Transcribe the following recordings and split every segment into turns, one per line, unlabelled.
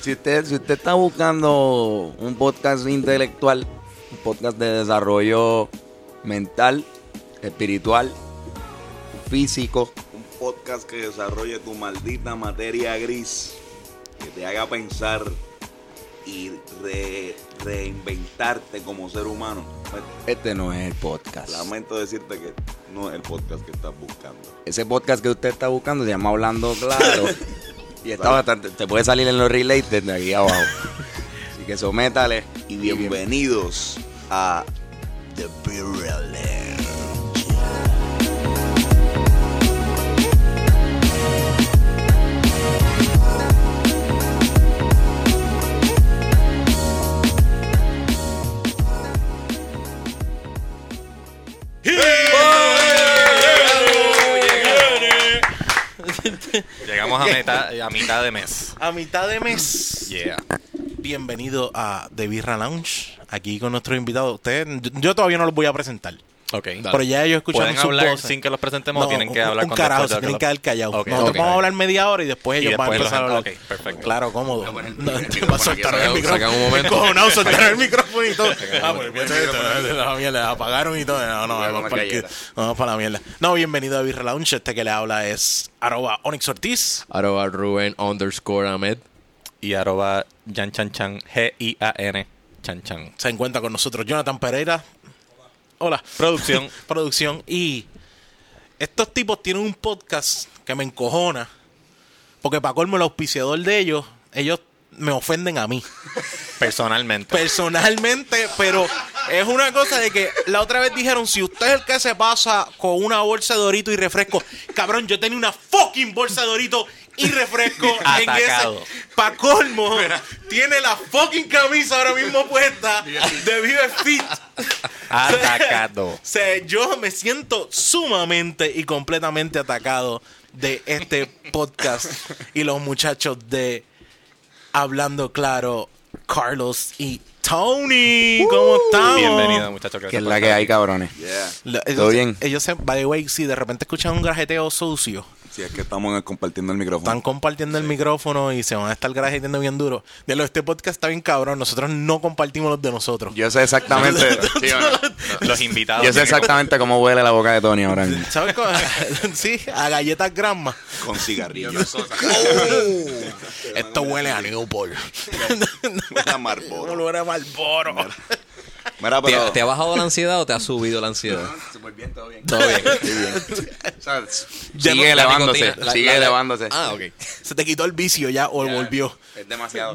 si, usted, si usted está buscando un podcast intelectual, un podcast de desarrollo mental, espiritual, físico,
Un podcast que desarrolle tu maldita materia gris, que te haga pensar y re- reinventarte como ser humano. Pues,
este no es el podcast.
Lamento decirte que no es el podcast que estás buscando.
Ese podcast que usted está buscando se llama Hablando Claro. y está bastante, te puede salir en los related de aquí abajo. Así que sométale.
Y bienvenidos a The Viral
Llegamos a, meta- a mitad de mes.
A mitad de mes.
Yeah.
Bienvenido a The Birra Lounge. Aquí con nuestros invitados. Ustedes, yo, yo todavía no los voy a presentar.
Ok.
Pero ya ellos escucharon
¿Pueden
sus
hablar
voces.
sin que los presentemos o tienen que
un-
hablar
un
con
carajo,
después de
se tienen que
hablar?
quedar callados.
Ok,
Nosotros
ok.
vamos a hablar media hora y después ellos
Y
van a
después los-
empezar a hablar.
ok, perfecto.
Claro, cómodo. No, va a soltar
sacan-
el micrófono.
sacan un momento.
Encojonado, soltaron el micrófono y todo. Ah, pues
momento.
piensa que esto- la mierda, apagaron y todo. No, no, vamos
una
para el-
galleta.
vamos para la mierda. No, bienvenido a Birra Lounge. Este que le habla es arroba Onyx Ortiz.
Arroba Rubén underscore Ahmed.
Y arroba Yan Chan Chan, G-I-A-N, Chan Chan.
Se encuentra con nosotros Jonathan Pereira. Hola.
Producción.
producción. Y estos tipos tienen un podcast que me encojona. Porque para colmo el auspiciador de ellos, ellos me ofenden a mí. Pues,
Personalmente.
Personalmente, pero es una cosa de que la otra vez dijeron, si usted es el que se pasa con una bolsa de dorito y refresco, cabrón, yo tenía una fucking bolsa de dorito y refresco en
Atacado.
ese. Pa' colmo, tiene la fucking camisa ahora mismo puesta de Vive Fit.
Atacado.
O sea, yo me siento sumamente y completamente atacado de este podcast y los muchachos de Hablando Claro, Carlos y
Uh.
Tony. ¿Cómo estamos?
Bienvenido, muchachos.
Que es
gracias por
la que
estar
hay, cabrones.
Yeah.
Lo- ellos-
¿Todo bien?
Ellos, se, by the way, si de repente escuchan un grajeteo sucio,
Si es que estamos eh, compartiendo el micrófono.
están
Mm.
compartiendo el micrófono y se van a estar grajeteando bien duro. De lo este podcast está bien cabrón, nosotros no compartimos los de nosotros.
Yo sé exactamente. Sí, bueno.
aquí. Los invitados.
Yo sé
tienen que-
exactamente cómo huele la boca de Tony ahora mismo.
¿Sabes cómo? sí, a galletas Granma.
Con cigarrillos.
Esto huele a Newport.
Mira,
No
Marlboro.
lo era Malboro.
Mira,
¿Te,
pero...
te ha bajado la ansiedad o te ha subido la ansiedad?
Súper bien, todo bien.
Todo bien.
sigue
La
elevándose,
nicotina, la-
sigue
la- la-
elevándose.
Ah, ok.
Se te quitó el vicio ya
Ah,
o volvió.
Es demasiado.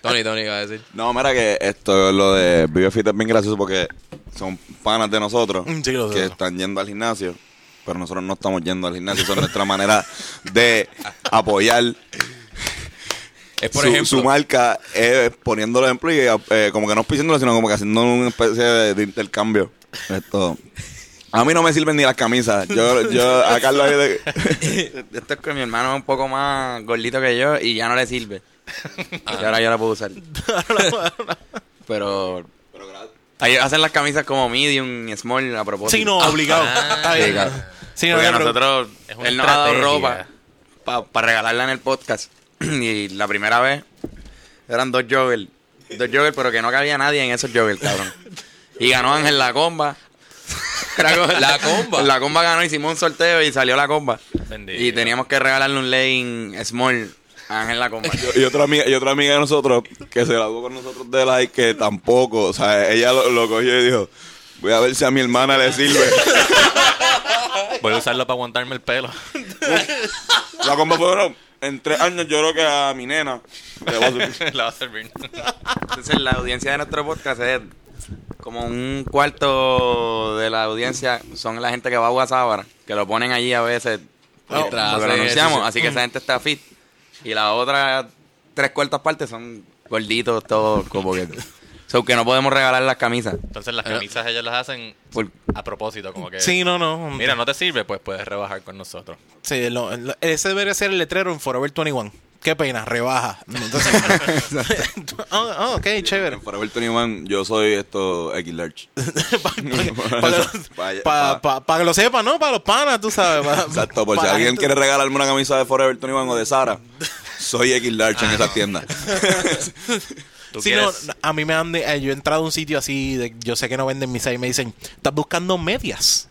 Tony, Tony, iba a decir.
No, mira que esto, lo de Vive Fit es bien gracioso porque son panas de nosotros
Mm, sí, lo sé,
que
lo sé.
están yendo al gimnasio, pero nosotros no estamos yendo al gimnasio. Esa es nuestra manera de apoyar
Es por
su,
ejemplo.
su marca eh, poniéndolo en play, eh, como que no pidiéndolo, sino como que haciendo una especie de, de intercambio. Esto. A mí no me sirven ni las camisas. Yo, yo a Carlos. ahí de-
Esto es que mi hermano es un poco más gordito que yo y ya no le sirve. Y ahora yo la puedo usar. Pero. Ahí hacen las camisas como medium y small a propósito.
Sí, no, obligado.
Ah,
Está bien.
Sí, claro.
Sí, no,
Porque a
no, pero-
nosotros,
es una
él nos ha dado
estrategia.
ropa para regalarla en el podcast. y la primera vez eran dos joggers. Dos joggers, pero que no cabía nadie en esos joggers, cabrón. Y ganó Ángel la comba. Era como-
La comba.
La comba ganó, hicimos un sorteo y salió la comba.
Bendito.
Y teníamos que regalarle un lane small a Ángel la comba.
Y otra amiga, y otra amiga de nosotros que se graduó con nosotros de la que tampoco, o sea, ella lo, lo cogió y dijo, voy a ver si a mi hermana le sirve.
Voy a usarlo para aguantarme el pelo.
La compa fue, bueno, en tres años yo creo que a mi nena le va a servir.
La va a servir.
Entonces la audiencia de nuestro podcast es como un cuarto de la audiencia son la gente que va a Guasábara, que lo ponen allí a veces porque
Mientras
porque lo
hace
anunciamos,
ejercicio.
así que esa gente está fit. Y la otra tres cuartas partes son gorditos, todos como que... So que no podemos regalar las camisas.
Entonces las camisas ellas las hacen
Por-
a propósito, como que...
Sí, no, no.
Mira, no te sirve, pues puedes rebajar con nosotros.
Sí, lo- lo- ese debería ser el letrero en Forever 21. Qué pena, rebaja. Entonces, oh, oh, ok, chévere.
Para ver Tony One, yo soy esto X Large.
Para
Vaya,
pa-
pa-
pa- pa que lo sepan, ¿no? Para los panas, tú sabes. pa-
Exacto, por si
para la
alguien
gente-
quiere regalarme una camisa de Forever 21 o de Sara, Soy X Large en esa tienda.
¿Tú
Sí,
quieres?
no, a mí me han. de- eh, yo he entrado a un sitio así, de- yo sé que no venden misa y me dicen, estás buscando medias,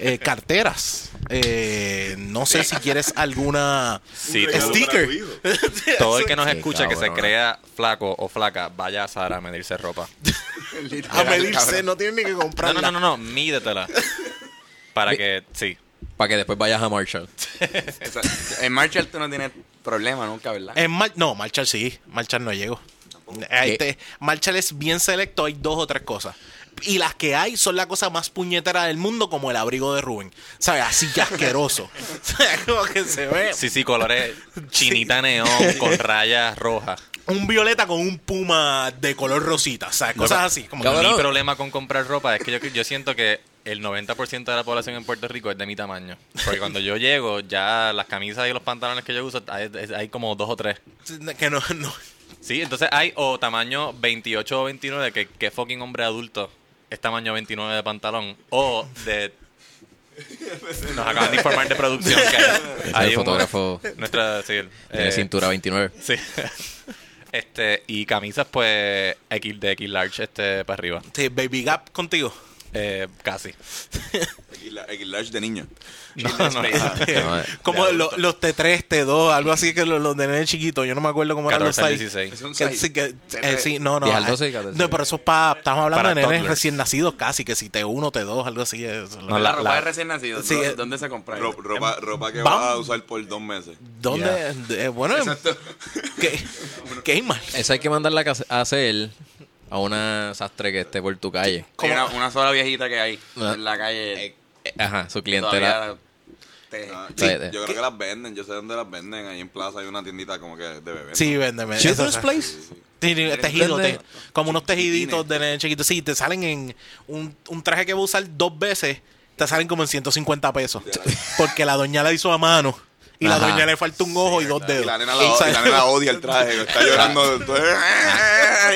eh, carteras. eh, no sé si quieres alguna.
Sí,
regalo
tú-
sticker.
todo el que nos
Sí,
escucha que se
cabrón.
crea flaco o flaca, vaya a Sara a medirse ropa.
A
Literal,
medirse,
cabrón.
Ah, no tienen ni que
No,
comprarla.
no, no, no, no, mídetela. Para que, sí.
Para que después vayas a Marshall.
Esa- En Marshall tú no tienes problema nunca, ¿verdad?
En Eh, Mar- no, Marshall sí, Marshall no llego. Ahí te- Marshall es bien selecto, hay dos o tres cosas. Y las que hay son la cosa más puñetera del mundo, como el abrigo de Rubén. ¿Sabes? Así que asqueroso. ¿Sabes? Como que se ve
Sí, sí, colores chinita neón con rayas rojas.
un violeta con un puma de color rosita. ¿Sabes? Cosas así. Como que
Cabrón.
Mi problema con comprar ropa es que yo, yo siento que el 90% de la población en Puerto Rico es de mi tamaño. Porque cuando yo llego, ya las camisas y los pantalones que yo uso, hay, hay como dos o tres.
ni- que no, no.
Sí, entonces hay o tamaño 28 o 29, que, que fucking hombre adulto es tamaño 29 de pantalón, o de... Nos acaban de informar de producción que
Es
hay
el
un-
fotógrafo
Nuestra, sí, el-
tiene
eh,
cintura 29.
sí. Este, y camisas pues X de X large este para arriba.
Sí, baby gap contigo.
Eh, casi.
X Large de niño.
No, no, no.
No, eh,
Este, Como
de
lo-
adulto.
los T3, T2, algo así que los, los de nene chiquito. Yo no me acuerdo cómo eran los
14 al
size.
16.
un
Que,
size.
sí, que- eh, sí, no, no.
10 al
ah,
12 y 14.
No, pero eso es para. Estamos hablando
Para
de nenes
toddlers.
recién nacidos casi, que si T1, T2, algo así. eh, eso es lo
No,
la,
que-
la-
ropa
la-
de recién nacido.
Sí,
¿dó-
eh,
¿Dónde se compra?
Ro- ropa, ropa que
Bam.
vas a usar por dos meses.
¿Dónde? de- bueno, ¿qué, qué mal?
Esa hay que mandarla a cas- a hacer a una sastre que esté por tu calle.
Hay una, una sola viejita que hay
Ah.
en la calle.
Eh, Ajá, su
que
clientela.
todavía te-
Ah,
Sí.
Yo creo que las venden, yo sé dónde las venden. Ahí en Plaza hay una tiendita como que de bebé.
Sí, véndeme.
Children's
eso,
Place.
Sí, sí, tejido,
¿Dónde?
te- como unos tejiditos de nene chiquito. Sí, te salen en un, un traje que voy a usar dos veces, te salen como en 150 pesos. Porque la doña la hizo a mano y la
Ajá.
doña le falta un ojo y dos dedos.
Y la nena
Y
la, o- y
sale-
la nena odia el traje, está llorando. entonces,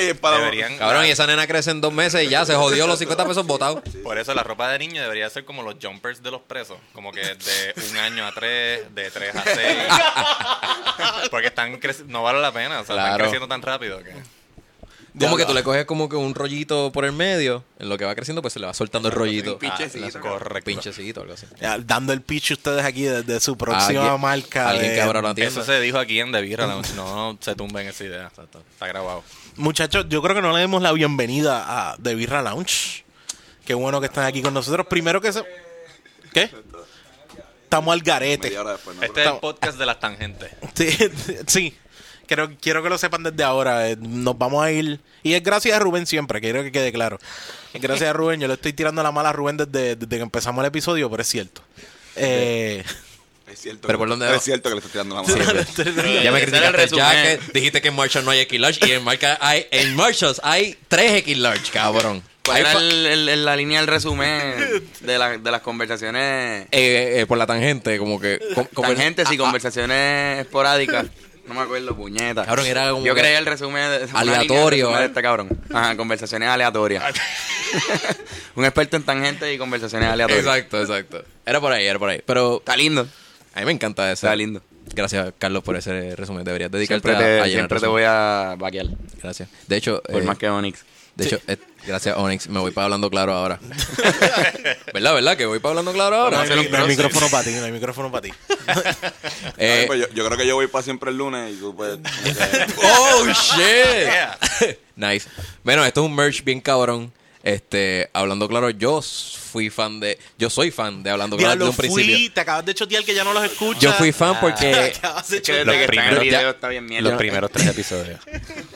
y es para
Deberían, ah,
Cabrón, y esa nena crece en dos meses y ya se jodió los 50 pesos botados.
Por eso la ropa de niño debería ser como los jumpers de los presos. Como que de un año a tres, de tres a seis. Porque están creci- no vale la pena. O sea, están
Claro.
creciendo tan rápido que...
Como que tú le coges como que un rollito por el medio. En lo que va creciendo, pues se le va soltando el rollito.
un pinchecito,
Ah,
cabrón.
correcto. Pinchecito, algo así.
Ya, dando el pitch ustedes aquí desde su próxima
Alguien-
marca.
Alguien
de-
que abra una tienda.
Eso se dijo aquí en The Beer Lounge. No, no se tumben esa idea. O sea, Está, está grabado.
Muchachos, yo creo que no le demos la bienvenida a The Birra Lounge. Qué bueno que están aquí con nosotros. Primero que se... ¿Qué? Estamos al garete.
Media hora después, no,
Este es el podcast de las tangentes.
Sí, sí. Quiero, quiero que lo sepan desde ahora. eh, Nos vamos a ir. Y es gracias a Rubén siempre, quiero que quede claro. Es Gracias a Rubén. Yo le estoy tirando la mala a Rubén desde, desde que empezamos el episodio, pero es cierto. Eh,
Es cierto.
Pero
que-
por dónde va.
Es cierto que le estoy tirando la mano.
Ya me
Ese era el
criticaste ya que
resumen.
dijiste que en Marshall no hay X large y en Marshall hay en Marshalls hay 3 X large, cabrón.
¿Cuál
Hay
era
pa-
el- el- el- la línea del resumen de, la- de las conversaciones?
eh, eh, por la tangente como que com- como-
Tangentes y
ah,
conversaciones esporádicas. No me acuerdo, puñeta.
Cabrón, era como
Yo
que-
creía el resumen. de- una línea del
Aleatorio,
resumen
¿eh?
de este cabrón. Ajá, conversaciones aleatorias. Un experto en tangentes y conversaciones
ah,
aleatorias.
Exacto, exacto. Era por ahí, era por ahí, pero
Está lindo.
a mí me encanta eso.
Está lindo.
Gracias Carlos por ese resumen, deberías dedicarte
Siempre
a, a
te,
llenar
siempre te
resumen.
voy a vaquear.
Gracias. De hecho,
Por
eh,
más que Onyx.
de hecho eh, gracias Onyx, me voy para hablando claro ahora. ¿Verdad, verdad que voy para hablando claro
no
ahora?
hay, mi- no hay micrófono para ti, no hay micrófono para ti.
Eh,
Ay, pues yo, yo creo que yo voy para siempre el lunes y tú pues. como que-
Oh shit.
Yeah.
nice. Bueno, esto es un merch bien cabrón. Este, hablando claro, yo fui fan de. Yo soy fan de Hablando Claro
Diablo,
desde un principio.
fui, te acabas de chotear que ya Ah. no los escuchas.
Yo fui fan porque.
Acabas de
Es que
chotear.
desde que está en el
primeros-
video
ya-
está bien mierda.
Los primeros tres episodios.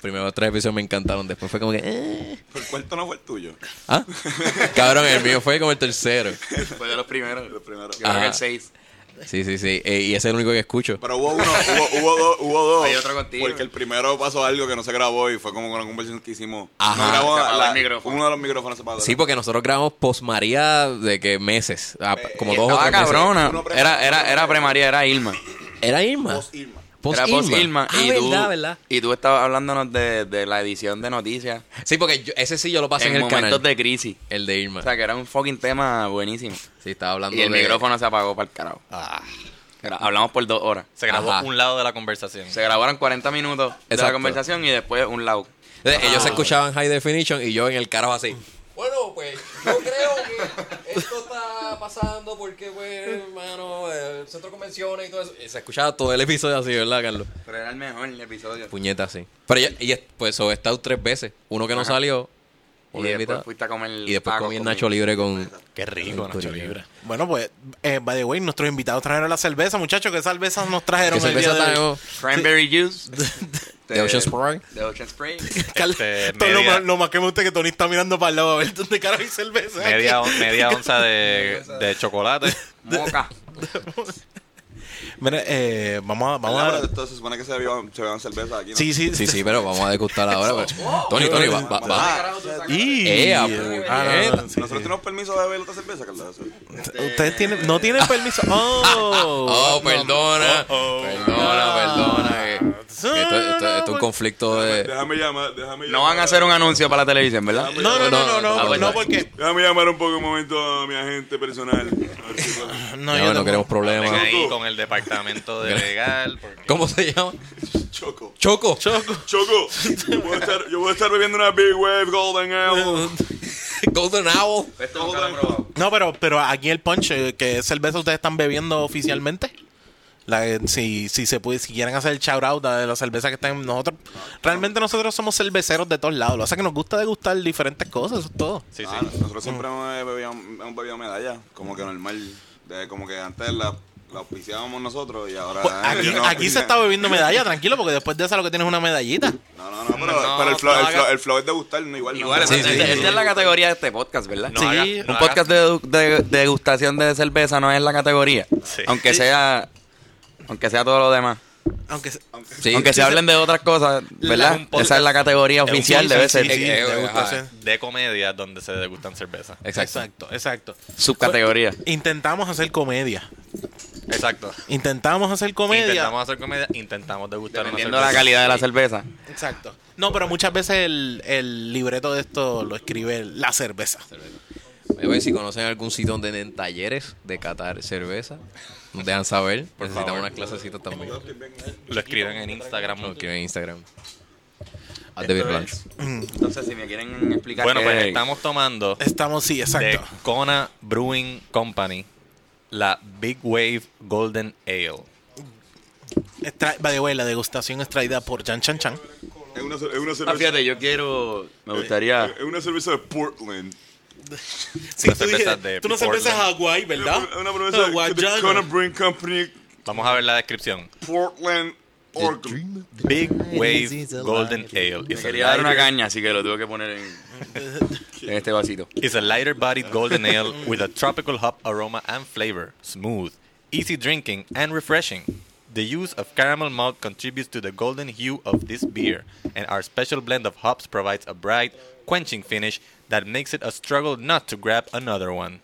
Primero tres episodios me encantaron. Después fue como que. eh,
El cuarto no fue el tuyo.
ah. Cabrón, el mío fue como el tercero.
Fue de los primeros.
Los primeros.
Yo creo que el
Ajá.
6.
Sí, sí, sí. Eh, y ese es el único que escucho.
Pero hubo uno, hubo, hubo dos, hubo dos.
Hay otro contigo.
Porque el primero pasó algo que no se grabó y fue como una conversación que hicimos.
Ajá.
No grabó
Se apagó
la-
el micrófono.
Uno de los micrófonos se apagó.
Sí, pues. porque nosotros grabamos post María de que meses. ah, como dos o
Eh, Estaba
tres meses.
cabrona.
Uno pre-
Era, era, era premaria, era Irma.
Era Irma.
Post Irma.
Post
era post Irma.
Ah,
y tú,
verdad, verdad.
Y tú estabas hablándonos de, de la edición de noticias
Sí, porque yo- ese sí yo lo pasé
en,
en, el
momentos
canal.
de crisis.
El de Irma.
O sea, que era un fucking tema buenísimo.
Sí, estaba hablando
Y el
de- Ah.
micrófono se apagó para el carajo. Era- Hablamos por dos horas.
Se grabó
Ajá.
un lado de la conversación.
Se grabaron 40 minutos de la
Exacto.
conversación y después un lado.
Entonces, Ellos
Ah.
se escuchaban high definition y yo en el carajo así. Bueno, pues yo creo que esto está pasando porque, pues, hermano, el centro de convenciones y todo eso. Y se escuchaba todo el episodio así, ¿verdad, Carlos?
Pero era el mejor episodio.
Puñeta así. Pero ya, y es- pues, eso he estado tres veces. Uno que no
Ajá.
salió,
Y
uno invitado,
después fuiste a comer
y después
tacos
comí el
conmigo.
Nacho Libre con.
Qué rico,
Ay,
Nacho
coño.
Libre.
Bueno, pues, eh, by the way, nuestros invitados trajeron la cerveza, muchachos. ¿Qué cervezas nos trajeron
Que
el día
cerveza
de hoy?
trajo
Cranberry juice. Este,
de Ocean Spray.
De Ocean Spray.
Carlos,
Este,
todo lo,
media-
más- lo más que me gusta es que Tony está mirando para el lado a ver dónde carajo hay cerveza.
Media, on- media onza de, de chocolate.
Ah.
Moca.
Mira, eh, vamos a... Vamos
Vamos
a
se supone que se bebió- se beban cerveza aquí. ¿no?
sí, sí,
Sí, sí, pero vamos a degustar ahora. pero- Tony, Tony, va, va,
oh,
va.
Ah,
Y-
Eh,
Ah,
puñeta.
no, no, sí,
¿Nosotros tenemos permiso de beber otra cerveza, Carlos?
sí. Ustedes tienen, no tienen permiso. Oh,
Oh, perdona. Perdona, perdona. que- que Esto,
Ah.
esto- esto es un conflicto de.
Déjame llamar, déjame llamar.
No van a hacer un anuncio para la televisión, ¿verdad?
No, no, no, no, no,
Ah, bueno.
no, porque...
Déjame llamar un poco un momento a mi agente personal. A ver si puedo.
No,
No,
yo
no
tampoco.
queremos
Ven
problemas.
ahí con el departamento de legal. porque-
¿Cómo se llama?
Choco.
Choco.
Choco, yo voy, a estar, yo voy a estar bebiendo una Big Wave Golden Ale.
Golden Owl.
Esto nunca lo he probado.
No, pero, pero aquí el punch, eh, ¿qué cerveza ustedes están bebiendo oficialmente? La, eh, si, si se puede, si quieren hacer el shout out de la cerveza que están nosotros. Realmente nosotros somos cerveceros de todos lados. Lo que pasa es que nos gusta degustar diferentes cosas, eso es todo.
Sí,
Ah,
sí.
nosotros siempre hemos bebido, hemos bebido medallas, como que normal. De, como que antes la, la auspiciábamos nosotros y ahora.
Pues, aquí,
ellos nos
aquí se
auspician.
está bebiendo medalla, tranquilo, porque después de esa lo que tienes es una medallita.
No, no, no, pero,
No,
pero el, flow,
no
el,
haga-
flow, el flow es de gustar, no igual.
Igual,
no.
esta-
sí,
esta,
sí.
esta es la categoría de este podcast, ¿verdad?
No
Sí,
hagas-
un
no
Un
hagas-
podcast de, edu- de- de degustación de cerveza no es la categoría.
Sí.
Aunque sea aunque sea todo lo demás.
Aunque se-
Sí.
aunque se hablen de otras cosas,
La-
¿verdad?
un
Esa es la categoría
un
oficial,
sí,
debe
sí,
ser
sí, sí,
Eh, eh,
degustación.
de comedia donde se degustan cerveza.
Exacto.
Exacto, exacto.
subcategoría.
Intentamos hacer comedia.
Exacto.
Intentamos hacer comedia.
Intentamos hacer comedia, intentamos degustar una
Dependiendo de
cerveza.
la calidad de la cerveza.
Exacto. No, pero muchas veces el, el libreto de esto lo escribe la cerveza.
Me voy a ver si conocen algún sitio donde den talleres de catar cerveza. Nos dejan saber. Necesitamos
favor.
unas clasecitas también. Lo
Lo escriben en Instagram.
quiero en Instagram. At the Beer Lounge.
Entonces, si me quieren explicar
Bueno, pues
qué-
estamos tomando
Estamos, sí,
de
exacto.
Kona Brewing Company la Big Wave Golden Ale.
Extra- by the way, la degustación es traída por Chan Chan Chan.
Es una, cer- es una cerveza.
Ah, fíjate, yo quiero... eh, Me gustaría...
Es una cerveza de Portland.
Sí,
Una tú cerveza dijeras, de tú una cerveza Portland.
Hawaii,
Es una cerveza de Connor Brewing Company,
Vamos a ver la descripción.
Portland, Oregon.
Big Wave Golden Ale.
Me
It's a,
quería dar una
lighter,
caña, así que lo tuve que poner en, en este vasito.
it's a lighter bodied golden ale with a tropical hop aroma and flavor. Smooth, easy drinking, and refreshing. The use of caramel malt contributes to the golden hue of this beer, and our special blend of hops provides a bright, quenching finish that makes it a struggle not to grab another one.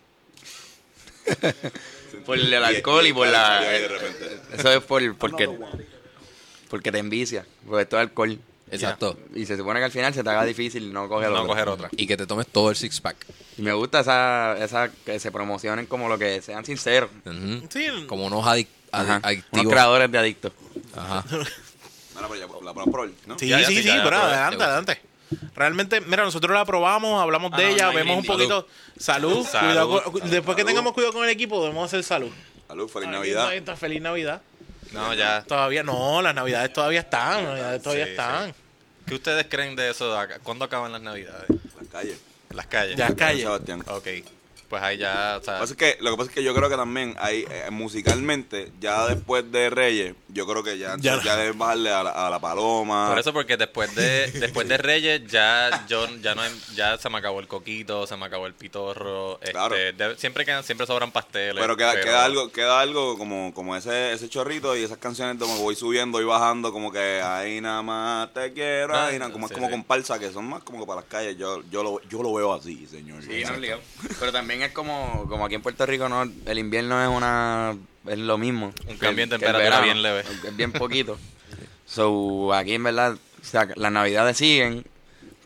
Por el alcohol y por
Y ahí de
la...
repente.
Eso es por, porque, porque te envicia, porque esto es alcohol.
Exacto.
Y se supone que al final se te haga difícil no coger
No
otro.
coger otra.
Y que te tomes todo el six pack.
Y me gusta esa, esa que se promocionen como lo que sean sinceros.
Mm.
Ujú.
Sí,
Como unos adic- adi-
Ajá. Unos
adictivos.
creadores de adictos.
Ajá.
Ahora, pero ya la podemos probar, ¿no?
sí,
Ya, ya,
sí,
sí,
sí,
ya, ya,
pero
probé,
adelante,
gusta.
adelante. Realmente, mira, nosotros la probamos, hablamos
Ah,
de
no,
ella,
no hay
vemos un
brindis.
poquito. Salud.
Salud.
cuidado con- Después que
Salud.
tengamos cuidado con el equipo, debemos hacer salud.
Salud, feliz
Aquí
Navidad.
no hay esta Feliz Navidad.
No, ya.
Todavía no, las navidades todavía están, las navidades todavía
Sí,
están.
¿Qué ustedes creen de eso? de acá? ¿Cuándo acaban las navidades?
La calle.
En las calles.
Ya
Calle.
calle.
Sebastián.
Ok. Pues ahí ya, o sea,
Lo que pasa es que- lo que pasa es que yo creo que también hay eh, musicalmente, ya después de Reyes, yo creo que ya,
Ya.
ya, deben bajarle a la, a la paloma.
Por eso, porque después de, después de Reyes, ya yo ya no hay- ya se me acabó el coquito, se me acabó el pitorro. este,
Claro.
de- siempre quedan, siempre sobran pasteles.
pero queda, queda algo, queda algo como, como ese, ese chorrito y esas canciones donde voy subiendo y bajando, como que ahí nada más te quiero,
Ah,
ahí nada, como
sí,
es como
sí.
comparsa que son más como que para las calles. Yo, yo lo, yo lo veo así, señor.
Sí, no lío. Pero también es como, como aquí en Puerto Rico, no, el invierno es una es lo mismo.
Un
que-
cambio en
que el
temperatura
verano.
bien leve.
Es bien poquito. so, aquí en verdad, o sea, las navidades siguen.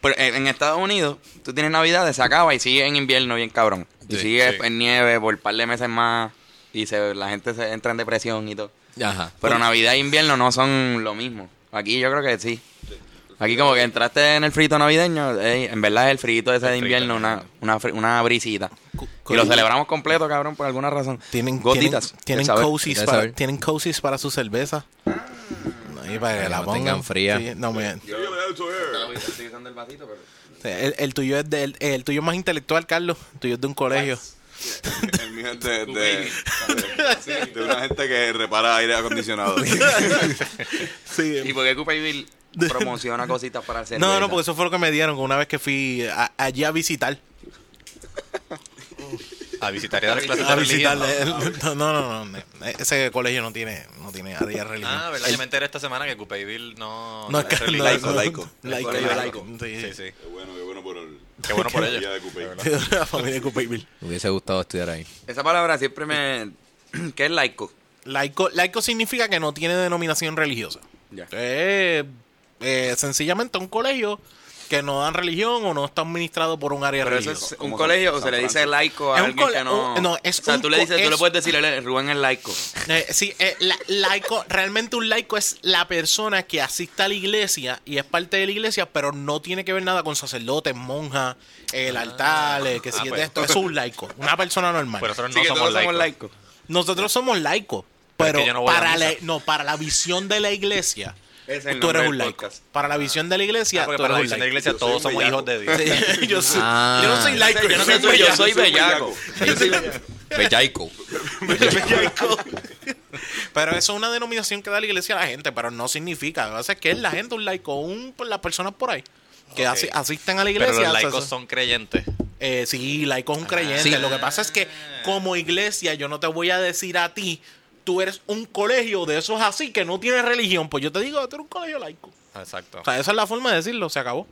Pero en, en Estados Unidos, tú tienes navidades, se acaba y sigue en invierno bien cabrón. Y
Sí,
sigue
sí.
en nieve por un par de meses más. y se, la gente se entra en depresión y todo.
Ajá.
Pero Navidad e invierno no son lo mismo. Aquí yo creo que sí. Aquí como que entraste en el frito navideño, eh, en verdad es el frito ese de
frito,
invierno, una, una, fri- una brisita. Y lo celebramos completo, cabrón, por alguna razón.
Tienen
gotitas.
Tienen, tienen
ya sabes.
cozies
Ya
para,
sabes.
tienen cozies para su cerveza. No, y para que
que
la
no
pongan.
tengan fría.
Sí, no, me-
Estoy usando el vasito, pero-
el, el tuyo es del- el tuyo es más intelectual, Carlos. El tuyo es de un colegio.
El mío es de, de- de una gente que repara aire acondicionado.
Sí,
¿Y por qué Cooper Bill promociona cositas para hacer?
No, pues- no, porque eso fue lo que me dieron una vez que fui a- allí a visitar.
A visitar y dar clases de
A
religión.
visitar. No, no, no, no. Ese colegio no tiene, no tiene área
Ah,
religiosa.
¿verdad? Yo me enteré esta semana que Cupeyville no...
No, es que- no,
religioso.
Laico, laico.
Laico,
Colegio
laico.
Sí,
Sí, sí.
sí.
Qué bueno, qué bueno por el.
Qué bueno por ellos.
Ya de Coupey.
La familia de Cupeyville.
Me hubiese gustado estudiar ahí.
Esa palabra siempre me... ¿Qué es laico?
Laico, laico significa que no tiene denominación religiosa.
Ya.
Eh, eh, sencillamente un colegio que no dan religión o no está administrado por un área
Pero eso
religiosa.
es un
como
colegio o
San
se le dice
Francisco.
laico a
Es un
alguien
cole-
que no...
un- no, es
o sea,
un
tú le dices,
co-
tú le
es-
puedes decir, "Ele- Rubén es laico.
Eh, sí, eh, la- laico, realmente un laico es la persona que asiste a la iglesia y es parte de la iglesia, pero no tiene que ver nada con sacerdotes, monjas, el altar, eh, que si
Ah,
es
pues.
de esto. Eso es un laico, una persona normal.
Pero nosotros
Sí,
no
que
somos
todos
laicos.
somos laicos.
Nosotros somos laicos,
Pero Eh. es
pero
que yo no voy a
para, la,
misa.
no, para la visión de la iglesia,
Es el
tú
nombre
eres
del
un laico.
podcast.
Para la visión de la iglesia,
Ah, porque
tú
para la
eres
visión
un
de la
laico.
iglesia todos somos hijos de Dios.
Sí, yo, soy-
Ah.
yo no soy laico,
Yo no soy
bellaco.
yo soy bellaco. Yo soy
Bellaico.
Pero eso es una denominación que da la iglesia a la gente, pero no significa. Lo que pasa es que es la gente, un laico, un, pues, las personas por ahí que
Ok.
asi- asisten a la iglesia.
Pero los
o sea,
laicos
eso-
son Ah. creyentes.
Eh, sí, laico es un creyente.
Sí.
Lo que pasa es que como iglesia yo no te voy a decir a ti, tú eres un colegio de esos así que no tiene religión. Pues yo te digo, tú eres un colegio laico.
Exacto.
O sea, esa es la forma de decirlo, se acabó.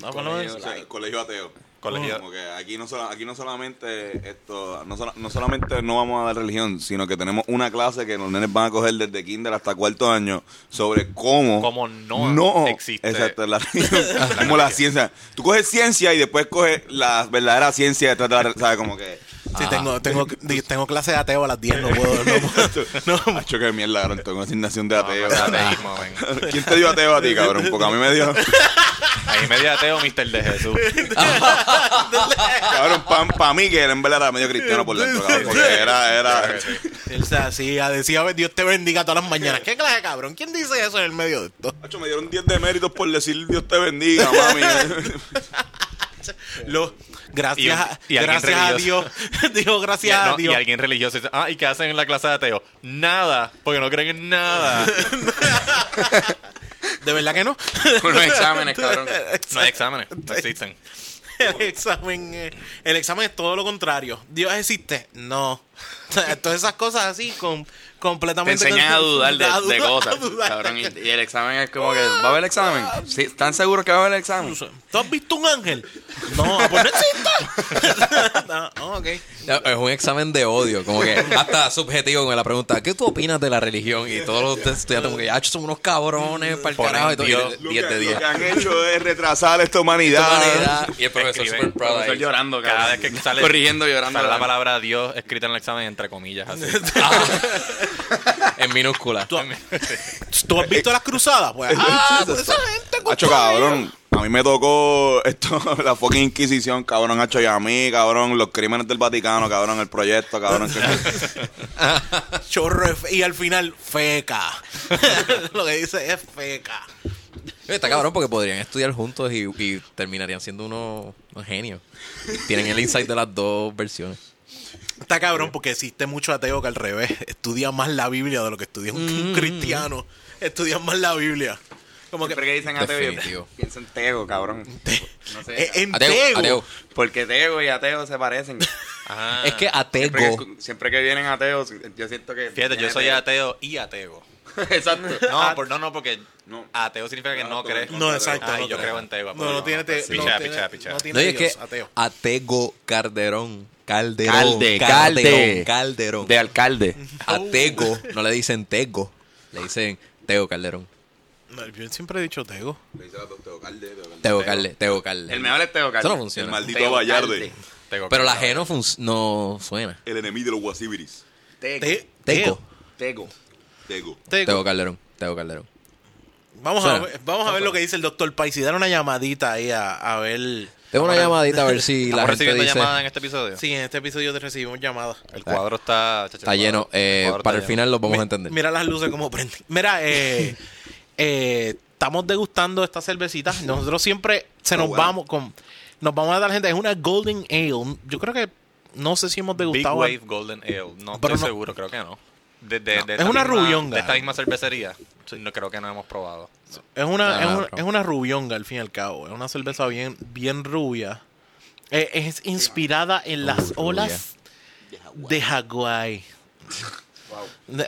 No,
colegio
no,
O sea, colegio ateo.
Colegio-
Como que aquí no, sola- aquí no solamente esto, no, sola- no solamente no vamos a dar religión, sino que tenemos una clase que los nenes van a coger desde kinder hasta cuarto año sobre cómo,
Cómo no existe.
exacto, la religión, como la ciencia. Tú coges ciencia y después coges la verdadera ciencia detrás de la, ¿sabes? Como que
Sí, tengo, tengo, di- tengo clase de ateo a las 10, no puedo. No puedo. No,
Macho, qué mierda, cabrón. Tengo una asignación de ateo.
Ateísmo, ven.
¿Quién te dio ateo a ti, cabrón? Porque a mí me dio.
Ahí medio ateo, Mr. de Jesús.
Cabrón, para mí que era en verdad era medio cristiano por dentro, cabrón. Porque era, era.
Él se hacía, decía, Dios te bendiga todas las mañanas. ¿Qué clase, cabrón? ¿Quién dice eso en el medio de esto?
Macho, me dieron 10 de méritos por decir Dios te bendiga, mami.
Lo-
Y
gracias,
un-
a-
y alguien
gracias a Dios. Dijo,
Y,
gracias
no,
a
y
Dios.
alguien religioso dice, ah, ¿y qué hacen en la clase de ateo? Nada, porque no creen en nada.
De verdad que no.
Unos exámenes, cabrón.
No hay exámenes, no existen.
El examen, eh, el examen es todo lo contrario. Dios existe. No. Todas esas cosas así, con,
Te
completamente.
enseñan a dudar de,
a
de
dudar,
cosas,
a dudar.
cabrón. Y, y el examen es como que, ¿va a haber examen? Sí, ¿Están seguros que va a haber examen?
¿Tú has visto un ángel? No, pues no existe. no, oh, ok.
Es un examen de odio, como que hasta subjetivo con la pregunta, ¿qué tú opinas de la religión? Y todos los estudiantes como que, "Acho, son unos cabrones para el
Ponen
carajo y todo.
Dios.
y de- 10 de 10.
han hecho es retrasar esta humanidad.
Humanidad, Y el profesor
Escriben,
super proud
Estoy
ahí.
llorando, cabrón.
Cada vez que sale-
Corrigiendo, llorando.
Sale la palabra Dios escrita en el examen entre comillas. Así. Ah,
En minúscula.
¿Tú has visto las cruzadas? Pues, ah, pues esa gente con
Hacho, cabrón. A mí me tocó esto, la fucking Inquisición, cabrón, hacho, y a mí, cabrón, los crímenes del Vaticano, cabrón, el proyecto, cabrón. que-
chorro de fe- y al final feca. lo que dice es feca.
Está cabrón porque podrían estudiar juntos y, y terminarían siendo unos, unos genios. Tienen el insight de las dos versiones.
Está cabrón porque existe mucho ateo que al revés estudia más la Biblia de lo que estudia un, un cristiano. Estudia más la Biblia. Como que
Siempre que dicen ateo, yo
Definitivo.
pienso en tego, cabrón. No
eh,
sé.
en
Ateo,
Tego,
ateo.
Porque tego y ateo se parecen.
Ah.
Es que
Siempre que,
atego.
escu- siempre que vienen ateos, yo siento que...
Fíjate, yo soy ateo y ateo.
Exacto. Ah,
No, por, no, no, porque
No.
ateo significa que
No,
no
todo
crees.
en
No, exacto.
Ah,
no
yo
creo.
creo en Tego.
No, no tiene Tego.
Pichá, pichá,
no tiene-
pichá.
No tiene
No, y es que
Dios, ateo.
Atego Calderón. Calderón.
Calde, calde.
Calderón. Calderón.
De alcalde.
Atego. No le dicen Tego. Le dicen Teo Calderón.
No, yo siempre he dicho Tego.
Le dice la Teo Calde, Teo Calde.
Teo Calde. Teo Calde.
El mejor es tego,
Eso no
Calde.
funciona.
El maldito
Teo
Vallarde.
Calde.
Tego,
Pero la
creo.
G no, fun- no suena.
El enemigo de los guasibiris.
Teco.
Te-
Teco.
Teco.
Tegu.
Teco.
Teo Calderón. Teo Calderón.
Vamos, a
Suena.
ver, vamos a ver lo que dice el doctor Pais y dar una llamadita ahí a, a ver.
Tengo una llamadita a ver si la
Estamos
gente
recibiendo
dice...
llamadas en este episodio.
Sí, en este episodio te recibimos llamadas.
El cuadro está. chacho,
Está
el
lleno.
cuadro-
eh,
cuadro
para el
está lleno.
final los vamos
Mi-
a entender.
Mira las luces como prenden. Mira, eh, eh, estamos degustando esta cervecita. Nosotros siempre
Oh,
se nos
bueno.
vamos con. Nos vamos a dar gente. Es una Golden Ale. Yo creo que. No sé si hemos
Big
degustado.
Wave Golden Ale. No
Pero
estoy
no-
seguro, creo que no. De- de- de
Es
esta
una
misma-
rubionga.
De esta misma cervecería. Sí, No creo que no hemos probado.
Es una,
Ah,
es, una,
bro.
es una rubionga, al fin y al cabo. Es una cerveza bien, bien rubia. Eh, es inspirada en las
rubia.
olas de Hawái. De-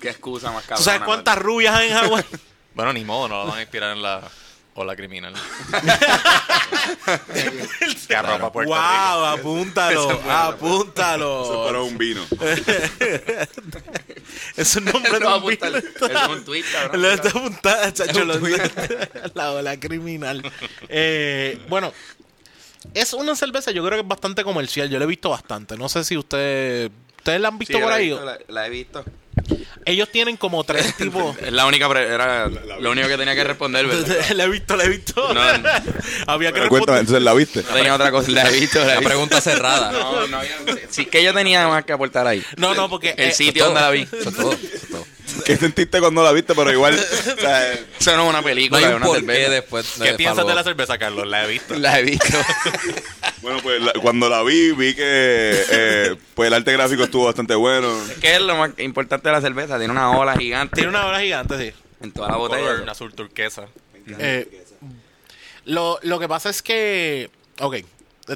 Qué excusa más cabrona.
¿Tú sabes cuántas rubias hay en Hawái?
Bueno, ni modo, no lo van a inspirar en la ola criminal. que arropa Puerto Rico.
¡Wow! Apúntalo,
pues.
Pero
apúntalo.
un vino.
Es un nombre
Eso
de
va a
un
apuntar.
vino.
Eso es un tweet, cabrón.
Lo está apuntada, chacho, lo- La ola criminal. Eh, bueno, es una cerveza, yo creo que es bastante comercial. Yo la he visto bastante. No sé si usted, ustedes la han
Sí,
visto
yo
por
la he
ahí.
visto, La, la he visto.
Ellos tienen como tres tipos.
Es la única. pre- Era lo único que tenía que responder, ¿verdad?
la he visto, la he visto.
No, no.
Había que
Pero cuéntame,
responder.
entonces la viste.
No tenía otra cosa. La he visto. La he
La
visto.
pregunta cerrada.
No, no había. Si es que yo tenía más que aportar ahí.
No, no, porque
El
eh,
sitio donde la vi.
Eso es todo, eso es todo.
¿Qué sentiste cuando la viste? Pero igual. o sea, eh,
Eso no es una
No
película,
hay
es
un
una
porqué
cerveza.
después.
¿Qué piensas de la
follow-up.
cerveza, Carlos? La he visto.
La he visto.
bueno, pues la- cuando la vi, vi que eh, pues el arte gráfico estuvo bastante bueno.
¿Qué es lo más importante de la cerveza? Tiene una ola gigante
tiene una ola gigante, sí.
en toda la
Color, un
botella.
azul turquesa.
Eh, lo, lo que pasa es que. Ok.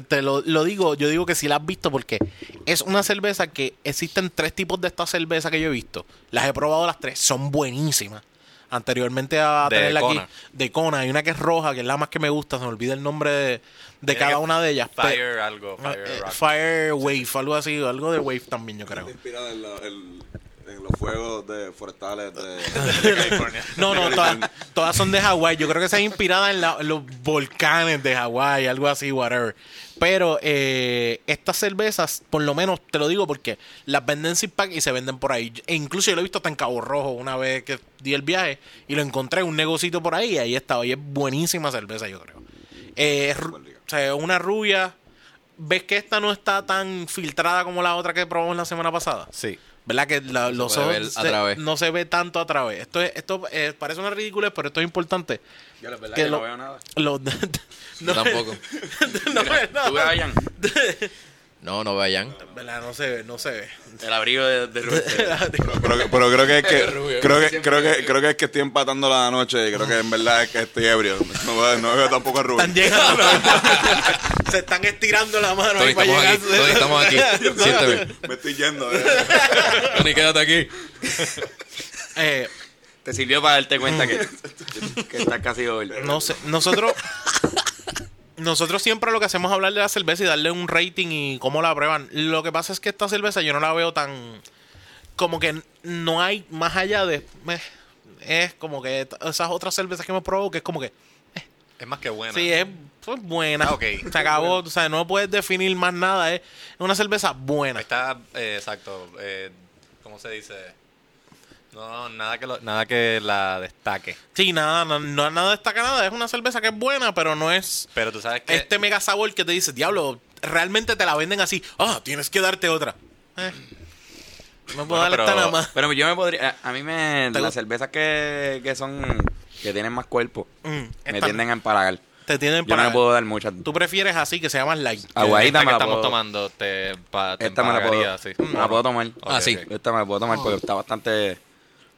Te lo, lo digo, yo digo que si la has visto porque es una cerveza que existen tres tipos de esta cerveza que yo he visto. Las he probado las tres, son buenísimas. Anteriormente a
De
tenerla aquí,
Kona.
de Kona, hay una que es roja, que es la más que me gusta, se me olvida el nombre de, de
Tiene
cada
que-
una de ellas. pe-
Fire algo. Fire
eh,
rock.
Fire Wave, algo así, algo de Wave también, yo creo.
Inspirada en, los fuegos de forestales
de California.
No, no, todas, todas son de Hawái. Yo creo que se es inspirada en, la- en los volcanes de Hawái, algo así, whatever. Pero eh, estas cervezas, por lo menos te lo digo porque las venden sin pack y se venden por ahí. E incluso yo lo he visto hasta en Cabo Rojo una vez que di el viaje y lo encontré en un negocito por ahí y ahí estaba. Y es buenísima cerveza, yo creo. Eh, es ru- o sea, es una rubia. ¿Ves que esta no está tan filtrada como la otra que probamos la semana pasada?
Sí.
¿Verdad? Que la- los
puede
ojos
ver a
se-
través.
no se ve tanto a través. Esto, es- esto eh, parece una ridícula, pero esto es importante.
Yo la verdad
que
que no
lo-
veo nada.
Los-
Yo tampoco.
no, ve nada.
Tú vayan.
No, no vayan.
¿Verdad? No se ve, no se ve.
El abrigo de, de Rubén.
Pero, pero creo que es que
Rubio,
creo que creo que creo que es que estoy empatando la noche y creo que en verdad es que estoy ebrio. No, veo- no veo tampoco a Rubio.
Están llegando. se están estirando la mano
Tony,
ahí para
estamos
llegar.
aquí. Tony, estamos aquí. Siéntate bien.
Me estoy yendo. eh.
Tony, quédate aquí.
Eh,
Te sirvió para darte cuenta que, que estás casi doble.
no sé, nosotros nosotros siempre lo que hacemos es hablar de la cerveza y darle un rating y cómo la prueban. Lo que pasa es que esta cerveza yo no la veo tan como que no hay más allá de meh. es como que t- esas otras cervezas que hemos probado que es como que
Es más que buena.
Sí, es pues, buena.
Ah, ok.
Se acabó. O sea, no puedes definir más nada. Es una cerveza buena.
Está, eh, exacto. eh, ¿Cómo se dice? No, nada que, lo- nada que la destaque.
Sí, nada, no, no- nada destaca nada. Es una cerveza que es buena, pero no es
Pero tú sabes que.
este mega sabor que te dice, diablo, realmente te la venden así. Ah, tienes que darte otra. Eh. No
Bueno,
puedo darle
pero-
esta nada más.
Pero yo me podría. A a mí me.
¿Te
Las
gusta?
cervezas que, que son. que tienen más cuerpo.
Mm,
me
esta-
tienden a empalagar.
Te tienen
Yo no
para.
me puedo dar muchas.
Tú prefieres así, que sea más light.
Ah, Aguadita
esta
me
que
la
estamos
puedo-
tomando te, pa, te
Esta me la puedo.
empalagaría, sí.
Me la puedo tomar.
Ah, sí.
ok.
Esta me la puedo tomar porque está bastante.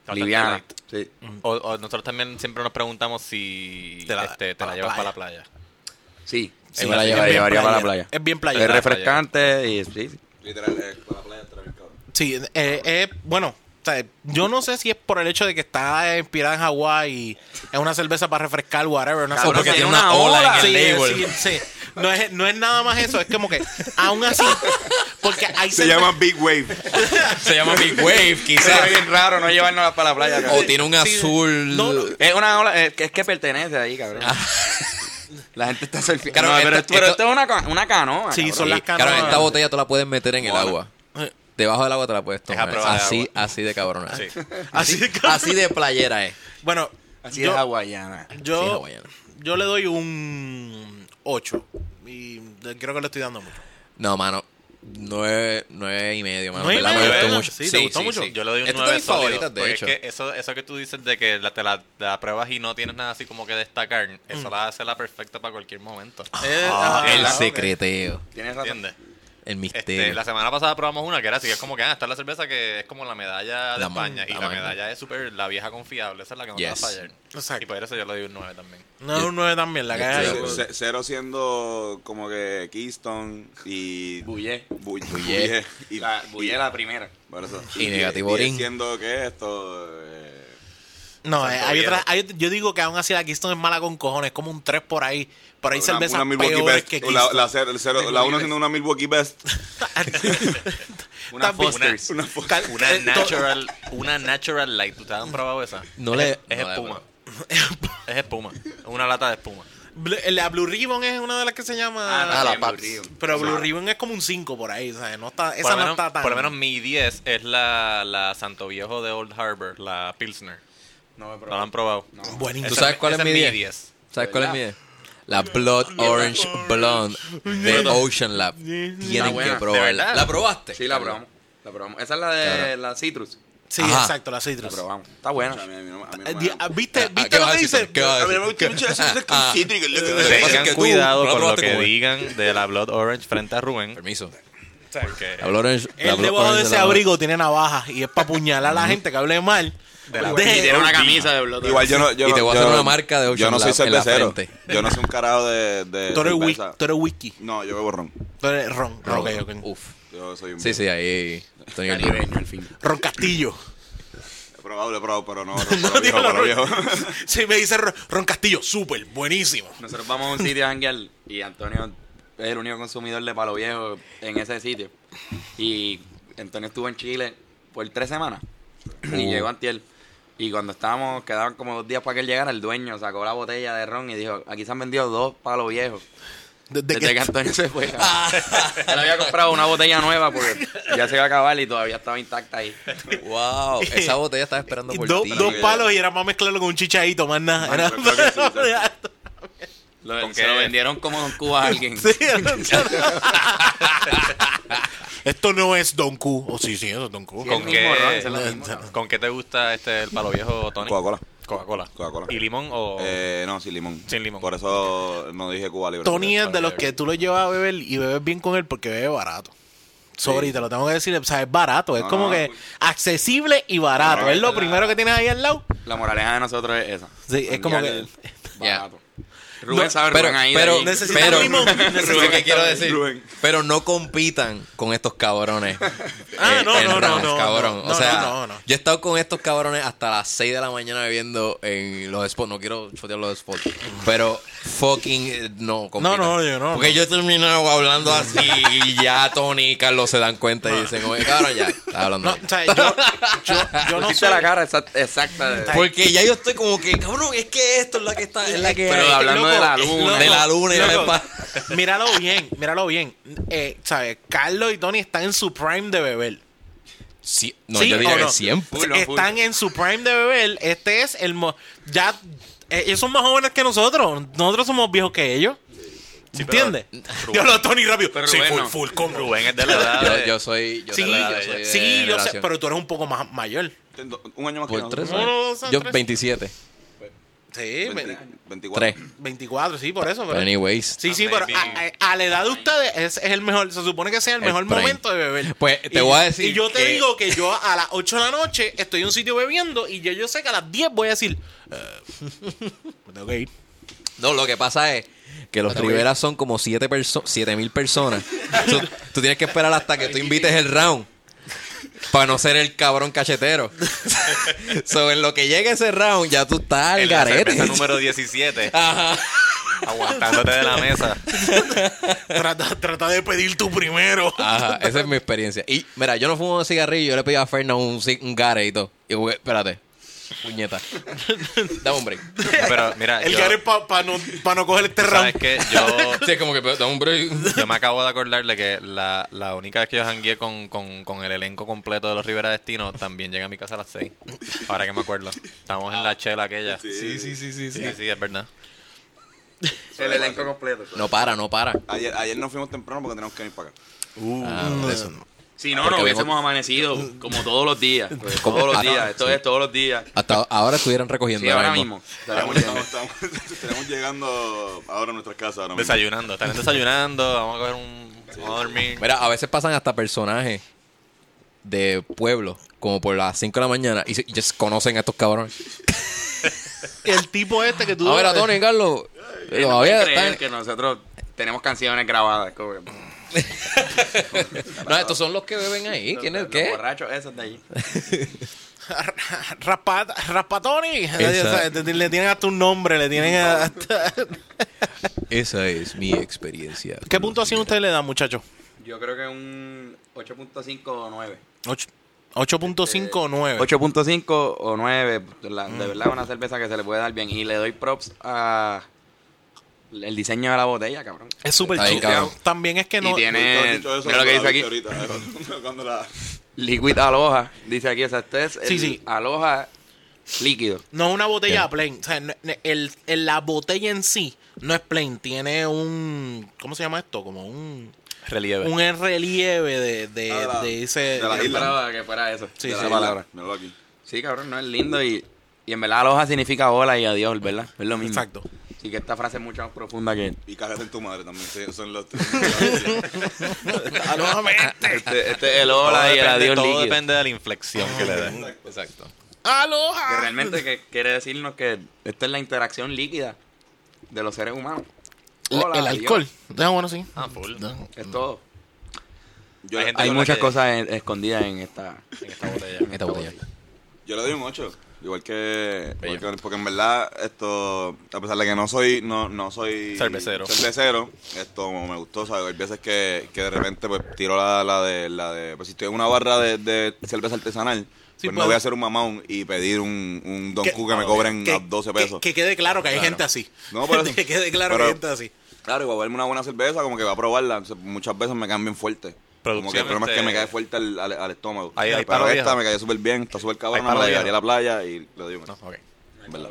Bastante
liviana.
light.
Sí.
O, o nosotros también siempre nos preguntamos si
Te
te
la-
la,
pa
te la
la
llevas
playa.
para la playa.
Sí.
Sí,
Sí,
me la
sí,
llevaría.
llevaría para la
playera.
playa.
Es bien playera.
Es refrescante y sí. sí.
Literal, eh, para la playa está bien cabrón.
Sí, eh, eh, bueno, o sea, yo no sé si es por el hecho de que está inspirada en Hawái y es una cerveza para refrescar, whatever, una
Cabrón,
cerveza-
porque
tiene
tiene una
una
ola en
Sí,
el
eh,
label.
sí, sí. No, es, no es nada más eso, es como que aún así, porque hay
Se
cerve-
llama Big Wave.
Se llama Big Wave,
Está
quizás.
bien raro no llevarnos para la playa.
O
cabrón.
tiene un
Sí.
azul.
No, no.
Es una ola, es que, es que pertenece ahí, cabrón. La gente está surfeando.
Claro,
No, pero
esto-
esto, pero
esto-
esto es una, ca- una canoa.
Sí,
cabrón.
son las
Claro,
canoas.
esta botella tú la puedes meter en el
Bueno.
agua.
Eh,
debajo del agua te la puedes tomar.
a prueba de
así,
agua.
así de cabrona.
Sí.
Este es.
Así de cabrón.
Así de playera es.
Bueno,
Así
yo-
es hawaiana.
Sí,
Yo,
hawaiana.
yo le doy un 8. Y le- creo que le estoy dando mucho.
No, mano. Nueve, nueve y medio, mano.
Nueve y
¿Verdad? Me
medio,
gustó
¿verdad?
mucho.
Sí, ¿te gustó mucho?
Yo le doy un
Esta es de
9
mis
sólido.
favoritas, de
porque
hecho.
es que eso, eso que tú dices de que la, te, la, te la pruebas y no tienes nada así como que destacar, eso la hace la perfecta para cualquier momento.
Ah,
El
ok.
secreteo.
Tienes razón.
¿Entiendes?
El misterio.
Este, la semana pasada probamos una que era así, que es como que ah, está la cerveza que es como la medalla de
La man-
España. Y
la
la,
man-
medalla es súper la vieja confiable, esa es la que no
Yes.
te va a fallar.
Exacto.
Y por eso yo le doy un 9 también.
No es un 9 también, la
Yo
caja
estoy de
de-
acuerdo.
C- Cero siendo como que Keystone y.
Bullé.
Bu-
Bullé.
Bullé. Y,
La, bullé la primera.
por eso.
Y negativo
diez
Orin.
siendo que esto. eh,
No, eh,
Santo
hay
viejo.
otra, hay otra- yo digo que aún así la Keystone es mala con cojones, como un 3 por ahí. Por ahí
una-
cervezas
una Milwaukee
peores
Best.
que
La,
Keystone.
la, cero- el cero- la uno siendo una Milwaukee Best.
Una
También-
Foster's.
Una fo-
Cal-
Una
eh, to-
natural, una natural light, ¿ustedes han probado esa?
No le-
Es, es
no le-
espuma. es espuma. Es una lata de espuma.
Bl- La Blue Ribbon es una de las que se llama.
Ah,
la
la
Pabst.
Blue Ah, Ribbon.
pero
Ah.
Blue Ribbon es como un 5 por ahí, ¿sabes? No está, esa
por, lo
no
menos,
está tan.
por lo menos mi 10 es la, la Santo Viejo de Old Harbor, la Pilsner.
No me
¿No la han probado?
No.
Buenísimo.
¿Tú
Esa-
sabes cuál es
esa
mi
es mi
10?
10.
¿Sabes cuál es mi 10? La Blood Orange Blonde de Ocean Lab. Tienen que
buena. ¿De
probarla.
verdad?
¿La probaste?
Sí, la probamos. La probamos. Esa es la de
Claro.
la Citrus.
Sí,
Ajá.
exacto, la
La
Citrus.
probamos. Está buena.
A mí- a mí no- a mí no
Eh,
me-
di- ah, ¿Viste,
Ah, ¿qué
¿viste
vas
lo
a
que
decir,
dice?
Tony? ¿Qué vas
a
a
mí
decir?
no me gusta mucho eso, eso es con
Ah.
cítrico, lo que-
Sí.
Tengan
que tú
cuidado
no la
con lo
probaste
que
como es.
digan de la Blood Orange frente a Rubén.
Permiso.
Porque
La Blood Orange. la
El
Blood
debajo
Orange
de ese
la-
abrigo tiene navaja y es para apuñalar a la gente que hable mal.
Y
De-
tiene una camisa de Blood
Igual yo no. Yo
Y te
no-
voy a
yo
hacer
no-
una marca de Ocean
Yo no soy
Lab en la
cervecero.
frente.
Yo no soy un carajo de. de
Tú eres, wiki,
cerveza.
tú eres wiki.
No, yo bebo ron.
Tú eres Ron. Ron, ok, ok.
Uf.
Yo soy un.
Sí, sí, ahí. Tony
Caribeño, al fin.
Ron Castillo.
He probado, lo he probado, pero no.
No,
Pero
digo
viejo,
la
pero viejo.
Ron- Sí, me dice Ron, Ron Castillo. Súper, buenísimo.
Nosotros vamos a un sitio a janguear y Antonio es el único consumidor de palo viejo en ese sitio. Y Antonio estuvo en Chile por tres semanas y llegó Antiel. Y cuando estábamos, quedaban como dos días para que él llegara, el dueño sacó la botella de ron y dijo, aquí se han vendido dos palos viejos.
Desde
Desde
que- Ah.
que Antonio se fue. él había comprado una botella nueva porque ya se iba a acabar y todavía estaba intacta ahí.
Wow. Esa botella estaba esperando por
dos,
ti.
dos
que-
palos y era más mezclarlo con un chichadito, más nada. Era-
Bueno, creo que sí, exacto.
Lo-
¿Con
se
qué?
lo vendieron como Don Cuba a alguien.
Sí, era- Esto no es Don Q. Oh, sí, sí, eso es Don Q.
Sí,
¿Con
el mismo
qué?
ron, ese es lo mismo, ¿no?
¿Con qué te gusta este el palo viejo, Tony?
Coca-Cola.
Coca-Cola.
Coca-Cola.
¿Y limón o...?
Eh, no, sin limón.
Sin limón.
Por eso no dije Cuba Libre.
Tony eh. es de
Para
los
beber.
que tú lo llevas a beber y bebes bien con él porque bebe barato. Sorry, te lo tengo que decir, o sea, es barato, es
No,
como
no,
que
pues.
accesible y barato.
No, no,
es lo
la-
primero que tienes ahí al lado.
La moraleja de nosotros es esa.
Sí, es como que-
Barato. Rubén
No,
sabe
pero,
Rubén ahí.
pero,
de allí.
Necesita
pero,
limón.
eso es lo que quiero decir.
Rubén.
Pero no compitan con estos cabrones.
Ah,
eh,
no,
en
no, no,
rounds,
no,
cabrón.
no,
o
no,
sea,
no, no.
yo he estado con estos cabrones hasta las 6 de la mañana bebiendo en los spots. No quiero chotear los spots. Pero fucking eh, no compitan.
No, no, yo no,
Porque
no.
yo he terminado hablando así y ya Tony y Carlos se dan cuenta y dicen, oye, cabrón, ya, estás hablando.
No,
bien".
o sea, yo, yo, yo no
Pusiste
soy-
la cara exa- exacta de-
Porque ya yo estoy como que, cabrón, es que esto es la que está, es la que
Pero
hay.
hablando de la
Eh, loco,
luna.
de la luna y la
Loco,
espa-
Míralo bien, míralo bien. Eh, ¿Sabes? Carlos y Tony están en su prime de beber.
Sí, no,
¿Sí
yo diría
o
que
no?
siempre.
Full, full.
Están en su prime de beber. Este es el. mo- ya. eh, ellos son más jóvenes que nosotros. Nosotros somos viejos que ellos. ¿Entiendes? Yo lo Tony rápido.
Pero
sí,
Rubén
full,
no.
full, como
Rubén es de la edad
Yo,
de-
yo soy. Yo
Sí,
de la- yo soy de
sí, yo sé.
generación.
Pero tú eres un poco más mayor.
Un año más que
Por
nosotros.
tres
Uno,
años.
dos,
Yo
tres.
27.
Sí,
Veinti-
ve-
24.
3.
24, sí, por eso.
Pero
pero-
anyways.
Sí,
Ah,
sí, pero
maybe.
a, a- a la edad de ustedes es, es el mejor, se supone que sea el
El
mejor
prime.
momento de beber.
Pues, te
Y-
voy a decir
Y yo te
que-
digo que yo a las 8 de la noche estoy en un sitio bebiendo y yo, yo sé que a las 10 voy a decir, "Eh, me tengo que ir.
No, lo que pasa es que los Rivera son como 7 mil personas. tú, tú tienes que esperar hasta que tú invites el round. Para no ser el cabrón cachetero. so, en lo que llegue ese round, ya tú estás al
en la
garete.
cerveza número 17,
Ajá.
aguantándote de la mesa.
Trata, trata de pedir tú primero.
Ajá, esa es mi experiencia. Y mira, yo no fumo un cigarrillo, yo le pedí a Fernan un, ci- un gare y todo. Y güey, espérate. Puñeta. Dame un break.
Pero mira,
El
yo,
Gary para no, pa no coger este round.
¿sabes qué? Yo,
Sí, es como que pero, dame un break.
yo me acabo de acordar de que la, la única vez que yo jangueé con, con, con el elenco completo de los Rivera Destino, también llegué a mi casa a las 6. Ahora que me acuerdo. Estamos en la chela aquella. Sí,
Sí, sí, sí, sí. sí.
sí, es verdad.
El elenco completo.
No para, no para.
Ayer, ayer nos fuimos temprano porque tenemos que venir para acá.
Ah,
eso Uh, no.
Si no,
Porque
no
vengo-
hubiésemos amanecido como todos los días. pues,
Como-
todos los
ah,
días.
no,
Esto
sí.
es todos los días.
Hasta ahora estuvieran recogiendo.
Sí, ahora mismo.
Estamos, estamos- estamos- estamos llegando ahora a nuestras casas. Ahora mismo.
Desayunando, están desayunando, vamos a coger un... Vamos a dormir.
Mira, a veces pasan hasta personajes de pueblo, como por las 5 de la mañana, y, se- y se conocen a estos cabrones.
El tipo este que tú.
A ver, a Tony, Carlos.
No
Todavía
pueden creer
están-
que nosotros tenemos canciones grabadas. como que-
No, estos son los que beben ahí. ¿Quién es
Los
qué?
borrachos esos de allí.
Raspa, Raspatoni.
Esa-
Le tienen hasta un nombre, le tienen hasta.
Esa es mi experiencia.
¿Qué puntuación usted le da, muchacho?
Yo creo que un 8.5 o 9.
Ocho- 8.5 o 9.
8.5 o 9. la- De verdad, una cerveza que se le puede dar bien. Y le doy props a el diseño de la botella, cabrón.
Es súper
Está bien,
chulo.
cabrón.
También es que no.
Y tiene-
Ahorita has dicho eso,
Mira lo que
ahorita
dice
lo has dicho ahorita, cuando la-
Liquid Aloha, dice aquí. O sea, este es el
Sí, sí.
Aloha líquido.
No es una botella plain. O sea, no- no- el- el- la botella en sí no es plain. Tiene un. ¿Cómo se llama esto? Como un.
Relieve.
Un relieve de, de,
Ah, de la-
de ese.
de la
Yo
isla.
esperaba que fuera eso.
Sí,
de
sí.
la palabra.
Míralo aquí.
Sí, cabrón, no es lindo y, y en verdad aloha significa hola y adiós, ¿verdad? Es lo mismo.
Exacto.
Así que esta frase es mucho más profunda que...
Y cágate en tu madre también. sí, Son los tres.
Alojamente.
Este, este es el
Todo
hola y el
depende-
adiós
todo
líquido.
depende de la inflexión que le den.
Exacto.
Que
Aloha.
realmente que quiere decirnos que esta es la interacción líquida de los seres humanos.
El-
Hola,
el
adiós.
alcohol. Ah, bueno, sí.
Ah, full.
Es todo.
Yo, le-
Hay gente-
Hay
con la
muchas
que-
cosas en- escondidas en esta...
En esta botella.
en
Esta botella.
yo le doy un 8. Igual que, igual
Bello.
que- Porque en verdad, esto. A pesar de que no soy. No, no soy.
Cervecero.
cervecero, Esto me gustó. ¿sabes? Hay veces que, que de repente pues tiro la, la de. La de pues si estoy en una barra de, de cerveza artesanal. pues
Sí, puede- Ah,
no voy a hacer un mamón y pedir un, un Don
Que-
Q que me cobren
Que,
a 12 pesos.
que- que quede claro que hay gente así.
No, por eso.
que quede claro
Pero-
que hay gente así.
Claro, y voy a verme una buena cerveza, como que va a probarla. Entonces, muchas veces me caen bien fuerte. Como que el
Producción,
problema es que
este-
me cae fuerte al, al- al estómago.
Ahí- ahí
Pero
palo
esta
viejo.
me cayó súper bien, está súper
Ahí
cabrona,
palo
me la
viejo.
llevaría a la playa y le doy una.
No,
No.
ok.
¿verdad?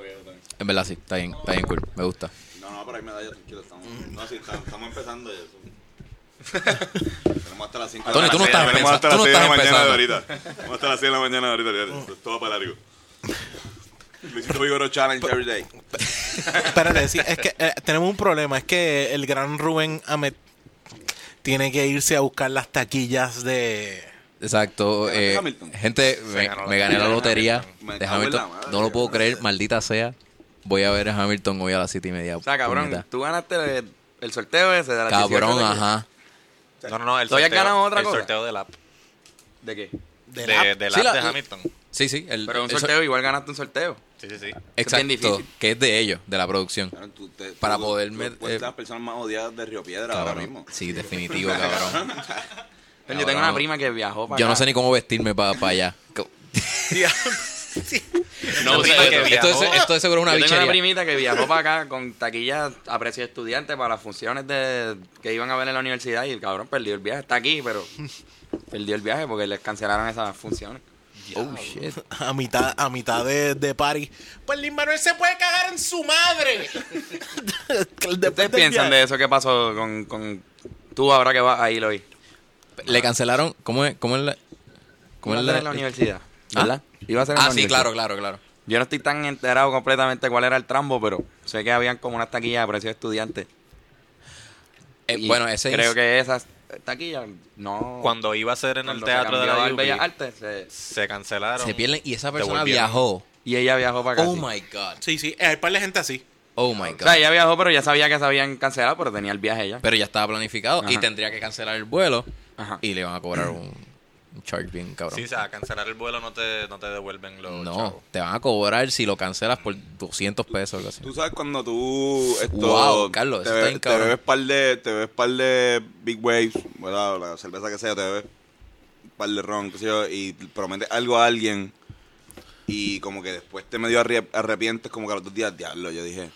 En verdad, sí. Está bien, está bien cool. Me gusta.
no, no, pero hay medallas, tranquilo, estamos.
Mm.
No, sí, estamos, estamos empezando ya. Tenemos hasta las 5
Tony, tú no estás empezando, tú no estás
de
empezando.
ahorita. Tenemos hasta las 6 de la mañana de ahorita, olvídate, esto va para largo. Luisito Vigoro Challenge every day.
Espérate, sí, es que eh, tenemos un problema. Es que el gran Rubén Amet tiene que irse a buscar las taquillas de.
Exacto. eh,
Hamilton.
gente, me,
ganó la
me gané la
lotería,
lotería
Hamilton. Me
de
cago en la
Hamilton.
madre,
No lo puedo
cabrón.
creer, maldita sea. Voy a ver a Hamilton hoy a las 7 y media.
O sea, cabrón,
puñeta.
tú ganaste el, el sorteo ese de la
Cabrón, ajá.
No, no, no. El
Todavía
sorteo,
ganado otra
el
cosa.
sorteo del app.
¿De qué?
de
Del
la-
de, del
Sí,
app
la-
de
la-
Hamilton.
Sí, sí. El,
Pero un
el sor-
sorteo, igual ganaste un sorteo.
Sí, sí, sí.
es bien
Exacto.
difícil.
Que es de ellos, de la producción.
Claro, tú te-
Para
tú-
poder
tú
met-
encuentras
eh,
las personas más odiadas de Río Piedra ahora mismo.
Cabrón. Sí, definitivo, cabrón.
Yo tengo
Cabrón.
una prima que viajó para
Yo no
acá.
sé ni cómo vestirme para allá. Co-
No,
Una prima
sé,
que
eso-
Esto,
viajó.
es, esto es seguro una
Yo tengo una
bichería.
primita que viajó para acá con taquillas a precio de estudiante para las funciones de, que iban a ver en la universidad y el cabrón perdió el viaje. Está aquí, pero perdió el viaje porque les cancelaron esas funciones.
Oh, shit.
a mitad, a mitad de, de party. Pues Lin Manuel se puede cagar en su madre.
¿Ustedes piensan de eso que pasó con, con tú ahora que vas a ir hoy?
Le cancelaron. ¿Cómo es, cómo es la.? ¿Cómo
Iba
es
a ser en la
la.?
universidad, ¿verdad? Iba a ser en la
Ah, sí,
universidad.
claro, claro, claro.
Yo no estoy tan enterado completamente cuál era el trambo, pero sé que habían como unas taquillas a precio de estudiante.
Eh,
Y
bueno, ese
creo
es-
que esas taquillas no
Cuando iba a ser en
cuando
el
se
teatro de
cambió
la
al Bellas
UPI,
Artes se-
se cancelaron.
se pierden. Y esa persona
Devolvieron.
viajó.
y ella viajó para acá.
Oh
sí.
my God.
Sí, sí, hay par de gente así.
Oh my
O sea,
God.
ella viajó, pero ya sabía que se habían cancelado, pero tenía el viaje ya.
Pero ya estaba planificado y
Ajá.
tendría que cancelar el vuelo.
Ajá.
Y le van a cobrar un, un charge bien cabrón.
Sí, o sea, a cancelar el vuelo no te, no te devuelven los
no,
chavos.
te van a cobrar si lo cancelas por 200 pesos o algo así.
Tú sabes cuando tú esto,
Wow, Carlos,
te,
eso está bien
be- te
cabrón.
bebes par de, te bebes par de Big Waves, ¿verdad? O la cerveza que sea, te bebes par de ron, qué sé yo, y prometes algo a alguien y como que después te medio arri- arrepientes como que a los dos días, diablo, yo dije.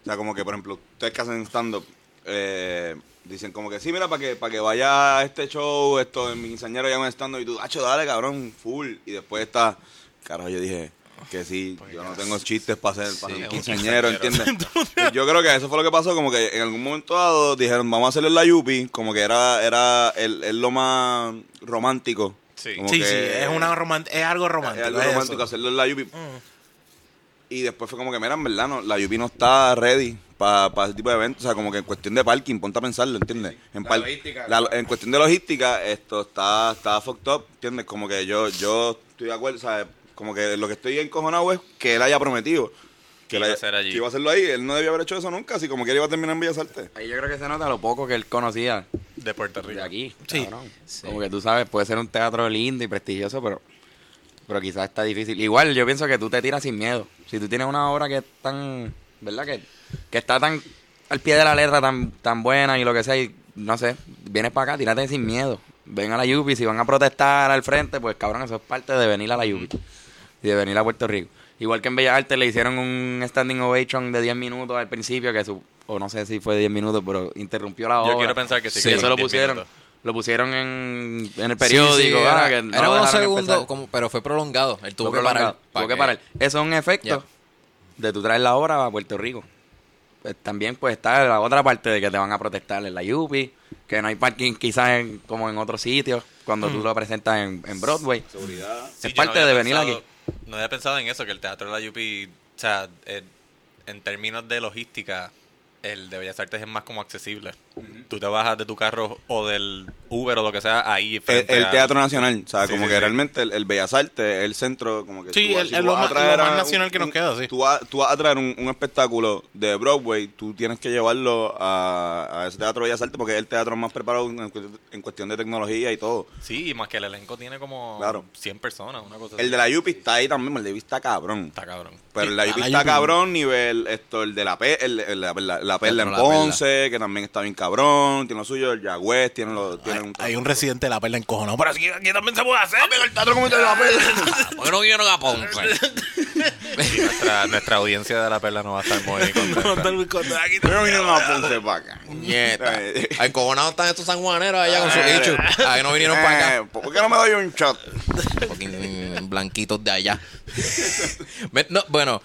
O sea, como que, por ejemplo, ustedes que hacen stand-up, eh, dicen como que, sí, mira, para que, para que vaya a este show, esto, en mi quinceañero ya un stand-up, y tú, hacho, dale, cabrón, full. Y después está, carajo, yo dije... Que sí, yo no tengo chistes para hacer para
Sí,
hacer un
un
quinceañero, ¿entiendes? Pues yo creo que eso fue lo que pasó, como que en algún momento dado dijeron, vamos a hacerle la Yupi, como que era, era el, el lo más romántico.
Sí.
Como
Sí,
que
sí, es, una roman- es algo
es
romántico.
algo
es eso. Mm.
romántico hacerlo en la Yupi. Y después fue como que, mira, en verdad, no, la Yupi no está ready para ese tipo de eventos. O sea, como que en cuestión de parking, ponte a pensarlo, ¿entiendes? En,
La
par-
logística.
la- en cuestión de logística, esto está, está fucked up, ¿entiendes? Como que yo, yo estoy de acuerdo, o sea, como que lo que estoy encojonado es que él haya prometido.
Que
él
iba a
haya-
hacer allí.
que iba a hacerlo ahí. Él no debía haber hecho eso nunca, así como que él iba a terminar en Bellas Artes.
Ahí yo creo que se nota lo poco que él conocía
de Puerto
de
Rico.
aquí.
Sí.
cabrón. Como que tú sabes, puede ser un teatro lindo y prestigioso, pero, pero quizás está difícil. Igual yo pienso que tú te tiras sin miedo. Si tú tienes una obra que es tan, ¿verdad? Que, que está tan al pie de la letra, tan, tan buena y lo que sea, y no sé, vienes para acá, tírate sin miedo. Ven a la Yupi, si van a protestar al frente, pues cabrón, eso es parte de venir a la Yupi y de venir a Puerto Rico. Igual que en Bellas Artes le hicieron un standing ovation de 10 minutos al principio, que su, o no sé si fue 10 minutos, pero interrumpió la
Yo
obra.
quiero pensar que sí,
Sí,
que
eso lo
10
pusieron.
minutos.
Lo pusieron en, en el
Sí, sí,
periódico.
era,
ah, que no
era
lo
unos
dejaron
segundos,
empezar.
como- pero fue prolongado. Él tuvo
Fue
que
prolongado,
parar.
Tuvo
para
que parar. Eso es un efecto
Ya.
de tú traer la obra a Puerto Rico. Pues también pues está la otra parte de que te van a protestar en la Yupi, que no hay parking quizás en- como en otros sitios,
Mm.
cuando tú lo presentas en, en Broadway.
Seguridad.
Sí,
es
yo no
parte
había
de venir
pensado-
aquí.
No había pensado en eso, que el teatro de la UP, o sea, eh, en términos de logística, el de Bellas Artes es más como accesible. Tú te bajas de tu carro o del Uber o lo que sea, ahí
El,
frente
el
a-
Teatro Nacional, o sea,
Sí,
como
sí,
que
sí.
realmente el, el Bellas Artes, el centro, como que...
Sí,
vas-
el-
si
el
tú
lo
vas a
más- lo
traer
más
a
nacional que nos queda, sí.
Tú vas, tú vas a traer un, un espectáculo de Broadway, tú tienes que llevarlo a, a ese Teatro Bellas Artes porque es el teatro más preparado en, cu- en cuestión de tecnología y todo.
Sí, y más que el elenco tiene como
Claro.
100 personas, una cosa así.
El de la Yupi está ahí también, el de Yupi está cabrón.
Está cabrón.
Pero el de la
Sí,
Yupi
la
está
Yupi.
cabrón, nivel esto, el de la, Pe- el, el- la, la- la Perla en
La Perla.
Ponce, que también está bien cabrón, tiene lo suyo, el Yagüez, tiene, lo, tiene
Hay, hay un residente de la perla encojonado. Pero aquí, aquí también se puede hacer. Ah.
Ah, ¿Por qué no vinieron a Ponce?
Y nuestra, nuestra audiencia de la perla no va a estar muy
No,
contenta.
tal vez cuando- aquí
Pero
también-
vinieron a Ponce para acá.
Nieta.
Eh,
Ay, cojonados están estos sanjuaneros allá con su
Eh,
bicho. Ay, no vinieron para
Eh,
acá.
¿Por qué no me doy un shot?
Fucking blanquitos de allá. Me- no, bueno,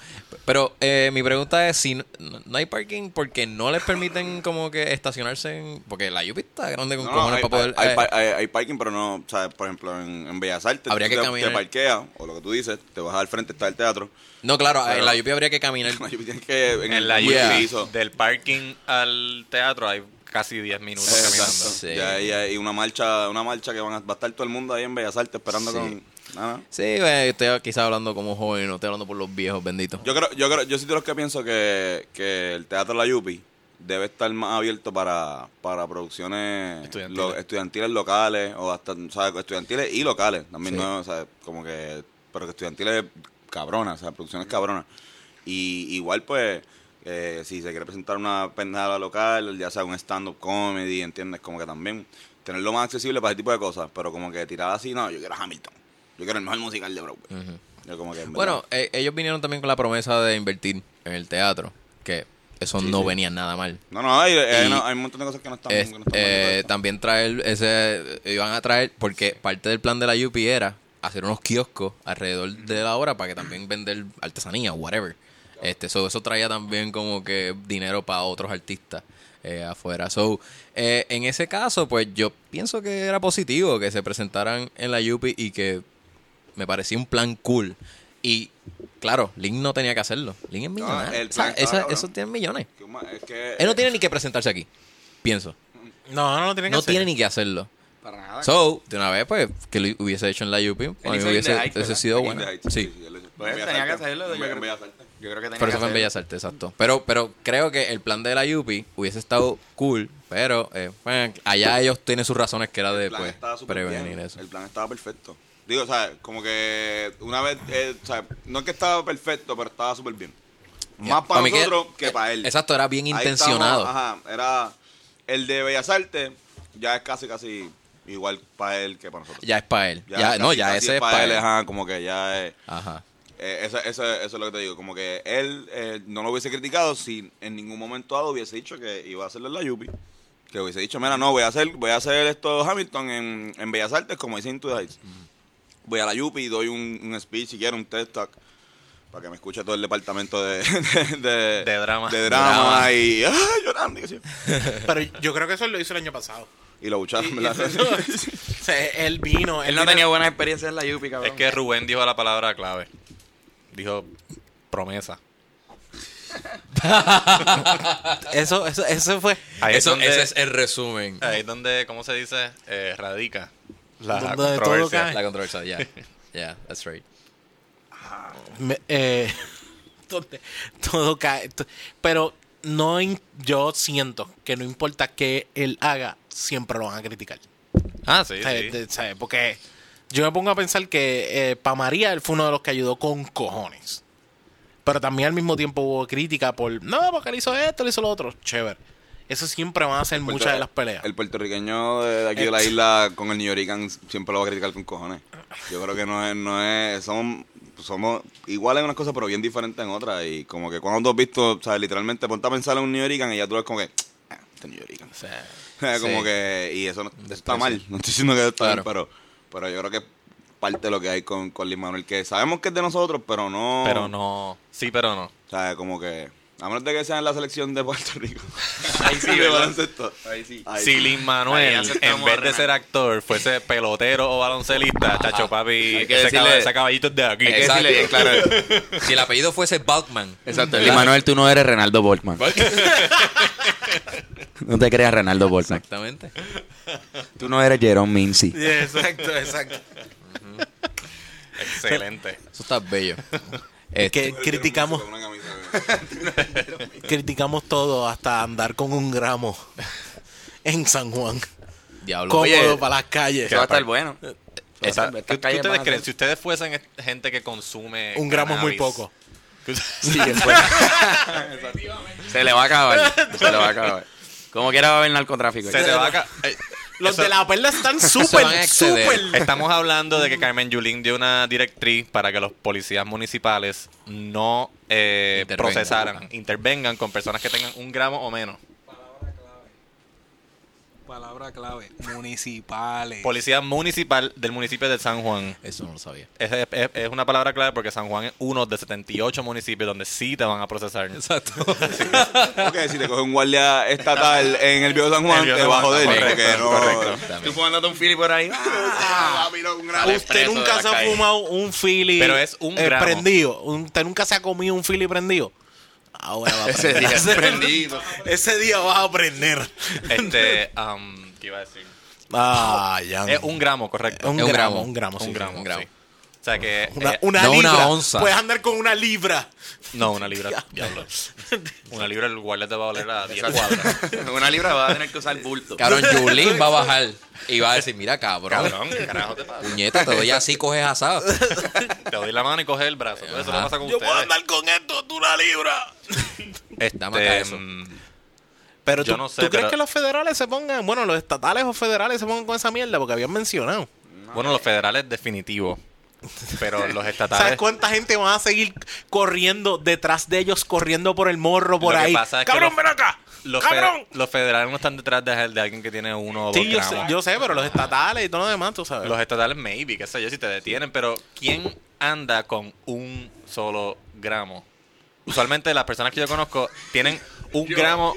pero eh, mi pregunta es si no, no hay parking porque no les permiten como que estacionarse en... Porque la Yupi está grande con
No, no,
cojones
hay,
para poder...
hay-
eh,
hay- hay- hay parking, pero no, o sea, por ejemplo, en, en Bellas Artes,
Habría
tú
que
te,
caminar.
te parqueas, o lo que tú dices, te vas al frente, está el teatro.
no, claro, en
pero-
la Yupi habría que caminar.
Tienes que, en,
En la
el
UP,
Yeah.
piso.
del parking al teatro, hay casi 10 minutos
Exacto.
caminando.
Sí.
Ya hay, hay una marcha, una marcha que van a, va a estar todo el mundo ahí en Bellas Artes esperando
Sí.
con. nada.
Sí, eh, estoy quizás hablando como joven, no estoy hablando por los viejos, bendito.
Yo creo, yo creo, yo sí de los que pienso que, que el teatro La Yupi debe estar más abierto para, para producciones
Estudiantiles.
lo- estudiantiles locales o hasta o sea, estudiantiles y locales también
Sí.
no, o sea, como que pero que estudiantiles cabronas, o sea, producciones cabronas. Y igual pues eh, si se quiere presentar una pendejada local, ya sea un stand up comedy, ¿entiendes? Como que también tenerlo más accesible para ese tipo de cosas, pero como que tirar así, no, yo quiero Hamilton. Yo quiero el mejor musical de Broadway. Yo como que en
Bueno,
verdad-
eh, ellos vinieron también con la promesa de invertir en el teatro, que eso no venía nada mal.
No, no, hay, hay-
Y-
no, hay un montón de cosas que no están.
Es-
que no están
eh,
mal,
también traer ese, iban a traer, porque parte del plan de la UP era hacer unos kioscos alrededor de la hora para que también vender artesanía, whatever. Este, so, eso traía también como que dinero para otros artistas eh, afuera. So, eh, en ese caso, pues yo pienso que era positivo que se presentaran en la UP y que me parecía un plan cool. Y claro, Link no tenía que hacerlo. Link es millonario.
el
O sea,
plan estaba
esa-
cabrón. Eh,
esos tienen millones.
Que un ma- es que-
Él no tiene ni que presentarse aquí, pienso.
No, no lo tiene que
No
hacer.
tiene ni que hacerlo.
Para
Ah,
nada.
So, de una vez, pues, que lo hubiese hecho en la UP, a mí
hizo
me hubiese,
In the Heights,
hubiese
¿verdad?
sido
In
bueno.
Ahí,
Sí,
yo lo hice.
Pues
Bellas
tenía que
Artes,
hacerlo, yo
en Bellas-
creo.
Bellas Artes.
Yo creo que tenía
pero
que
eso fue en
hacerlo.
Bellas Artes, exacto. Pero, pero creo que el plan de la UP hubiese estado cool, pero eh, bueno, allá ellos tienen sus razones que era de
El plan
pues,
estaba súper
prevenir
bien,
eso.
El plan estaba perfecto. Digo, o sea, como que una vez, eh, o sea, no es que estaba perfecto, pero estaba súper bien.
Ya.
Más para
mí que- eh,
nosotros que, para él.
Exacto, era bien
Ahí
intencionado.
estamos, ajá, era el de Bellas Artes, ya es casi, casi igual para él que para nosotros.
Ya es para él. Ya,
casi,
no, ya
casi
ese es
pa'
para él.
Ajá, como que ya es.
Ajá.
Eh, esa- esa- eso es lo que te digo. Como que él eh, no lo hubiese criticado si en ningún momento dado hubiese dicho que iba a hacerle la Yupi. Que hubiese dicho, mira, no, voy a hacer, voy a hacer esto Hamilton en, en Bellas Artes, como dice Into the Heights. Voy a la Yupi y doy un, un speech, si quiero, un TED Talk. Para que me escuche todo el departamento de... De, de-
De drama.
De drama,
Drama.
y... ¡Ah, llorando! y así.
Pero yo creo que eso él lo hizo el año pasado.
Y lo bucharon, ¿verdad?
O sea, él vino.
Él no
vino-
tenía buenas experiencias en la Yupi, cabrón.
Es que Rubén dijo la palabra clave. Dijo promesa.
Eso, eso, eso fue.
Ahí
Eso,
es donde,
Ese es el resumen.
ahí es donde ¿cómo se dice? Eh, radica la
Donde todo
controversia.
cae.
La controversia, yeah. Yeah, that's right.
Me- eh, donde todo cae. to- Pero no im- yo siento que no importa qué él haga, siempre lo van a criticar.
Ah, sí,
O sea,
sí.
de- o sea, Porque yo me pongo a pensar que para María él fue uno de los que ayudó con cojones. Pero también al mismo tiempo hubo crítica por, no, porque él hizo esto, él hizo lo otro. Chévere. Eso siempre van a ser muchas de las peleas.
Pues El puertorriqueño de aquí de la isla con el New Yorican siempre lo va a criticar con cojones. Yo creo que no es, no es, somos, somos iguales en unas cosas pero bien diferentes en otras. Y como que cuando tú has visto, o sea, literalmente ponte a pensar en un New Yorican y ya tú eres como que, "Ah, este New Yorican.
O sea,
como
Sí.
que, y eso no, eso está
Desprecio.
mal, no estoy diciendo que está mal,
Claro.
pero, pero yo creo que es parte de lo que hay con, con Lin Manuel, que sabemos que es de nosotros, pero no.
Pero no. Sí, pero no.
O sea, como que, a menos de que sea en la selección de Puerto Rico.
Ahí sí,
de
¿verdad?
baloncesto.
Ahí sí.
Ahí
si
sí.
Lin
Ahí
Manuel, en
aceptamos
vez
a
de
Renan.
ser actor, fuese pelotero o baloncelista, chacho papi,
Hay que
ese,
decirle-
cab- ese caballito es de aquí.
Hay que
Exacto.
decirle bien claro.
Si el apellido fuese Balkman.
Exacto. Y Manuel, tú no eres Renaldo Boltman. No te creas Renaldo Boltman.
Exactamente.
Tú no eres Jerome Mincy.
exacto, exacto.
Excelente.
Eso está bello.
Que
Este,
criticamos,
Con una camisa, güey.
criticamos todo hasta andar con un gramo en San Juan.
diablo.
Cómodo
Oye,
para las calles.
Eso va a estar bueno.
O sea, ¿qué-
Estas
qué
calles
ustedes
van a
creen?
ser-
Si ustedes fuesen gente que consume.
Un gramo es muy
cannabis,
poco.
¿qué ustedes-
Se le va a acabar. Se le va a acabar. Como quiera va a haber narcotráfico.
Se te va a ca- eh,
Los
eso-
de la perla están
Se van a
súper,
exceder.
súper.
Estamos hablando de que Carmen Yulín dio una directriz para que los policías municipales no eh,
Intervengan.
procesaran, intervengan con personas que tengan un gramo o menos.
Palabra clave, municipales.
Policía municipal del municipio de San Juan.
Eso no lo sabía.
Es, es- es una palabra clave porque San Juan es uno de 78 municipios donde sí te van a procesar.
Exacto.
Ok, si te coge un guardia estatal en el viejo San Juan,
El viejo
te
San
va a
Juan,
joder.
correcto,
porque no-
correcto.
Tú fumándote un fili por ahí.
Ah, mira, un gran-
Usted nunca se ha fumado un fili
Pero es un
eh,
gramo.
prendido. Un- Usted nunca se ha comido un fili prendido. Ahora va a
Ese
aprender.
día
Ese-
prendido.
Ese día vas a aprender.
Este, um, ¿qué iba a decir?
Ah, ya.
Es un gramo, correcto.
Un
es un
gramo,
gramo.
un gramo, sí,
Un
sí,
gramo,
un gramo.
sí. O sea que...
Una,
eh,
una
no una
libra.
onza.
Puedes andar con una libra.
No, una libra. diablo. Una libra el guardia te va a valer a 10 cuadras.
Una libra va a tener que usar bulto.
Cabrón, Yulín va a bajar y va a decir, mira, cabrón,
Cabrón, ¿qué carajo te pasa?
puñeta, te doy así, coges asado.
Te doy la mano y coges el brazo. Todo Eso no
Ajá.
pasa con
Yo puedo
ustedes.
andar con esto, tú una libra.
Este,
Dame acá eso.
mm,
Pero
Yo
tú,
no sé,
¿tú crees
pero-
que los federales se pongan, bueno, los estatales o federales se pongan con esa mierda? Porque habían mencionado.
Bueno, los federales definitivo. Pero los
¿Sabes
estatales...
cuánta gente va a seguir corriendo detrás de ellos, corriendo por el morro, por
que
ahí?
pasa es que
¡Cabrón,
los-
ven acá!
Los, fe-
¡Cabrón!
los federales no están detrás de, de alguien que tiene uno o dos
Sí, yo sé,
gramos.
yo sé, pero los estatales y todo lo demás, tú sabes.
Los estatales, maybe, qué sé yo, si te detienen, pero ¿quién anda con un solo gramo? Usualmente las personas que yo conozco tienen un gramo,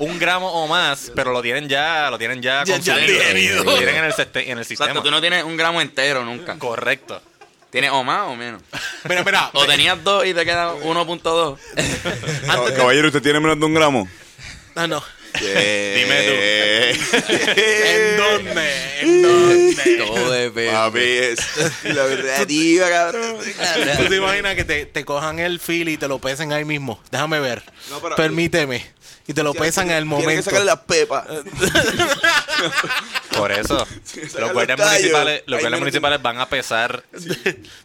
un gramo o más, pero lo tienen ya, lo tienen ya,
Ya- ya
consumido.
digerido.
Lo tienen en el, siste- en el sistema.
Exacto, tú no tienes un gramo entero nunca.
Correcto.
Tienes o más o menos.
Mira, mira.
O tenías dos y te queda 1.2.
Cab- Caballero, ¿usted tiene menos de un gramo?
Ah, no.
Dime
¿En dónde?
Este,
¿En
mm,
dónde?
Todo depende.
Papi, es la verdad, tío, cabrón.
¿Tú te imaginas que te, te cojan el fil y te lo pesen ahí mismo? Déjame ver.
No, pero-
Permíteme. Y te lo pesan en el
Tiene que
momento.
sacarle las pepas.
Por eso, los
sacan los tallos.
guardias municipales, los
Ahí
guardias
meten-
municipales van a pesar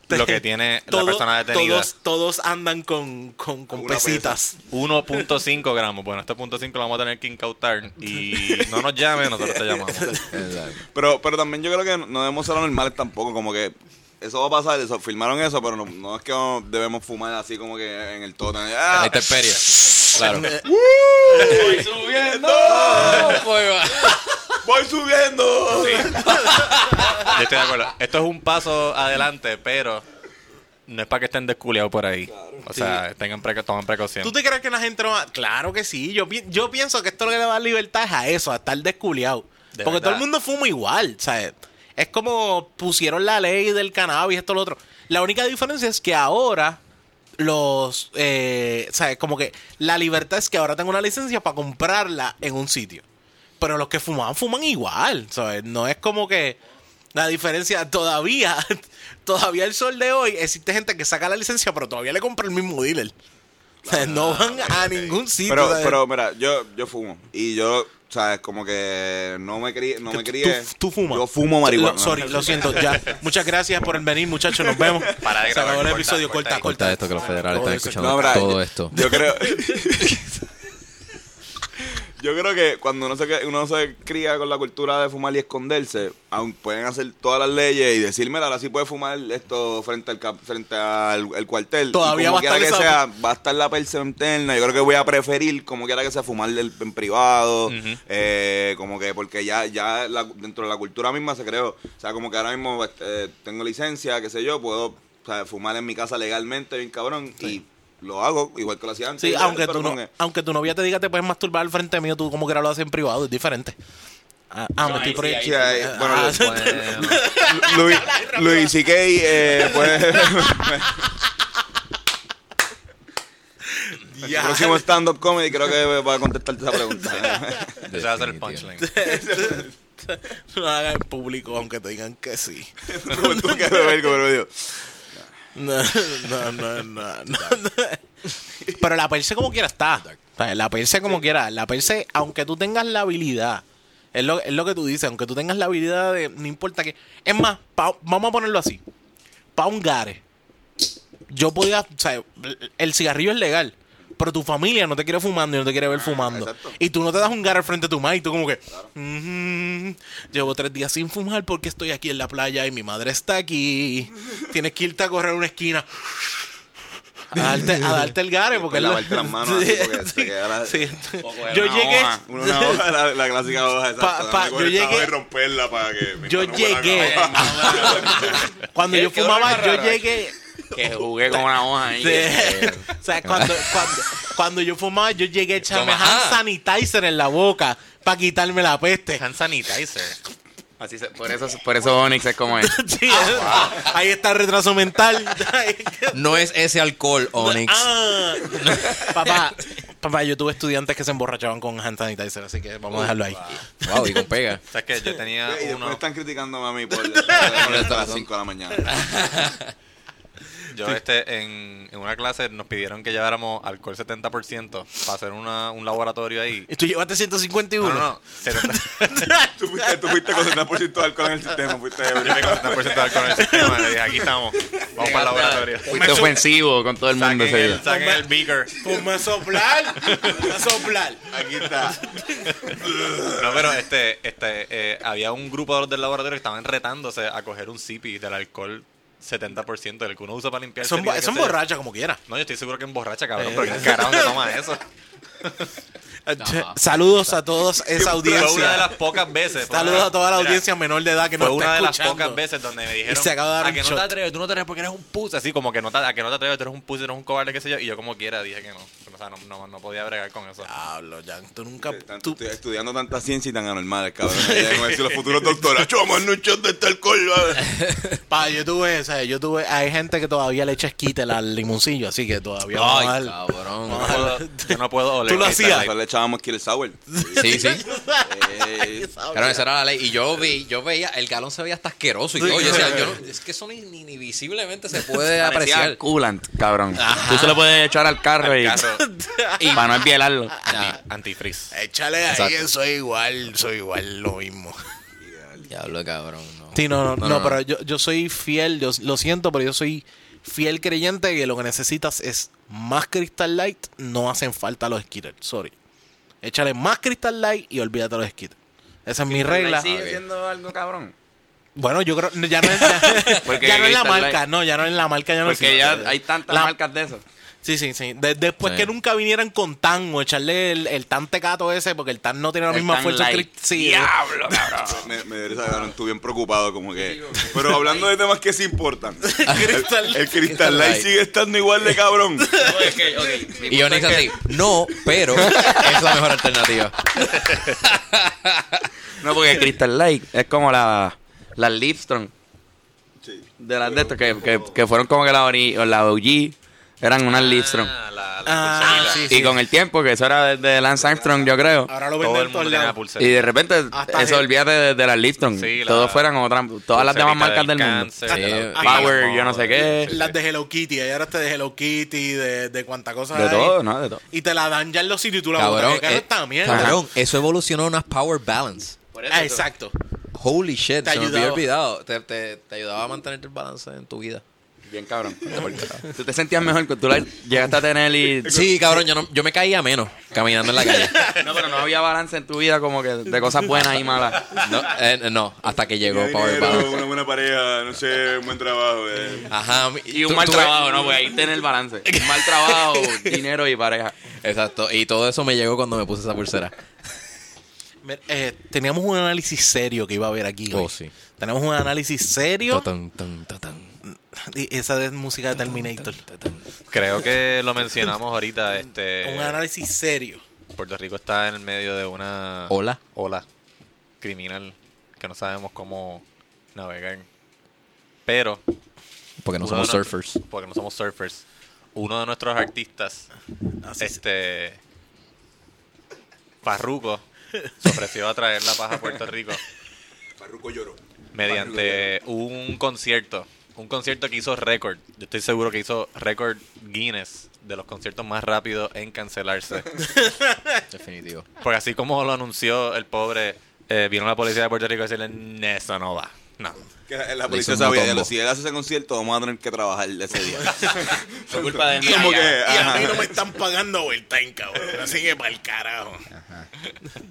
lo que tiene la
Todo-
persona detenida.
Todos, todos andan con, con, con
Una
pesitas.
1.5 gramos. Bueno, este punto 5 lo vamos a tener que incautar. Y no nos llamen, nosotros te llamamos.
Pero, pero también yo creo que no debemos ser anormales tampoco, como que eso va a pasar, eso, filmaron eso, pero no, no es que no debemos fumar así como que en el totem.
En
¡Ah!
la intemperie. Claro.
Este,
¡Voy subiendo!
pues
¡Voy subiendo!
Yo estoy de acuerdo. Esto es un paso adelante, pero no es para que estén desculeados por ahí. O sea, tengan preca tomen precaución.
¿Tú te crees que la gente no va? Claro que sí. Yo, pi- yo pienso que esto lo que le va a dar libertad es a eso, a estar desculeado.
De
Porque
verdad.
todo el mundo fuma igual, ¿sabes? Es como pusieron la ley del cannabis, esto, lo otro. La única diferencia es que ahora los... eh, ¿Sabes? Como que la libertad es que ahora tengo una licencia para comprarla en un sitio. Pero los que fumaban, fuman igual, ¿sabes? No es como que... La diferencia todavía, todavía el sol de hoy, existe gente que saca la licencia, pero todavía le compra el mismo dealer. O sea, no van a ningún sitio.
Ah, Pero,
¿sabes?
pero mira, yo, yo fumo. Y yo, o sea, como que no me crié. No
Que
me
tú-
crié.
Tú, tú fumas.
Yo fumo marihuana.
Lo- sorry, lo siento. Ya. Muchas gracias por el venir, muchachos. Nos vemos.
Para de
Se acabó
grabar,
el
corta,
episodio.
corta,
Corta, corta.
Corta esto que los federales
Todo
están
eso.
escuchando
No, mira,
todo
yo-
esto.
Yo creo. yo creo que cuando uno se, que- uno se cría con la cultura de fumar y esconderse, aun pueden hacer todas las leyes y decirme, ahora sí puedes fumar esto frente al cap- frente al el cuartel. Y
Todavía
como
va a
quiera
estar
que
esa-
sea, va a estar la persona interna. Yo creo que voy a preferir, como quiera que sea, fumar del- en privado. eh, como que, porque ya, ya la- dentro de la cultura misma se creó. O sea, como que ahora mismo este, tengo licencia, qué sé yo, puedo o sea, fumar en mi casa legalmente, bien cabrón. Y lo hago, igual que lo hacía antes.
Sí,
Pero
aunque tú,
como
no,
que-
aunque tu novia te diga te puedes masturbar al frente mío, tú como que lo haces en privado, es diferente. Ah, ah, me estoy proye-
Sí, ahí- bueno,
Ah,
lo- Luis, Luis C.K. eh, pues,
ya.
el próximo stand-up comedy creo que va a contestarte esa pregunta.
Ese va a ser el punchline.
No lo hagas en público, aunque te digan que sí.
Como tú que beber, como lo digo.
No, no, no, no, no. Pero la perse como quiera está. O sea, La perse como quiera. La perse, aunque tú tengas la habilidad. Es lo, es lo que tú dices, aunque tú tengas la habilidad de. No importa que. Es más, pa- vamos a ponerlo así. Pa' un gare. Yo podía. O sea, el cigarrillo es legal. Pero tu familia no te quiere fumando y no te quiere ver fumando.
exacto.
Y tú no te das un gare frente a tu madre y tú como que. "Ujú, llevo tres días sin fumar porque estoy aquí en la playa y mi madre está aquí. Tienes que irte a correr a una esquina. A darte, a darte el gare porque
Pues
es la-
lavarte las manos así porque se
Sí,
queda la-
sí.
de
Yo
una
llegué.
hoja,
Una, una hoja, la, la clásica hoja esa.
Pa- pa- yo llegué-
Y romperla para que... mi
Yo
mano fuera
llegué.
grabada.
Cuando yo
Qué- qué olor
fumaba,
más
yo
raro.
llegué.
Que jugué con una hoja ahí.
de- o sea, cuando, cuando, cuando yo fumaba, yo llegué a echarme
Toma, ajá.
hand sanitizer en la boca para quitarme la peste.
Ah,
Hand sanitizer.
Así se- por, eso, por eso Onyx es como es.
Sí, Ahí está el retraso mental.
No es ese alcohol, Onyx.
Ah. papá, papá, yo tuve estudiantes que se emborrachaban con hand sanitizer, así que vamos a dejarlo ahí.
Wow, y con pega.
¿Sabes qué? Yo tenía
Y después
uno.
están criticándome a mí por... hasta las 5 de la mañana.
Yo este, en, en una clase nos pidieron que lleváramos alcohol 70% para hacer una, un laboratorio ahí.
Y tú llevaste 151.
No, no, no. 70,
Tú fuiste, tú fuiste con 70% de alcohol en el sistema. Fuiste...
yo me con 70% de alcohol en el sistema. Le dije, aquí estamos. Vamos para el laboratorio.
Fuiste ofensivo con todo el
Saquen
mundo ese
el,
día.
saquen el beaker.
Ponme a soplar. Ponme a soplar.
Aquí está.
No, pero este, este, eh, había un grupo de los del laboratorio que estaban retándose a coger un sipi del alcohol 70%, del que uno usa para limpiar.
Son,
heridas
bo-
que
son Eh.
se-
borrachas como quiera.
No, yo estoy seguro que emborracha, cabrón, pero ¿qué carajo se toma eso?
Saludos a todos esa
Fue una de
audiencia.
las pocas veces. fue
Saludos
una-
a toda la
mira,
audiencia menor de edad que nos
Fue
está
una de las
escuchando.
pocas veces donde me dijeron
se acaba de dar
a
un
que no
shot".
te atreves, tú no te atreves porque eres un pussy, así como que no te, a que no te atreves, tú eres un pussy, eres un cobarde, qué sé yo, y yo como quiera dije que no, o sea, no, no, no podía bregar con eso.
Diablo, Jan, tú nunca.
Tanto
Tú,
estoy estudiando tanta ciencia y tan anormales, cabrón. Ya Como decir los futuros doctores, chomos, no echas de este alcohol. ¿vale?"
pa, yo tuve, o sea, yo tuve. Hay gente que todavía le echa esquite al limoncillo, así que todavía. vamos a
Ay,
dar-
cabrón.
No puedo- yo no puedo oler.
Tú lo hacías.
Después le echábamos Killer Sour.
Sí, sí.
Eh,
Claro, esa era la ley. Y yo vi, yo veía, el galón se veía hasta asqueroso y todo. Yo decía, yo no- es que eso ni, ni, ni visiblemente se puede
Parecía
apreciar.
coolant, cabrón. Tú se lo puedes echar al carro y,
Caso,
para no envielarlo.
Ah,
antifreeze.
Échale ahí,
Exacto.
soy igual, soy igual, lo mismo.
diablo, cabrón. No.
Sí, no, no, no,
no, no.
pero yo, yo soy fiel, yo lo siento, pero yo soy fiel creyente que lo que necesitas es más Crystal Light, no hacen falta los skitters, sorry.
Ah,
Échale más Crystal Light y olvídate los skitters. Esa es mi regla. Ah,
siendo algo cabrón.
Bueno, yo creo ya no es, ya,
Porque
ya no es la
Crystal
marca,
Light.
no, ya no es la marca, ya no
Porque
existe.
ya hay tantas
La-
marcas de esas.
Sí, sí, sí. De- después
Sí.
que nunca vinieran con tan o echarle el, el tan tecato ese, porque el tan no tiene la
El
misma
Tan
fuerza.
Light.
cri- Sí,
¡Diablo, cabrón!
Me, me dio risa, cabrón, estuve bien preocupado como que... Pero hablando de temas que sí importan.
Crystal-
El, el Crystal Light sigue estando igual de cabrón.
Y Onyx así, no, pero es la mejor alternativa.
No, porque Crystal Light es como la, las Lipstrom
Sí.
de las de estos que, que, que fueron como que la, ori- o la OG eran unas Lipstrom.
Ah, la, la
Pues
Ah,
pulserita.
sí, sí.
Y con el tiempo, que eso era desde Lance Armstrong, yo creo.
Ahora lo
Todo
venden
el
en todos
mundo tiene la
lados.
Y
pulserita.
de repente,
Hasta
eso
el-
olvídate de, de las Lipstrom.
Sí, la-
Todos fueran otras, todas las demás
Pulserita
marcas del
cáncer,
mundo.
Sí.
de la
Power,
autismo,
yo no sé qué.
sí, sí.
Las de Hello Kitty, ahí ahora te de Hello Kitty, de, de cuánta cosa
De
hay.
todo, ¿no? De todo.
Y te la dan ya en los sitios y tú la botas.
Cabrón,
que caro
eh,
esta mierda.
cabrón, eso evolucionó a unas power balance.
Ah, exacto.
Holy shit,
Te
se me
ayudaba.
había olvidado. Te, te- te ayudaba a mantenerte el balance en tu vida.
Bien cabrón. Tú te sentías mejor que tú la llegaste a tener y...
Sí,
eh,
cabrón, yo, no- yo me caía menos caminando en la calle.
No, pero no había balance en tu vida como que de cosas buenas y malas.
No, eh, no, hasta que llegó
Tenía
Power
dinero,
Balance.
una buena pareja, no sé, un buen trabajo. eh.
Ajá,
Y un
tú-
mal
tú-
trabajo, ¿no? Pues ahí tenés el balance. Un mal trabajo, dinero y pareja.
Exacto, y todo eso me llegó cuando me puse esa pulsera.
Mira, eh, teníamos un análisis serio que iba a haber aquí.
Oh,
hoy.
sí.
Tenemos un análisis serio.
Tan, tan, tan, tan.
Y esa es música de Terminator.
Creo que lo mencionamos ahorita. Este,
Un análisis serio.
Puerto Rico está en el medio de una
Ola.
ola criminal que no sabemos cómo navegar. Pero
Porque no
uno
somos
de nuestro-
surfers.
Porque no somos surfers. Uno de nuestros artistas,
Así es.
este. Parruco, se ofreció a traer la paja a Puerto Rico
Farruko lloró.
mediante un concierto. Un concierto que hizo récord. Yo estoy seguro que hizo récord Guinness de los conciertos más rápidos en cancelarse.
Definitivo.
Porque así como lo anunció el pobre, eh, vino la policía de Puerto Rico a decirle: "No, Eso no va. No.
Que la- la
Le
policía
hizo un
sabía, ya
motombo.
lo- si él hace ese concierto, vamos a tener que trabajar ese día.
Por culpa de
Como que,
Y a
ajá.
mí no me están pagando overtime, cabrón. Así que para el carajo.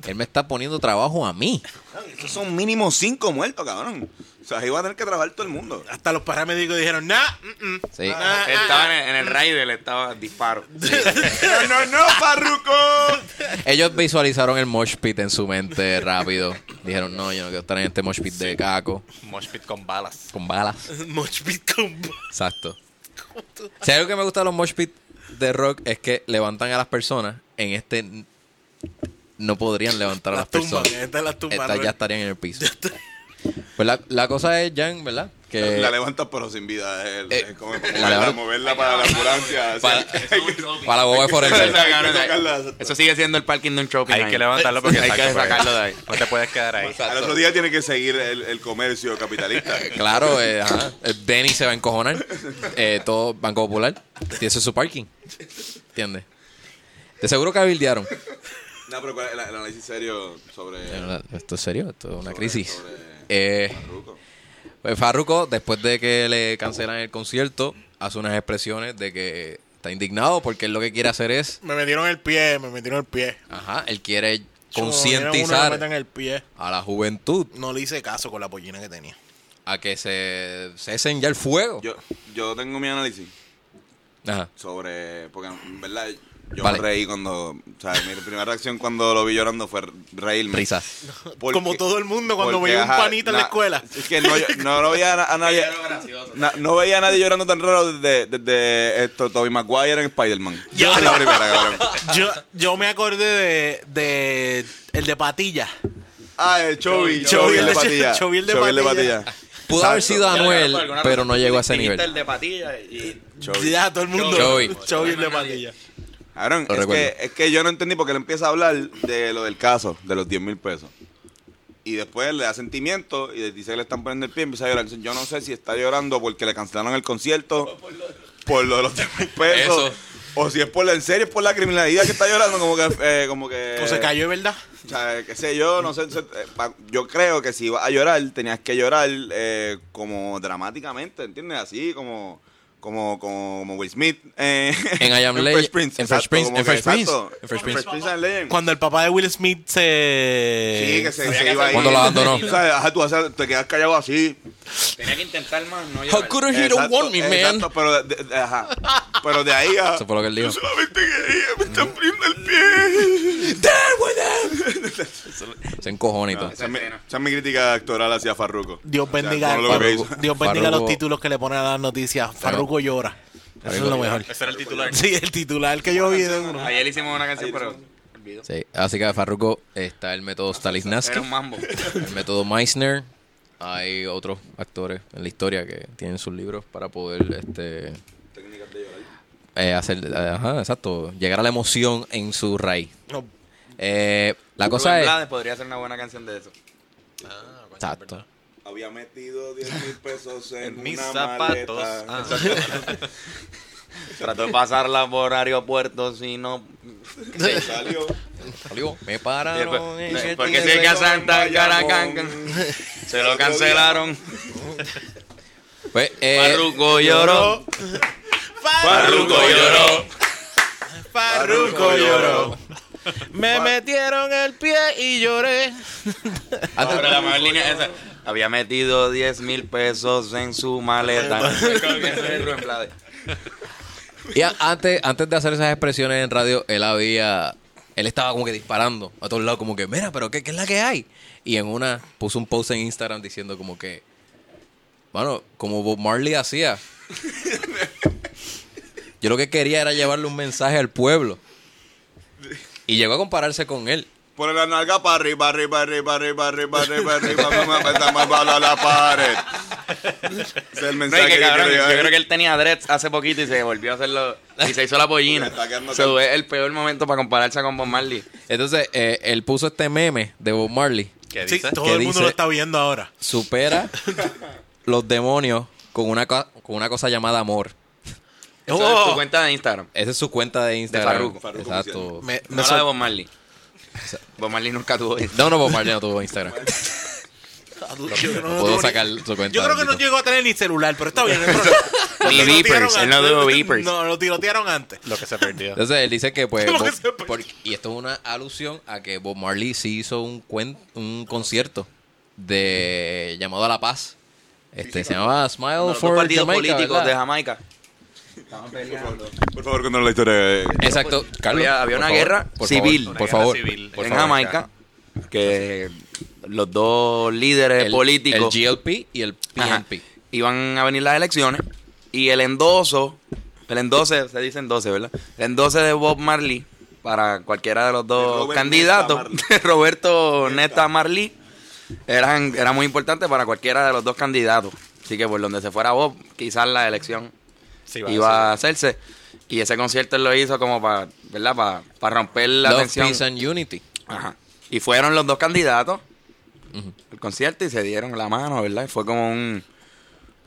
Él me está poniendo trabajo a mí.
Esos son mínimo cinco muertos, cabrón. O sea, ahí va a tener que trabajar todo el mundo.
Hasta los paramédicos dijeron, nah, mm, mm,
Sí.
nah,
Estaba en el, en el Raider, estaba disparo.
¡No, no, no, Farruko!
Ellos visualizaron el mosh pit en su mente rápido. Dijeron, no, yo no quiero estar en este mosh pit de caco,
Mosh pit con balas.
con balas.
mm, Much Bitcoin.
Exacto. Si hay algo que me gusta de los mosh pit de rock es que levantan a las personas. En este n- no podrían levantar a las
Las tumbas,
personas.
estas las tumbas.
Estas ya estarían en el piso. Pues la, la cosa es, Jan, ¿verdad? Que
la levantas, pero sin vida. eh,
Eh,
eh, como-
la
moverla,
levanto.
moverla para la ambulancia.
Para-
o sea, hay que-
para Boba Forever.
Hay que
eh,
sacarla.
Eso sigue siendo el parking de un shopping.
Hay
ahí.
que levantarlo porque
hay que
exacto, porque
sacarlo de ahí.
No te puedes quedar ahí.
Al otro día tiene que seguir el, el comercio capitalista.
Claro, eh, ajá. Eh, Denny se va a encojonar. Eh, todo Banco Popular. Y ese es su parking. ¿Entiendes? De seguro cabildearon.
No, pero ¿cuál es el, el análisis serio sobre.
Esto es serio, esto es una
sobre-
crisis.
sobre
Eh,
Farruko?
pues Farruko, después de que le cancelan el concierto, hace unas expresiones de que está indignado porque él lo que quiere hacer es,
Me metieron el pie, me metieron el pie.
ajá, él quiere
Como me dieron uno, me
concientizar
metan el pie.
a la juventud
No le hice caso con la pollina que tenía.
a que se cesen ya el fuego.
Yo, yo tengo mi análisis
Ajá.
sobre. Porque en verdad. Yo
Vale.
me reí cuando. O sea, mi primera reacción cuando lo vi llorando fue reírme.
Risas.
Porque-
Como todo el mundo cuando
porque,
veía un
ajá,
panita en la
na-
escuela.
Es que no, no, no veía a, a nadie. na- no veía a nadie llorando tan raro desde, desde esto, Toby Maguire en Spider-Man.
Ya.
Esa es la primera, cabrón.
Yo, yo me acordé de, de el de patilla.
Ah, el Chovy. Chovy el
Chovy,
de
el de-
patilla.
Chovy el de
Chovy el de
patilla.
patilla.
Pudo haber sido Anuel, pero no llegó a ese nivel.
de patilla y...
Chovy.
Ya, todo el mundo.
Chovy.
Chovy el de patilla.
Cabrón,
Lo
es
recuerdo.
que, es que yo no entendí porque él empieza a hablar de lo del caso, de los 10 mil pesos. Y después le da sentimiento y dice que le están poniendo el pie y empieza a llorar. Dice, Yo no sé si está llorando porque le cancelaron el concierto por lo de los 10 mil pesos.
Eso.
O si es por la, en serio, es por la criminalidad que está llorando, como que... eh, como que
O se cayó de verdad.
O sea, qué sé yo, no sé. se- eh, pa- yo creo que si ibas a llorar, tenías que llorar eh, como dramáticamente, ¿entiendes? Así, como... como, como, como Will Smith eh,
En I Am Legend-
Fresh Prince.
en Fresh
exacto,
Prince,
como
en
que,
Fresh Prince,
exacto,
en Fresh Prince.
and Legend.
Cuando el papá de Will Smith se.
Sí, que se, se iba ahí.
Cuando la abandonó.
O sea, ajá, tú o sea, te quedas callado así.
Tenía que intentar más, no
How could he don't
Exacto,
want me, man?
Exacto, pero de, de- ajá. Pero de ahí a...
Eso fue lo que él dijo. Mm.
Solamente quería, me están poniendo el pie.
Se encojonito.
Esa es, mi, esa es mi crítica actoral hacia Farruko.
Dios
O sea,
bendiga,
todo lo que
Farruko.
hizo.
Dios bendiga los
Farruko-
títulos que le ponen a las noticias. Farruko llora. Eso es lo mejor.
Ese era el titular.
Sí, el titular que yo vi. de uno.
Ayer hicimos una canción, pero
Sí, así que de Farruko está el método Stalinski,
era un mambo.
el método Meissner. Hay otros actores en la historia que tienen sus libros para poder este eh, hacer, eh, ajá, exacto, llegar a la emoción en su raíz.
No,
Eh, la
Rubén
cosa es,
Blades podría hacer una buena canción de eso.
exacto.
Había metido 10 mil pesos en,
En mis
una
zapatos.
maleta.
Ah.
Trató de pasarla por aeropuertos y no.
Se salió.
Salió, me pararon. en el
eh, Porque
tren.
si hay que Santa
en
Caracán,
Bayamón.
se lo cancelaron.
Eh, Pues, eh,
Farruko lloró. Farruko lloró.
Farruko lloró.
Me metieron el pie y lloré.
antes-
Pero la mejor línea es esa. Había metido 10 mil pesos en su maleta.
Y a- antes, antes de hacer esas expresiones en radio, él había. Él estaba como que disparando a todos lados, como que, mira, pero ¿qué, qué es la que hay? Y en una puso un post en Instagram diciendo como que, bueno, como Bob Marley hacía. Yo lo que quería era llevarle un mensaje al pueblo. Y llegó a compararse con él.
Por la nalga para arriba, arriba, arriba, arriba, arriba, arriba, arriba, arriba, arriba, arriba, a la pared. Ese Es el
No, y
mensaje
que, cabrón,
quería
yo
dar.
creo que él tenía dreads hace poquito y se volvió a hacerlo. Y se hizo la pollina.
Está quedando
Se es el peor momento para compararse con Bob Marley.
Entonces, eh, él puso este meme de Bob Marley.
¿Qué
Sí,
dice?
todo
¿Qué
el mundo
dice?
lo está viendo ahora.
Supera los demonios con una, co- con una cosa llamada amor. Oh.
Eso es
Oh.
tu cuenta de Instagram.
Esa es su cuenta de Instagram.
Farruko.
Farruko
Exacto.
Me-
No
me
la
sor-
de Bob Marley. Bob Marley nunca tuvo Instagram.
No, no, Bob Marley no tuvo Instagram.
Yo no- no
puedo
tengo ni-
sacar su cuenta.
Yo creo que no
bendito.
llegó a tener ni celular, pero está bien. no hay problema.
Ni
Lo tirotearon
beepers, él no
antes.
tuvo beepers.
No, lo tirotearon antes.
Lo que se perdió.
Entonces él dice que pues...
Lo que
Bob-
se perdió.
porque- y esto es una alusión a que Bob Marley sí hizo un, cuen- un concierto de llamado a la paz. Este, se llamaba Smile
Los dos
for
partidos
Jamaica,
políticos
¿verdad?
de Jamaica.
Por favor, cuéntanos la historia. de-
Exacto. Carlos,
Había- había
por
una
favor,
guerra
por
civil.
favor,
Una
por
guerra
favor.
civil
por
en
favor.
Jamaica, que los dos líderes
El- El
políticos
GLP y el
ajá,
PNP.
iban a venir las elecciones y el endoso, el endose, se dice endose, ¿verdad? El endose de Bob Marley para cualquiera de los
De
dos
Robert
candidatos,
Nesta
de Roberto
Nesta.
Nesta Marley, eran, era muy importante para cualquiera de los dos candidatos. Así que por donde se fuera Bob, quizás la elección
Sí, va,
iba a hacerse. Y ese concierto él lo hizo como para, ¿verdad? Para, para romper la
Love,
tensión.
Peace and Unity.
Ajá. Y fueron los dos candidatos al concierto y se dieron la mano, ¿verdad? Y fue como un,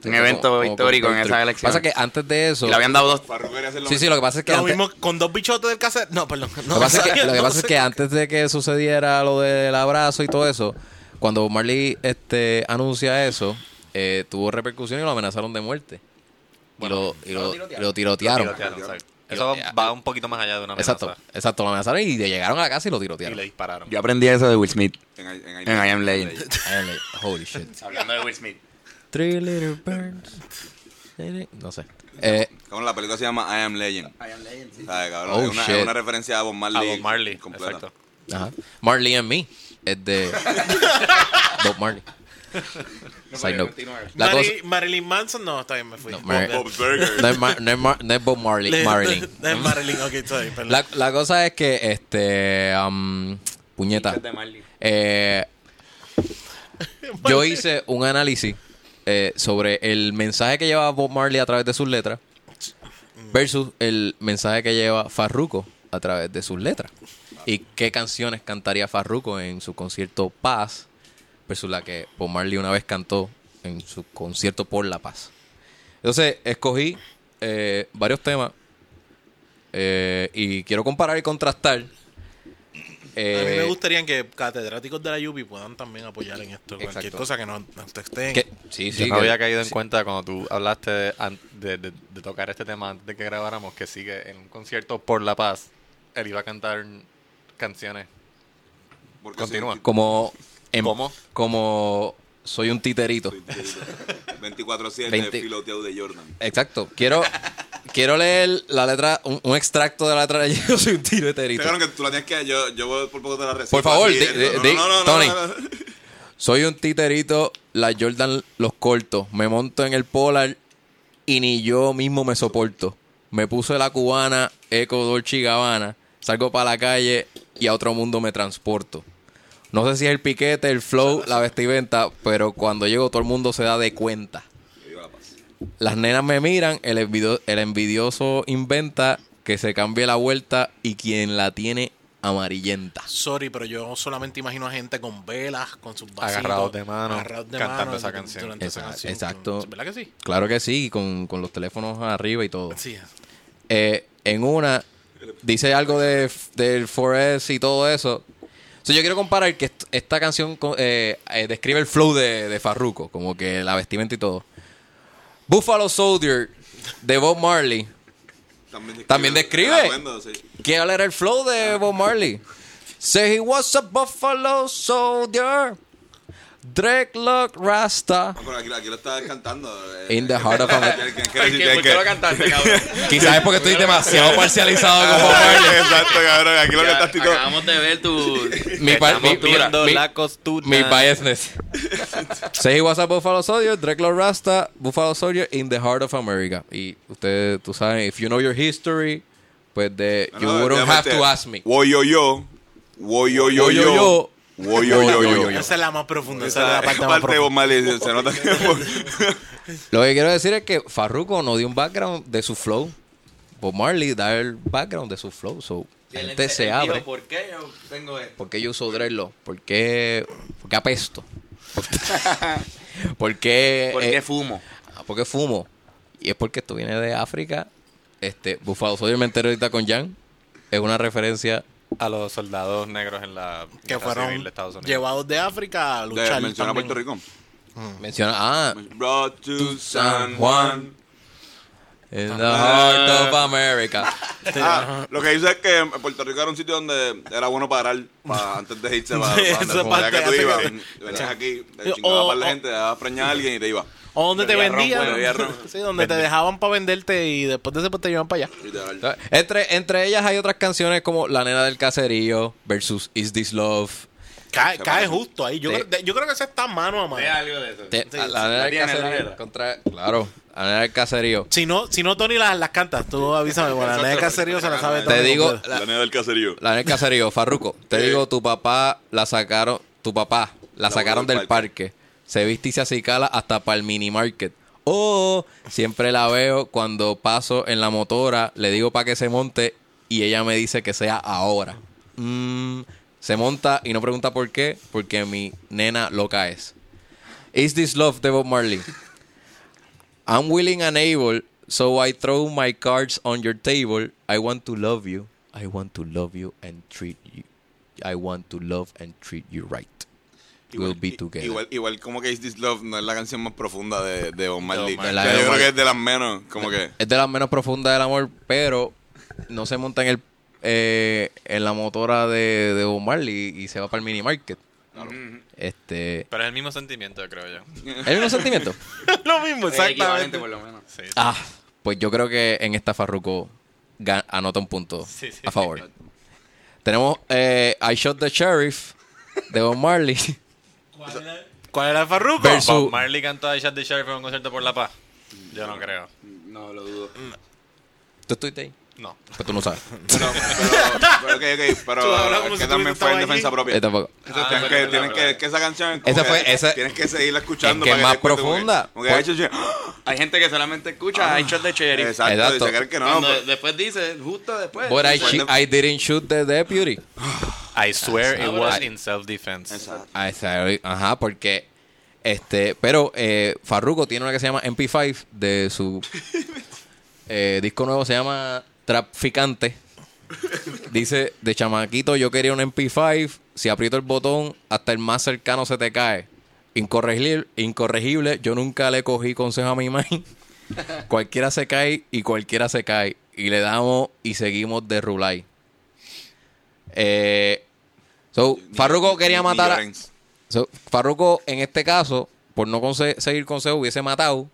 un evento
Como- como
histórico en
country.
esa elección.
Pasa que antes de eso...
Y le habían dado dos.
Farruko quería hacer lo
Sí, sí, lo que pasa es que
Lo
antes,
mismo con dos bichotes del cassette. No, perdón.
Lo que pasa, es que, lo que pasa es que antes de que sucediera lo del abrazo y todo eso, cuando Bob Marley este, anuncia eso, eh, tuvo repercusión y lo amenazaron de muerte. Y lo- y lo, y lo tirotearon.
Tirotearon, exacto. Eso va- va un poquito más allá de una amenaza.
Exacto, exacto, lo amenazaron y le llegaron a la casa y lo
Y
tirotearon.
le dispararon.
Yo aprendí eso de Will Smith
En, I- en I-
en I Am Legend.
Ay, le- Holy shit.
Hablando de Will Smith.
Three little birds. No sé. Eh,
Cabrón, la película se llama I Am Legend. I Am Legend, sí. ¿Sabes, cabrón?
Oh,
es, una,
shit.
es una referencia a Bob
A
Marley.
Bob Marley.
completa.
Exacto.
ajá. Marley and Me es de Bob Marley. Side note. La cosa-
Maril- Marilyn Manson, no, está bien, me fui.
No, Mar-
Bob Burger.
no es Mar- no es Mar- no es Bob Marley.
Le-
Marilyn.
No es Marilyn, ok, está bien, perdón.
La, la cosa es que, este, am, puñeta, eh, yo hice un análisis eh, sobre el mensaje que lleva Bob Marley a través de sus letras versus el mensaje que lleva Farruko a través de sus letras. Y qué canciones cantaría Farruko en su concierto Paz versus la que Bob Marley una vez cantó en su concierto por la paz. Entonces, escogí eh, varios temas eh, y quiero comparar y contrastar eh,
a mí me gustaría que catedráticos de la Yupi puedan también apoyar en esto. Cualquier
Exacto.
cosa que nos, nos texten.
que- sí, sí.
Yo no
que-
había caído en
sí.
cuenta cuando tú hablaste de, an- de- de- de tocar este tema antes de que grabáramos que sigue en un concierto por la paz. Él iba a cantar canciones.
Porque
Continúa.
sí,
Como, em-
¿Cómo?
Como soy un titerito.
soy- soy- 24-7
Veinte-
piloteado de Jordan.
Exacto. Quiero, quiero leer la letra, un, un extracto de la letra de Yo soy un titerito.
Claro que tú la tienes que. Yo, yo voy por poco de la receta.
Por favor, di-
no,
di-
no, no, no,
Tony.
no, no.
Soy un titerito, la Jordan los corto. Me monto en el Polar y ni yo mismo me soporto. Me puse la cubana, Eco Dolce y Gabbana. Salgo para la calle y a otro mundo me transporto. No sé si es el piquete, el flow, la vestimenta, pero cuando llego todo el mundo se da de cuenta.
Viva la paz.
Las nenas me miran, el, envidio- el envidioso inventa que se cambie la vuelta y quien la tiene amarillenta.
Sorry, pero yo solamente imagino a gente con velas, con sus vasitos.
Agarrados de mano, cantando esa
durante
canción.
esa
Exacto,
canción.
exacto.
¿Verdad que sí?
Claro que sí, con, con los teléfonos arriba y todo.
Sí.
Eh, en una dice algo de, del 4S y todo eso. So, yo quiero comparar que est- esta canción co- eh, eh, describe el flow de, de Farruko, como que la vestimenta y todo. Buffalo Soldier de Bob Marley. También describe.
Ah, bueno, sí.
¿Qué era el flow de Bob Marley? Say he was a Buffalo Soldier. Dreadlock Rasta.
No, pero aquí, aquí lo estaba cantando. eh,
In the heart of America.
el que- el que-
¿Por
el
qué,
que-
por qué lo cantaste, cabrón?
Quizás es porque estoy demasiado parcializado con Bob Marley.
Exacto, cabrón. Aquí lo
Ya,
cantaste y todo.
Acabamos de ver tu...
Mi pa- mi- mi-
costura.
Mi biasness. Say he was a Buffalo Soldier, Dreclo Rasta, Buffalo Soldier in the heart of America. Y ustedes, tú saben, if you know your history, pues de,
No, este.
you
no,
wouldn't have
obviamente,
to ask me.
Wo yo yo. Wo yo yo
Wo yo
yo.
yo.
Wo yo yo yo.
Esa es la más profunda.
Esa
Esa, es la parte más
de Bob
profunda.
Marley, se nota que
Lo que quiero decir es que Farruko no dio un background de su flow. Bob Marley da el background de su flow. So, la gente se abre.
¿Por qué yo tengo esto?
¿Por qué yo uso Dreclo? ¿Por qué, por qué apesto? ¿Por qué,
¿Por
eh,
qué fumo?
Ah, ¿Por qué fumo? Y es porque esto viene de África. Este, Bufado Soldier me enteré ahorita con Jan. Es una referencia.
A los soldados negros en la
Que
guerra civil
fueron
de Estados Unidos.
llevados de África a luchar.
menciona
también.
Puerto Rico.
Menciona. Ah,
Brought to San
San
Juan.
Juan. In the heart of America.
Ah, lo que dice es que en Puerto Rico era un sitio donde era bueno parar pa- antes de irse para
Esa parte
que tú
hace
ibas.
que-
Venías aquí,
O-
te chingaba para la
o-
gente, dejabas preñar a alguien y te ibas.
O donde te
Bebía ron,
vendían.
bebía ron.
Sí, donde te dejaban para venderte y después de ese pues te llevan para allá.
Literal.
Entonces, Entre, entre ellas hay otras canciones como La Nena del Caserío versus Is This Love.
Cae,
Se
cae
parece.
justo ahí. Yo,
Sí.
creo, yo creo que esa está mano a mano.
algo de eso.
Te-
Sí, sí,
la Nena
la
del
tiene, la
Caserío.
nena.
Contra, claro, La Nena del Caserío.
Si no, si no Tony las, las cantas, tú avísame. Bueno, la nena de caserío se la sabe
Te
Tony
digo-
completa.
La nena del caserío.
La Nena del Caserío, Farruco. Te digo, tu papá la sacaron. Tu papá la,
La
sacaron
botó del
del parque. Se viste y se acicala hasta para el mini market. Oh, siempre la veo cuando paso en la motora. Le digo para que se monte y ella me dice que sea ahora. Mm, se monta y no pregunta por qué, porque mi nena loca es. Is this love de Bob Marley? I'm willing and able, so I throw my cards on your table. I want to love you. I want to love you and treat you. I want to love and treat you right. we'll be
i-
together.
Igual, igual como que Is This Love no es la canción más profunda de, de Bob Marley.
Marley.
O sea,
De la de
yo
Bob
creo que
Marley.
es de las menos, como que...
Es de las menos profundas del amor, pero no se monta en el eh, en la motora de, de Bob Marley y se va para el mini market. Este,
Pero es el mismo sentimiento, creo yo.
¿El mismo sentimiento?
Lo mismo, exactamente.
por lo menos.
Sí, sí.
Ah, pues yo creo que en esta Farruko ga- anota un punto
Sí, sí.
a favor. Tenemos eh, I Shot the Sheriff de Bob Marley
¿Cuál era el farruco?
versus
Bob Marley cantó a Shot the Sheriff en un concierto por la paz. Yo no creo.
No, lo dudo.
¿Tú estuviste ahí?
No.
Pues tú no sabes.
Pero, pero, pero, ok, ok,
Tú hablas
pero
como
es
si
que
tú
también fue en
estabas
defensa
allí.
Yo
propia.
Este tampoco.
Entonces, tienes que, tienes que, que esa canción... como
Esa
que-
fue- esa-
Tienes que seguirla escuchando.
Es que
para
más
te des cuenta, como
profunda.
Como que, ha hecho...
Hay gente que solamente escucha
Ah.
hay shots de
Eh,
sheriff.
Exacto,
Exacto.
y se creen que no.
Cuando
pero-
después dice, justo después.
But I,
dice,
shi- I didn't shoot the deputy.
I swear it
Ahora
was
sí.
in self-defense.
Exacto.
I sorry. Ajá, porque este, pero eh, Farruko tiene una que se llama MP5 de su eh, disco nuevo se llama Traficante. Dice, de chamaquito yo quería un MP5, si aprieto el botón, hasta el más cercano se te cae. Incorregible, incorregible yo nunca le cogí consejo a mi mãe. cualquiera se cae y cualquiera se cae. Y le damos y seguimos de Rulay. Eh, so, Farruko quería matar a... So, Farruko, en este caso, por no conse- seguir consejo, hubiese matado.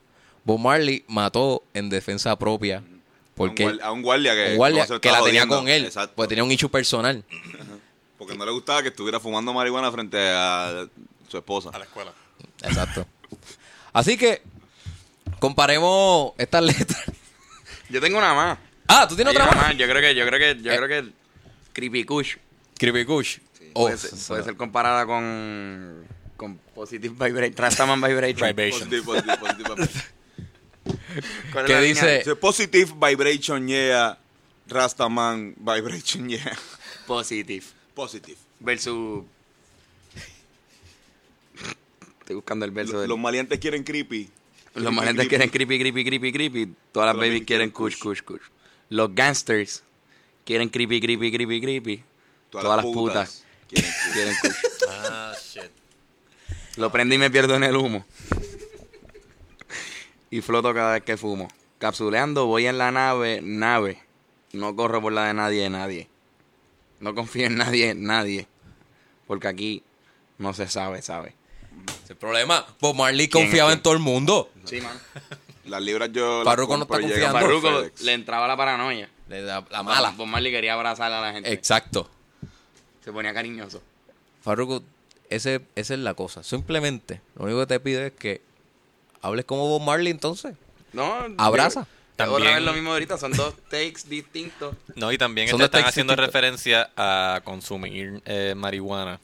Bob Marley mató en defensa propia.
a,
Porque
un guardia, a un guardia que,
un guardia
no se
que la
estaba
tenía
jodiendo.
con él,
Exacto.
pues tenía un issue personal.
Porque no le gustaba que estuviera fumando marihuana frente a su esposa.
a la escuela.
Exacto. Así que comparemos estas letras.
Yo tengo una más.
Ah, tú tienes
Hay
otra
una
más.
Yo creo que, yo creo que, yo
Eh.
creo que Creepy Kush
Creepy Kush. Oh,
puede, ser,
eso-
puede ser comparada con, con Positive Vibration, Trastaman Vibration.
Vibration.
Positive, positive, positive vibration.
¿Cuál es
¿Qué
la
dice?
línea?
Dice, positive vibration, yeah. Rastaman vibration, yeah.
Positive
Positive.
versus... Estoy buscando el verso
Lo-
del-
los maleantes quieren creepy.
Los manetes quieren creepy, creepy, creepy, creepy. Todas las
Todas las
babies
babies
quieren
quieren
kush, kush, kush. Los gangsters quieren creepy, creepy, creepy, creepy. Todas, las putas,
quieren
quieren kush.
Ah, shit.
Lo prendo y me pierdo en el humo. Y floto cada vez que fumo. Capsuleando, voy en la nave, nave. No corro por la de nadie, nadie. No confío en nadie, nadie. Porque aquí no se sabe, sabe.
ese es el problema. Bob Marley
¿Quién es
confiaba
quién?
en todo el mundo.
Sí, mano.
Las libras yo.
Farruko no está confiando.
Farruko le entraba la paranoia.
Le da La,
Mala.
mala.
Ah, Bob Marley quería abrazar a la gente.
Exacto.
Se ponía cariñoso.
Farruko, ese, esa es la cosa. Simplemente, lo único que te pido es que hables como Bob Marley entonces.
No,
Abraza.
También. Otra
También-
vez lo mismo de ahorita, son dos takes distintos.
No, y también
Son
te
dos
están
textos
haciendo
distintos.
referencia a consumir eh, marihuana.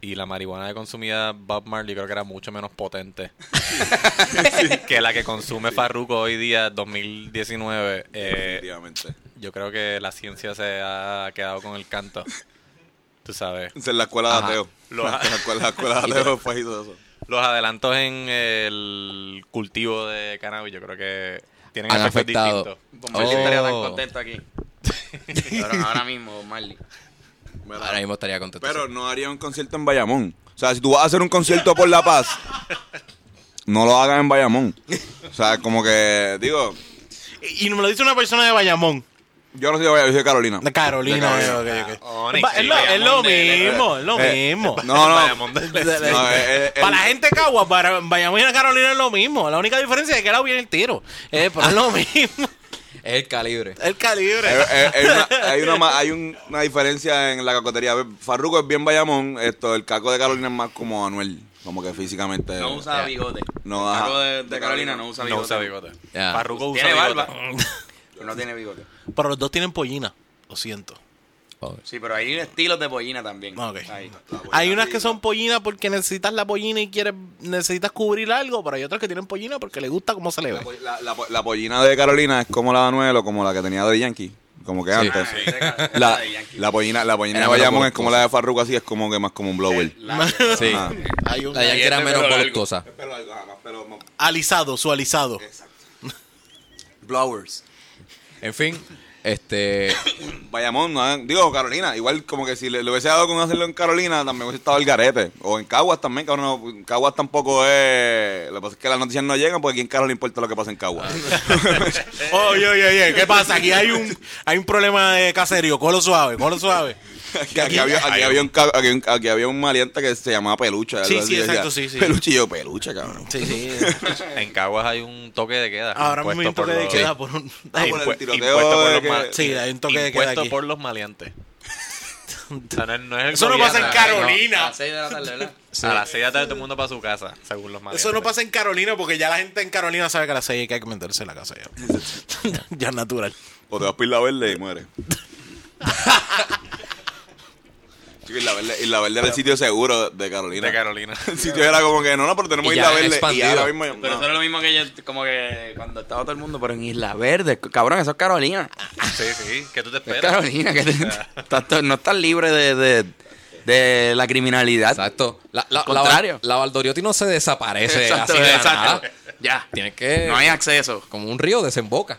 Y la marihuana que consumía Bob Marley creo que era mucho menos potente que la que consume Farruko hoy día, 2019. Eh,
Definitivamente.
yo creo que la ciencia se ha quedado con el canto. Tú sabes.
Esa es la escuela de
Ajá.
ateo. La escuela, la escuela de ateo fue y todo eso.
Los adelantos en el cultivo de cannabis yo creo que tienen
Han
efectos
afectado.
distintos.
Bob Marley estaría tan
Oh.
contento aquí. Pero ahora mismo, Bob Marley.
Mira,
Ahora mismo estaría contento.
pero no haría un concierto en Bayamón. O sea, si tú vas a hacer un concierto por La Paz, no lo hagas en Bayamón. O sea, como que, digo,
Y y me lo dice una persona de Bayamón.
yo no soy de Bayamón, yo soy de Carolina.
De Carolina. ok, ok.
Onyx,
Va- es, lo, es
Bayamón
lo
de-
mismo, es lo
Eh,
mismo.
No, no.
Bayamón del-
No, eh, eh,
para la
el-
gente de Cagua, para Bayamón y la Carolina es lo mismo. La única diferencia es que lado viene el tiro. Eh, pero es lo mismo.
Es el calibre.
El calibre.
Eh, eh, hay, una, hay, una ma- hay un- una diferencia en la cacotería. Farruko es bien Bayamón, esto, el caco de Carolina es más como Anuel, como que físicamente.
No usa bigote.
Eh, No,
El
ajá.
taco de, de Carolina no usa bigote.
No usa bigote.
Ya.
Farruko usa
Tiene
bigote.
barba, pero no tiene bigote.
Pero los dos tienen pollina. Lo siento. Ah,
Oh.
Sí, pero hay estilos de pollina también.
Ok.
Ahí.
Hay unas que son pollinas porque necesitas la pollina y quieres, necesitas cubrir algo, pero hay otras que tienen pollina porque le gusta cómo se le
La,
ve.
po- la- la po- la pollina de Carolina es como la de Anuel o como la que tenía de Yankee, como que antes.
Ah, esa- esa
La,
de Yankee.
la pollina, la pollina de
Era
Bayamón
menos
es como la de Farruko, así es como que más como un blower.
La-
Sí.
Ah.
Hay un
La Yankee era
Este
menos
pelo largo.
voluptuosa.
Pero algo, ah, más pelo, más-
alisado, su alisado.
Blowers.
En fin, este.
Bayamón, no hagan- digo Carolina, igual como que si le, le hubiese dado con hacerlo en Carolina, también hubiese estado el garete. O en Caguas también, cabrón, no, en Caguas tampoco es... Lo que pasa es que las noticias no llegan porque aquí en Carolina importa lo que pasa en Caguas.
Ah. Oye, oye, oye, ¿qué pasa? Aquí hay un, hay un problema de caserío. Colo suave, colo suave.
aquí, aquí había, aquí, había un, ca- aquí, un- aquí había un maleante que se llamaba Peluche. algo
Sí,
así,
sí,
yo decía,
exacto, sí, sí.
Peluche y yo, Peluche, cabrón.
Sí, sí.
En Caguas hay un toque de queda.
Ahora
impuesto
mismo
por
hay un toque de
los-
queda por un.
Ah,
Ay,
por el
Impue-
tiroteo
impuesto por
de
los
que-
ma-
Sí, hay un toque de queda
Impuesto
aquí.
por los maleantes. O sea, no, no es el
Eso no pasa en
gobierno.
Carolina.
A las 6 de la tarde, ¿verdad?
A las 6 de la tarde todo el mundo para su casa, según los maleantes.
Eso no pasa en Carolina porque ya la gente en Carolina sabe que a las 6 que hay que meterse en la casa ya. ya es natural.
O te vas por la verde y mueres. Chico, y la verde, y la verde era el sitio seguro de Carolina.
De Carolina.
El sitio era como que, no, no, pero tenemos
Y
Isla
ya han
Verde. Y
expandido.
ahora mismo...
Pero
no.
eso era lo mismo que yo, como que cuando estaba todo el mundo, pero en Isla Verde. Cabrón, eso es Carolina.
Sí, sí. ¿Qué tú te
Es
esperas?
Carolina, que te- estás to- no estás libre de, de- de la criminalidad.
Exacto. La, la,
Al contrario.
la- la Valdoriotti no se desaparece
Exacto,
así de la
exacto.
nada.
Ya.
Tienes que.
No hay acceso.
Como un río desemboca.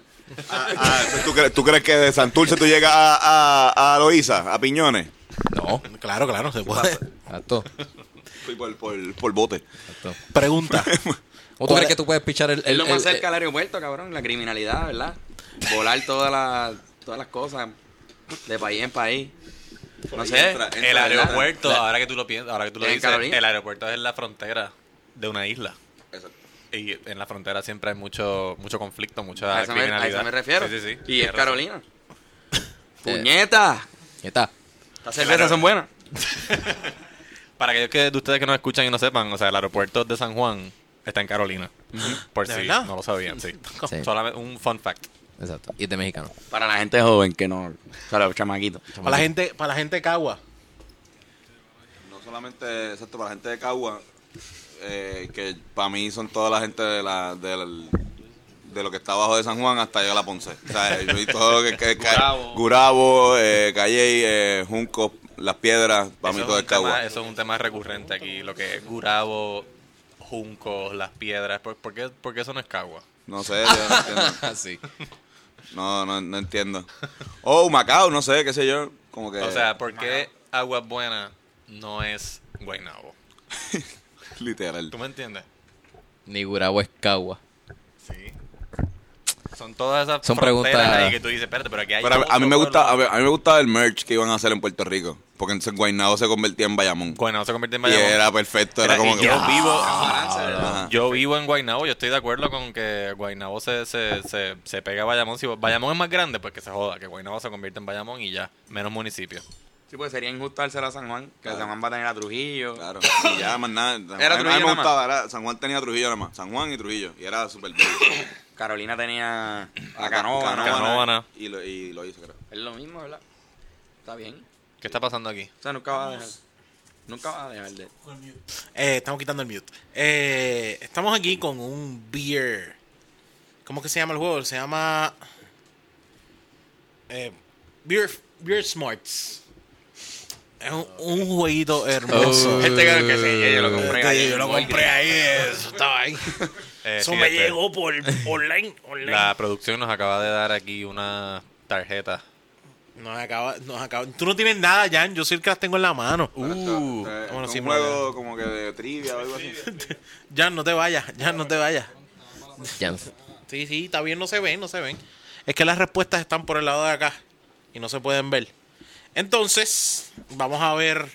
Ah, ah, o sea, ¿tú, crees, tú crees que de Santurce tú llegas a, a, a Loíza, a Piñones?
No, Oh, claro, claro, se puede.
Exacto.
Fui por, por, por bote.
Pregunta.
¿Cómo tú crees que tú puedes pichar el.
Es
el-
lo más
el-
cerca al aeropuerto, cabrón. La criminalidad, ¿verdad? Volar todas las todas las cosas de país en país. No sé.
Entra- entra-
El
¿verdad?
aeropuerto, ahora que tú lo piensas, ahora que tú lo
¿En
dices,
Carolina?
el aeropuerto es la frontera de una isla.
Exacto.
Y en la frontera siempre hay mucho mucho conflicto, mucha
A eso, me, a eso
criminalidad.
me refiero.
Sí, sí, sí.
Y es
Tienes razón.
Carolina. ¡Puñeta!
Ya está.
Las cervezas son buenas.
Para aquellos que, de ustedes que nos escuchan y no sepan, o sea, el aeropuerto de San Juan está en Carolina. Por
¿De
si
verdad?
no lo sabían, sí.
Sí.
Solamente un fun fact.
Exacto. Y es de mexicano.
Para la gente joven que no. Para los chamaquitos.
Para la gente, para la gente cagua.
No solamente, exacto, para la gente de Cagua, eh, que para mí son toda la gente de, la, de, la- de lo que está abajo de San Juan hasta llegar a la Ponce. O sea, yo vi todo lo que, que- que-
Gurabo.
Gurabo, eh, Calle, eh, Junco, Las Piedras, para mí
Eso
todo es
es un tema-
Cagua.
Eso es un tema recurrente aquí, lo que es Gurabo, Juncos, las piedras. ¿Por, por qué, por qué eso no es Cagua?
No sé, yo no entiendo.
Ah,
Así.
No, no, no entiendo. Oh, Macao, no sé, qué sé yo. Como que.
O sea, ¿por qué Aguas Buena no es Guaynabo?
literal.
¿Tú me entiendes?
Ni Gurabo es Cagua.
Sí. Son todas esas
Son
fronteras
preguntas-
ahí que tú dices, espérate, pero aquí hay
Pero a, mí- a mí me
otro
gusta, a
pueblo".
ver, a mí me gustaba el merch que iban a hacer en Puerto Rico. Porque entonces Guaynabo se convertía en Bayamón.
Guaynabo se convierte en
Y
Bayamón.
era perfecto, era,
Era-
como
y
que. ah,
yo vivo
Ajá.
Yo vivo en Guaynabo, yo estoy de acuerdo con que Guaynabo se, se, se, se pega a Bayamón. Si Bayamón es más grande, pues que se joda, que Guaynabo se convierte en Bayamón y ya, menos municipios.
Sí, pues sería injusto dársela a San Juan. Que
Claro.
San Juan va a tener a Trujillo.
Claro, y ya más nada. San Juan-
Era
a mí
Trujillo nada más.
me gustaba, era- San Juan tenía Trujillo nada más. San Juan y Trujillo. Y era súper bello.
Carolina tenía a Canova. ¿no?
Canova. Canóvana.
Y lo, y lo hizo, creo.
Es lo mismo, ¿verdad? Está bien.
¿Qué está pasando aquí?
O sea, nunca vas a dejar. Nunca vas a dejar de.
Eh, estamos quitando el mute. Eh, estamos aquí con un beer. ¿Cómo que se llama el juego? Se llama. eh, beer, beer Smarts. Es un, un jueguito
Oh.
hermoso.
Este creo que sí, yo lo compré.
Oh. Este,
ahí.
yo lo compré ahí, eso estaba ahí.
Eh,
Eso
sí,
me
este,
llegó por online. online.
La producción nos acaba de dar aquí una tarjeta.
Nos acaba, nos acaba. Tú no tienes nada, Jan. Yo soy el que las tengo en la mano.
Uh,
bueno, eh, sí,
un
me lo
juego como que de trivia o algo así.
Jan, no te vayas. Jan, no te vayas.
Ya.
Sí, sí, está bien, no se ven, no se ven. Es que las respuestas están por el lado de acá y no se pueden ver. Entonces, vamos a ver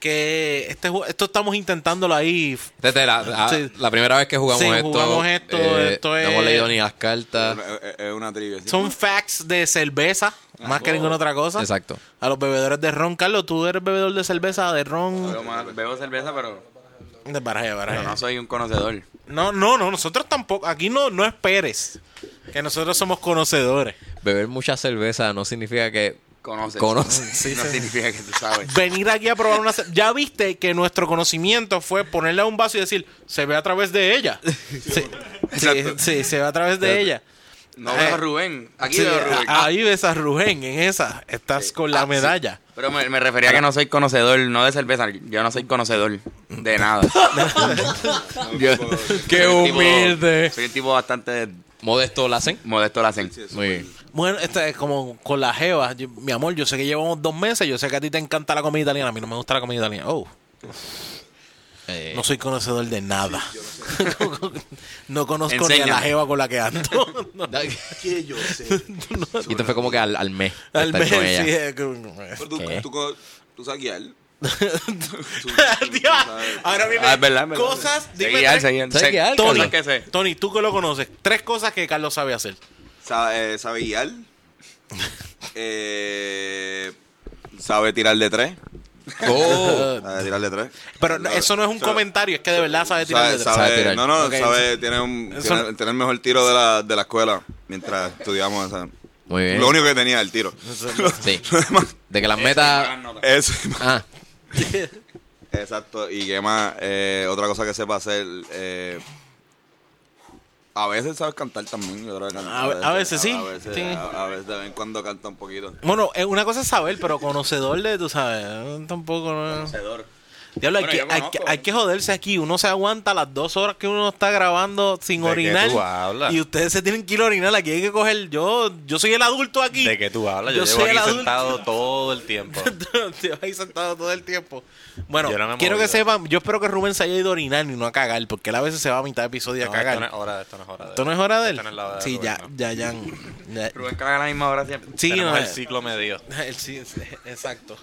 que este ju- esto estamos intentándolo ahí.
Desde la, Este, la-
Sí.
la primera vez que jugamos
Sí,
esto. eh,
jugamos esto, esto
No hemos
es-
leído ni las cartas.
Es- Es es una trivia. ¿sí?
Son facts de cerveza, más que ninguna otra cosa.
Exacto.
A los bebedores de ron, Carlos, tú eres bebedor de cerveza, de ron,
Bebo más- Bebo cerveza, pero,
de baraja, de
pero
baraja.
no soy un conocedor.
No, no, no, nosotros tampoco. Aquí no, no esperes que nosotros somos conocedores.
Beber mucha cerveza no significa que.
Conoces.
Conoces.
no significa que tú sabes.
venir aquí a probar una ce- ya viste que nuestro conocimiento fue ponerle a un vaso y decir se ve a través de ella sí, sí, sí, se ve a través de ella
No veo
Eh,
a Rubén. Aquí
Sí, ah,
veo a Rubén. Ah,
a- ahí ves a Rubén en esa estás con la medalla
Pero me, me refería a que no soy conocedor, no de cerveza. Yo no soy conocedor de nada. Yo-
Qué
soy un tipo-
humilde.
Soy un tipo bastante
Modesto la hacen.
modesto al acento.
Muy bien.
bueno esto es como con la jeva Yo- mi amor yo sé que llevamos dos meses yo sé que a ti te encanta la comida italiana a mí no me gusta la comida italiana oh
Eh,
no soy conocedor de nada no conozco ni a la
Enséñame.
jeva con la que ando No.
da- y esto fue como que al, al mes. de
Al
estar
mes,
con ella.
sí, eh, que-
Pero tú,
¿Qué?
tú, co- tú sabes guiar. Tú- tú- tú
Dios,
sabes-
Ahora viene
Ah, es verdad, es verdad.
cosas.
Seguí,
Dime
al,
tres-
seguí, al.
¿Sabes
Sé-
qué, Al?
Tony,
cosas que sé.
Tony, tú que lo conoces, tres cosas que Carlos sabe hacer.
Sabe, eh, sabe guiar. Eh, sabe tirar de tres.
Oh,
Eh,
Sabe tirar de tres.
pero no, eso no es un
Sabe-
comentario, es que de verdad sabe tirar
Sabe,
de
sabe-
Sabe tirar.
No, no,
Ok,
sabe, tiene, un,
Eso
tiene-
no-
tiene el mejor tiro de la, de la escuela mientras estudiamos. esa.
muy bien.
Lo único que tenía el tiro.
Sí.
Lo demás-
De que las metas.
es-
Ah,
exacto. Y qué más, eh, otra cosa que sepa hacer. eh, a veces sabes cantar también. yo creo que canta-
A- a veces sí,
A veces,
sí.
a- a veces de vez en cuando canta un poquito.
Bueno, eh, una cosa es saber, pero conocedor de, tú sabes, eh, tampoco no. Diablo, hay,
Bueno,
que,
yo
hay
conozco.
que- hay que joderse aquí. Uno se aguanta las dos horas que uno está grabando sin
¿De qué
orinar.
tú hablas?
Y ustedes se tienen que ir a orinar. Aquí hay que coger. Yo, yo soy el adulto aquí.
¿De qué tú hablas? Yo,
Yo
llevo
soy el
aquí
adulto.
sentado todo el tiempo.
Te vas ahí sentado todo el tiempo. Bueno,
Yo no me
quiero
moví,
que
¿verdad?
sepan, yo espero que Rubén se haya ido a orinar y no a cagar, porque él a veces se va a mitad de episodio
No,
a cagar.
esto no es hora, esto no es hora de
¿Esto no es hora de él?
esto no es la hora de
sí,
Rubén,
ya,
no.
ya, ya, ya.
Rubén caga a la misma hora siempre.
Sí,
Tenemos
no,
el
eh,
ciclo medio.
el sí, sí, exacto.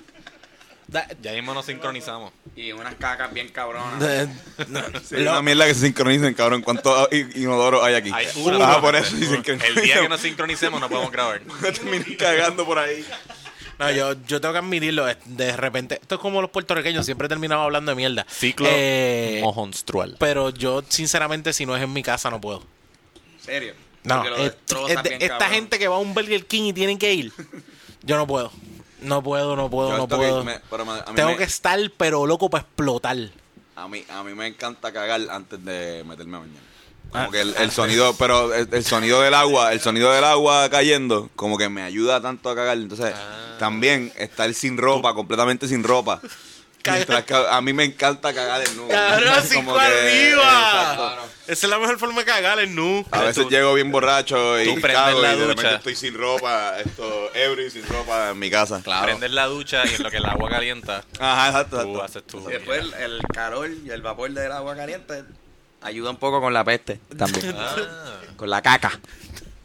Da-
Ya mismo nos sincronizamos.
Y unas cacas bien cabronas.
de- no,
Sí,
lo-
una mierda que se sincronicen, cabrón. ¿Cuántos i- inodoros hay aquí?
Hay una
ah,
solamente.
por eso dicen que
El día que nos sincronicemos no podemos grabar.
terminan cagando por ahí.
no, yo, yo tengo que admitirlo. es- De repente, esto es como los puertorriqueños, siempre terminamos hablando de mierda.
Ciclo
Eh,
mojonstrual.
pero yo, sinceramente, si no es en mi casa, no puedo.
¿En serio?
No,
Porque lo
es-
destrozan
es de-
bien
esta
cabrón.
gente que va a un Burger King y tienen que ir. Yo no puedo. No puedo, no puedo,
Yo
no
esto
puedo.
que me- pero me- a mí
Tengo
me-
que estar, pero loco, para explotar.
A mí, a mí me encanta cagar antes de meterme a bañar.
Ah.
Como que el, el sonido, pero el, el sonido del agua, el sonido del agua cayendo, como que me ayuda tanto a cagar. Entonces,
Ah.
también estar sin ropa, completamente sin ropa. Mientras que a mí me encanta cagar desnudo. Como que- eh, exacto.
Esa es la mejor forma de cagar, es nu.
A veces llego bien borracho y
tú prendes
cago
la
y de repente
ducha.
estoy sin ropa, esto, ebrio y sin ropa en mi casa.
Prendes la ducha y en lo que el agua calienta,
Ajá, exacto.
tú
exacto.
haces tu.
Y después el, el calor y el vapor del agua caliente ayuda un poco con la peste también.
Ah.
con la caca.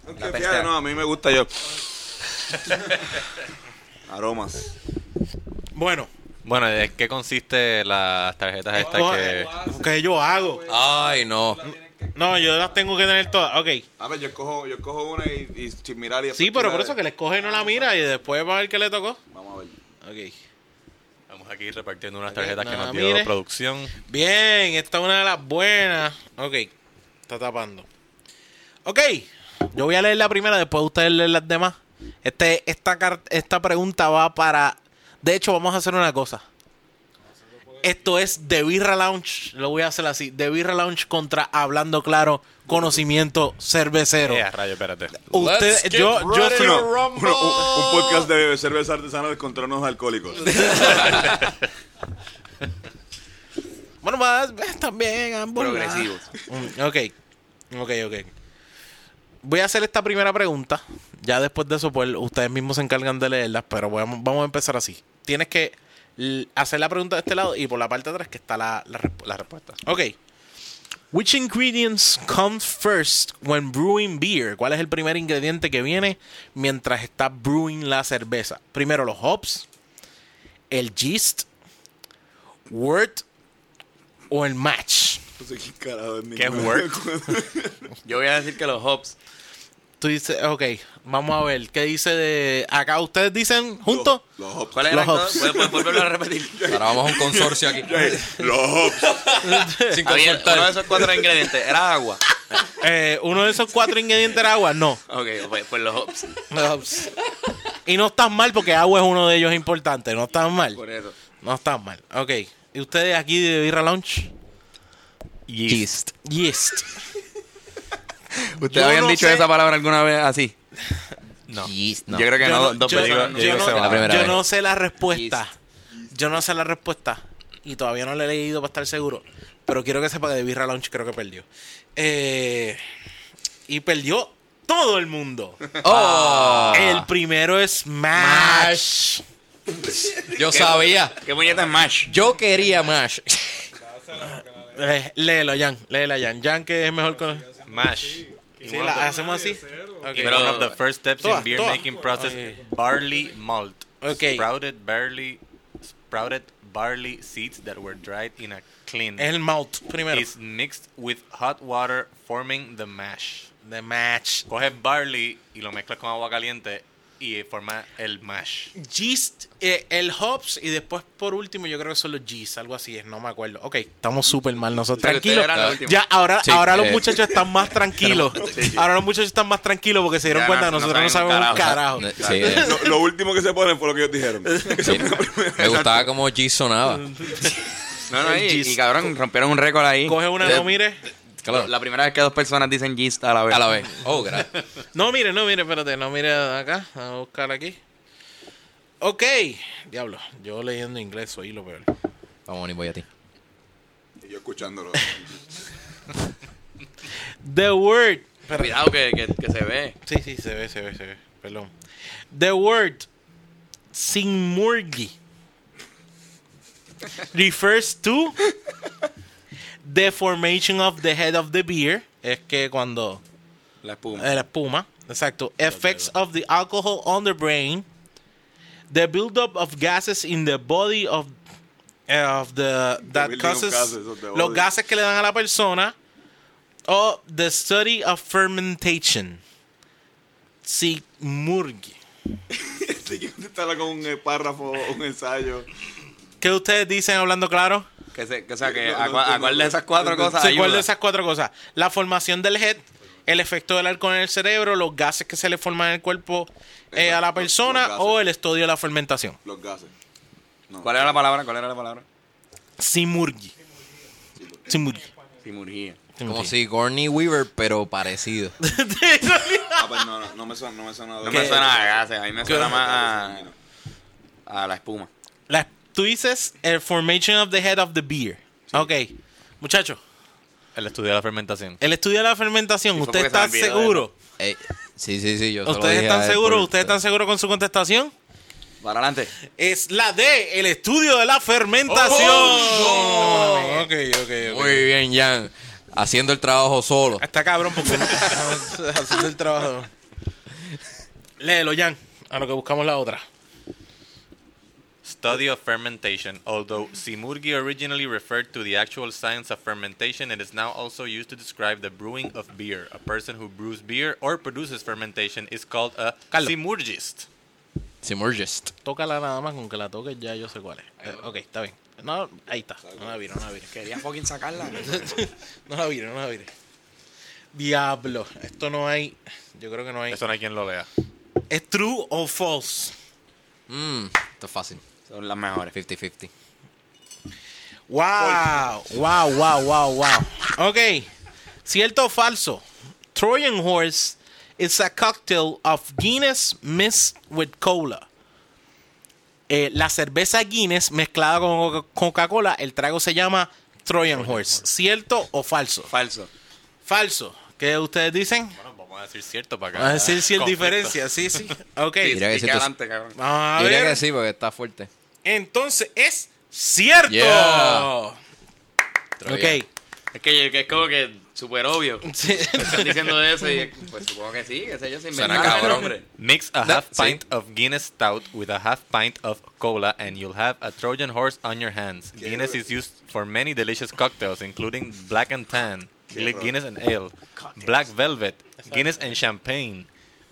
Aunque,
La
fíjate,
pesca.
no, a mí me gusta yo. Aromas.
Bueno,
Bueno, ¿de qué consiste las tarjetas estas
coja-
que
¿qué yo hago?
Ay, no.
No, yo las tengo que tener todas. Ok.
A ver, yo cojo, yo cojo una y, y sin mirar y
Sí,
después
pero
tirar.
por eso que la escoge y no la mira y después va a ver qué le tocó.
Vamos a ver.
Ok.
Vamos aquí repartiendo unas tarjetas que
nada,
nos dio
mire.
producción.
Bien, esta es una de las buenas. Ok, está tapando. Ok, yo voy a leer la primera, después ustedes leen las demás. Este, esta, car- esta pregunta va para... De hecho, vamos a hacer una cosa. Esto es The Birra Lounge, lo voy a hacer así. The Birra Lounge contra Hablando Claro, Conocimiento Cervecero.
Eh, a rayo, espérate.
Ustedes-
Let's get
yo, yo
ready
fui-
to
Uno- uno- un, un podcast de cerveza artesana contra los alcohólicos.
Bueno, más, eh, también ambos. lados.
Progresivos.
Mm, Ok, ok, ok. Voy a hacer esta primera pregunta. Ya después de eso, pues ustedes mismos se encargan de leerlas, pero vamos, vamos a empezar así. Tienes que l- hacer la pregunta de este lado y por la parte de atrás que está la, la resp- la respuesta. Ok. Which ingredients come first when brewing beer? ¿Cuál es el primer ingrediente que viene mientras está brewing la cerveza? Primero los hops, el yeast, wort o el match.
No sé qué carajo es
¿Qué es
ninguna.
work?
Yo voy a decir que los hops.
Tú dices, ok, vamos a ver, ¿qué dice de acá? ¿Ustedes dicen juntos?
Los hops.
¿Cuáles eran
Los
todos?
hops.
¿Puedes, puedes volverlo Pues, a repetir?
Ahora vamos a un consorcio aquí.
Los hops.
Sin
Había- uno de
consultar.
esos cuatro ingredientes era agua.
Eh, ¿Uno de esos cuatro ingredientes era agua? No. pues.
Ok, pues, pues los hops.
Y no están mal porque agua es uno de ellos importante, no están mal.
Por eso.
No están mal, ok. ¿Y ustedes aquí de Birra Lounge?
Yeast.
Yeast.
¿Ustedes
Yo
habían
no
dicho
sé-
esa palabra alguna vez así?
No.
Yo creo que
Yo
no,
no-
dos
yo-
veces.
personas no-
yo
digo que
no-
sea la
primera
yo
vez.
no sé la respuesta. Yo no sé la respuesta. Y todavía no la he leído para estar seguro. Pero quiero que sepa que de Birra Lounge creo que perdió. Eh, y perdió todo el mundo.
Ah,
El primero es Mash.
yo sabía.
¿Qué puñeta es Mash?
Yo quería Mash.
Eh, léelo, Jan. Léela, Jan. Jan, que es mejor con.
Mash.
Sí, la hacemos así. Ok.
Pero one of the first steps
Todas,
in beer
todas.
making process,
Ok.
barley malt.
Ok.
Sprouted barley, sprouted barley seeds that were dried in a clean
Es el mouth primero.
is mixed with hot water forming the mash.
The match.
Coges barley y lo mezclas con agua caliente y forma el mash.
Yeast, eh, el hops y después por último yo creo que son los G's, algo así es, no me acuerdo. Ok, estamos súper mal nosotros.
Pero ustedes
Tranquilos.
eran los últimos.
Ya, ahora,
Sí,
ahora los
eh.
muchachos están más tranquilos. Ahora los muchachos están más tranquilos porque se dieron
Ya
cuenta que
no- no
nosotros no
saben
sabemos
un
un carajo.
carajo.
Sí, eh,
Lo, lo último que se ponen fue lo que ellos dijeron.
sí. Me gustaba como G sonaba.
No, no, y,
El yeast.
y cabrón, rompieron un récord ahí.
Coge una,
De-
no mire.
Claro.
La primera vez que dos personas dicen yeast a la vez.
A la vez. Oh, gracias.
No mire, no mire, espérate, no mire acá. Vamos a buscar aquí. Ok, diablo, yo leyendo inglés soy lo peor.
Vamos, Bonnie, voy a ti.
Y yo escuchándolo.
The Word.
Cuidado que, que- que se ve.
Sí, sí, se ve, se ve, se ve. Perdón. The Word sin murgi refers to the formation of the head of the beer. Es que cuando
La espuma.
eh, la espuma, exacto. Effects of the alcohol on the brain. The buildup of gases in the body of, eh, of the that
building of
causes
gases of the
los
body.
gases que le dan a la persona. O the study of fermentation. Sigmurgi.
Estaba con un eh, párrafo, un ensayo.
¿Qué ustedes dicen hablando claro?
Que se, que, o sea, que
No, no
a, cua- a
entiendo.
cuál de esas cuatro cosas
¿Se
ayuda.
acuerdan de esas cuatro cosas? La formación del head, el efecto del alcohol en el cerebro, los gases que se le forman en el cuerpo eh, a
Exacto, los-
la
los
persona
gases.
o el estudio de la fermentación.
Los gases. No.
¿Cuál era la palabra? ¿Cuál era la palabra?
Simurgi. Simurgi.
Simurgia.
Como si Gorny Weaver, pero parecido.
Ah, pues no, no, no me suena, no me suena.
No me suena a gases, a mí me suena más a, a la espuma.
La- tú dices el formation of the head of the beer. Ok. Muchachos,
El estudio de la fermentación.
el estudio de la fermentación,
fue
¿ustedes
porque se me
están
olvidó eh, de-
seguros?
Ey, sí, sí, sí, yo se lo
¿Ustedes
dije a
están
él
seguros?
por-
¿Ustedes están seguros con su contestación?
Para adelante.
Es la de el estudio de la fermentación.
Oh,
Oh, Ok, ok, ok.
Muy bien, Jan. Haciendo el trabajo solo.
Está cabrón porque haciendo el trabajo. Léelo, Jan. A lo que buscamos la otra.
Study of fermentation. Although simurgi originally referred to the actual science of fermentation, it is now also used to describe the brewing of beer. A person who brews beer or produces fermentation is called a simurgist.
Simurgist.
Tócala nada más, con que la toques ya yo sé cuál es. Eh, ok, está bien. No, ahí está. No la vire, no la vire.
Quería fucking sacarla.
No la vire, no la vire. Diablo, esto no hay. Yo creo que no hay.
Eso no hay quien lo lea.
¿Es true o false?
Mmm, esto es fácil.
Son las mejores.
50-50.
Wow, wow, wow, wow, wow. Ok, cierto o falso. Trojan horse is a cocktail of Guinness mixed with cola. Eh, la cerveza Guinness mezclada con Coca- Coca-Cola, el trago se llama Trojan horse. ¿Cierto o falso?
Falso.
Falso. ¿Qué ustedes dicen?
Bueno, Ah, vamos a decir cierto para acá.
Vamos a decir si es
Ah, Conflicto.
diferencia, sí, sí. Ok.
Sí,
Mira que
sí,
si
que
tú-
adelante, cabrón.
Vamos a
Yo diría
ver.
que sí, porque está fuerte.
Entonces es cierto.
Yeah.
Ok.
Es que, que es como que súper obvio.
Sí.
Están diciendo eso y pues supongo que sí, que sé yo, sin
Suena
inventar el
cabrón.
nombre.
Mix a
That-
half pint of Guinness stout with a half pint of cola, and you'll have a Trojan horse on your hands. Guinness is used for many delicious cocktails, including black and tan,
horror.
Guinness and ale, black velvet, Guinness and champagne,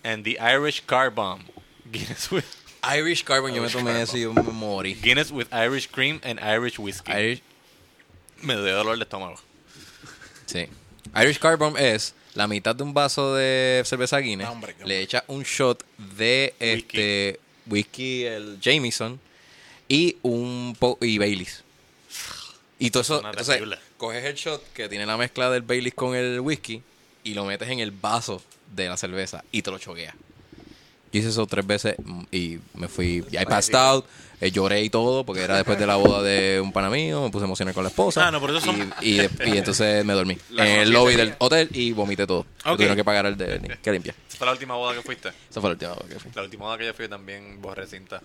and the Irish car bomb. Guinness with
Irish Carbon, yo me tomé eso y yo me morí.
Guinness with Irish cream and Irish whiskey.
Irish,
Me dio dolor de estómago.
sí. Irish Carbon es la mitad de un vaso de cerveza Guinness.
No, hombre, qué
le echa un shot de
Whisky.
este whisky, el Jameson, y un po- y Baileys. Y todo eso,
Suena
entonces,
terrible.
coges el shot que tiene la mezcla del Baileys con el whisky y lo metes en el vaso de la cerveza y te lo choqueas. Yo hice eso tres veces mm, y me fui, y I passed out, eh, lloré y todo, porque era después de la boda de un pana mío, me puse a emocionar con la esposa.
Ah, no, pero eso son-
y, y, y entonces me dormí
La
en el
noche
lobby
sería.
del hotel y vomité todo. Me
Ok.
Tuvieron que pagar el de que limpia.
¿Esa fue la última boda que fuiste?
Eso fue la última vez que fui.
La última boda que yo fui también borré cinta.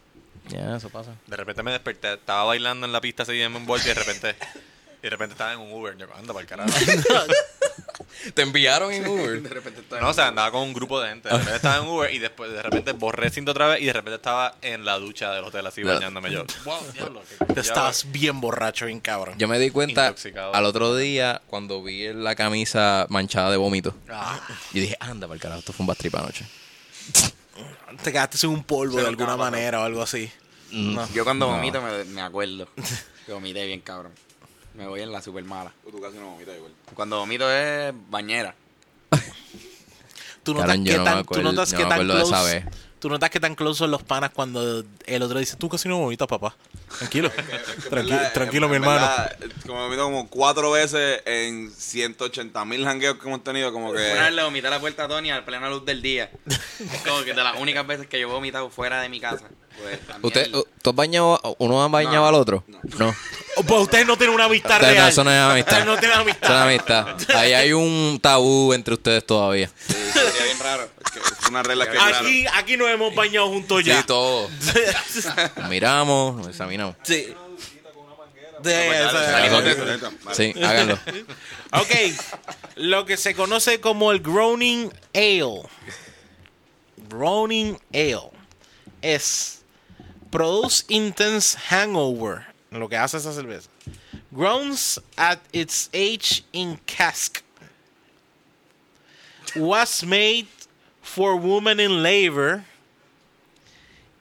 Ya, eso pasa.
De repente me desperté, estaba bailando en la pista así en un bolte y de repente, y de repente estaba en un Uber. Yo, anda para el carajo.
Te enviaron en Uber.
De repente está.
No, o sea, andaba con un grupo de gente. De repente estaba en Uber y después de repente borré cinta otra vez y de repente estaba en la ducha del hotel así
Claro.
bañándome yo. Wow, diablo.
Te estabas bien borracho, bien cabrón.
Yo me di cuenta
Intoxicado.
al otro día cuando vi la camisa manchada de vómito. Yo dije, anda, para el carajo, esto fue un bastripa anoche.
Te quedaste sin un polvo de
lo
alguna
acaba,
manera o algo así.
Mm,
No.
Yo cuando vomito me, me acuerdo. Que vomité bien, cabrón. Me voy en la super mala.
Tú casi no vomitas igual.
Cuando vomito es bañera.
Tú notas
Cabrón, yo
que
no me
tan, tú
acuerdo-
notas
yo
que
no me
tan
acuerdo de
close.
esa vez.
Tú notas que tan close son los panas cuando el otro dice, tú casi no vomitas, papá. Tranquilo.
Es que, en
tranquilo,
verdad, en-
tranquilo, mi
en
hermano.
verdad, como he visto como cuatro veces en 180 mil jangueos que hemos tenido, como que. eh,
Una vez le vomité a la puerta a Tony a plena luz del día. Es como que de las únicas veces que yo he vomitado fuera de mi casa. Pues, también-
¿Usted, ¿Tú has bañado, uno ha bañado
No.
al otro? No.
O, Pues ustedes no tienen una amistad
Ustedes
real.
no, eso no es amistad.
Ustedes no tienen
Eso no
amistad.
es amistad. Ahí hay un tabú entre ustedes todavía.
Sí, sería bien raro. Es que es una regla que
Aquí, aquí nos hemos bañado juntos ya.
Sí, todos. Nos miramos, nos examinamos.
Sí. De-
Claro,
esa-
salimos de- Vale.
Sí, háganlo.
Ok, lo que se conoce como el Groaning Ale. Groaning Ale es Produce Intense Hangover, lo que hace esa cerveza. Groans at its age in cask. Was made for women in labor.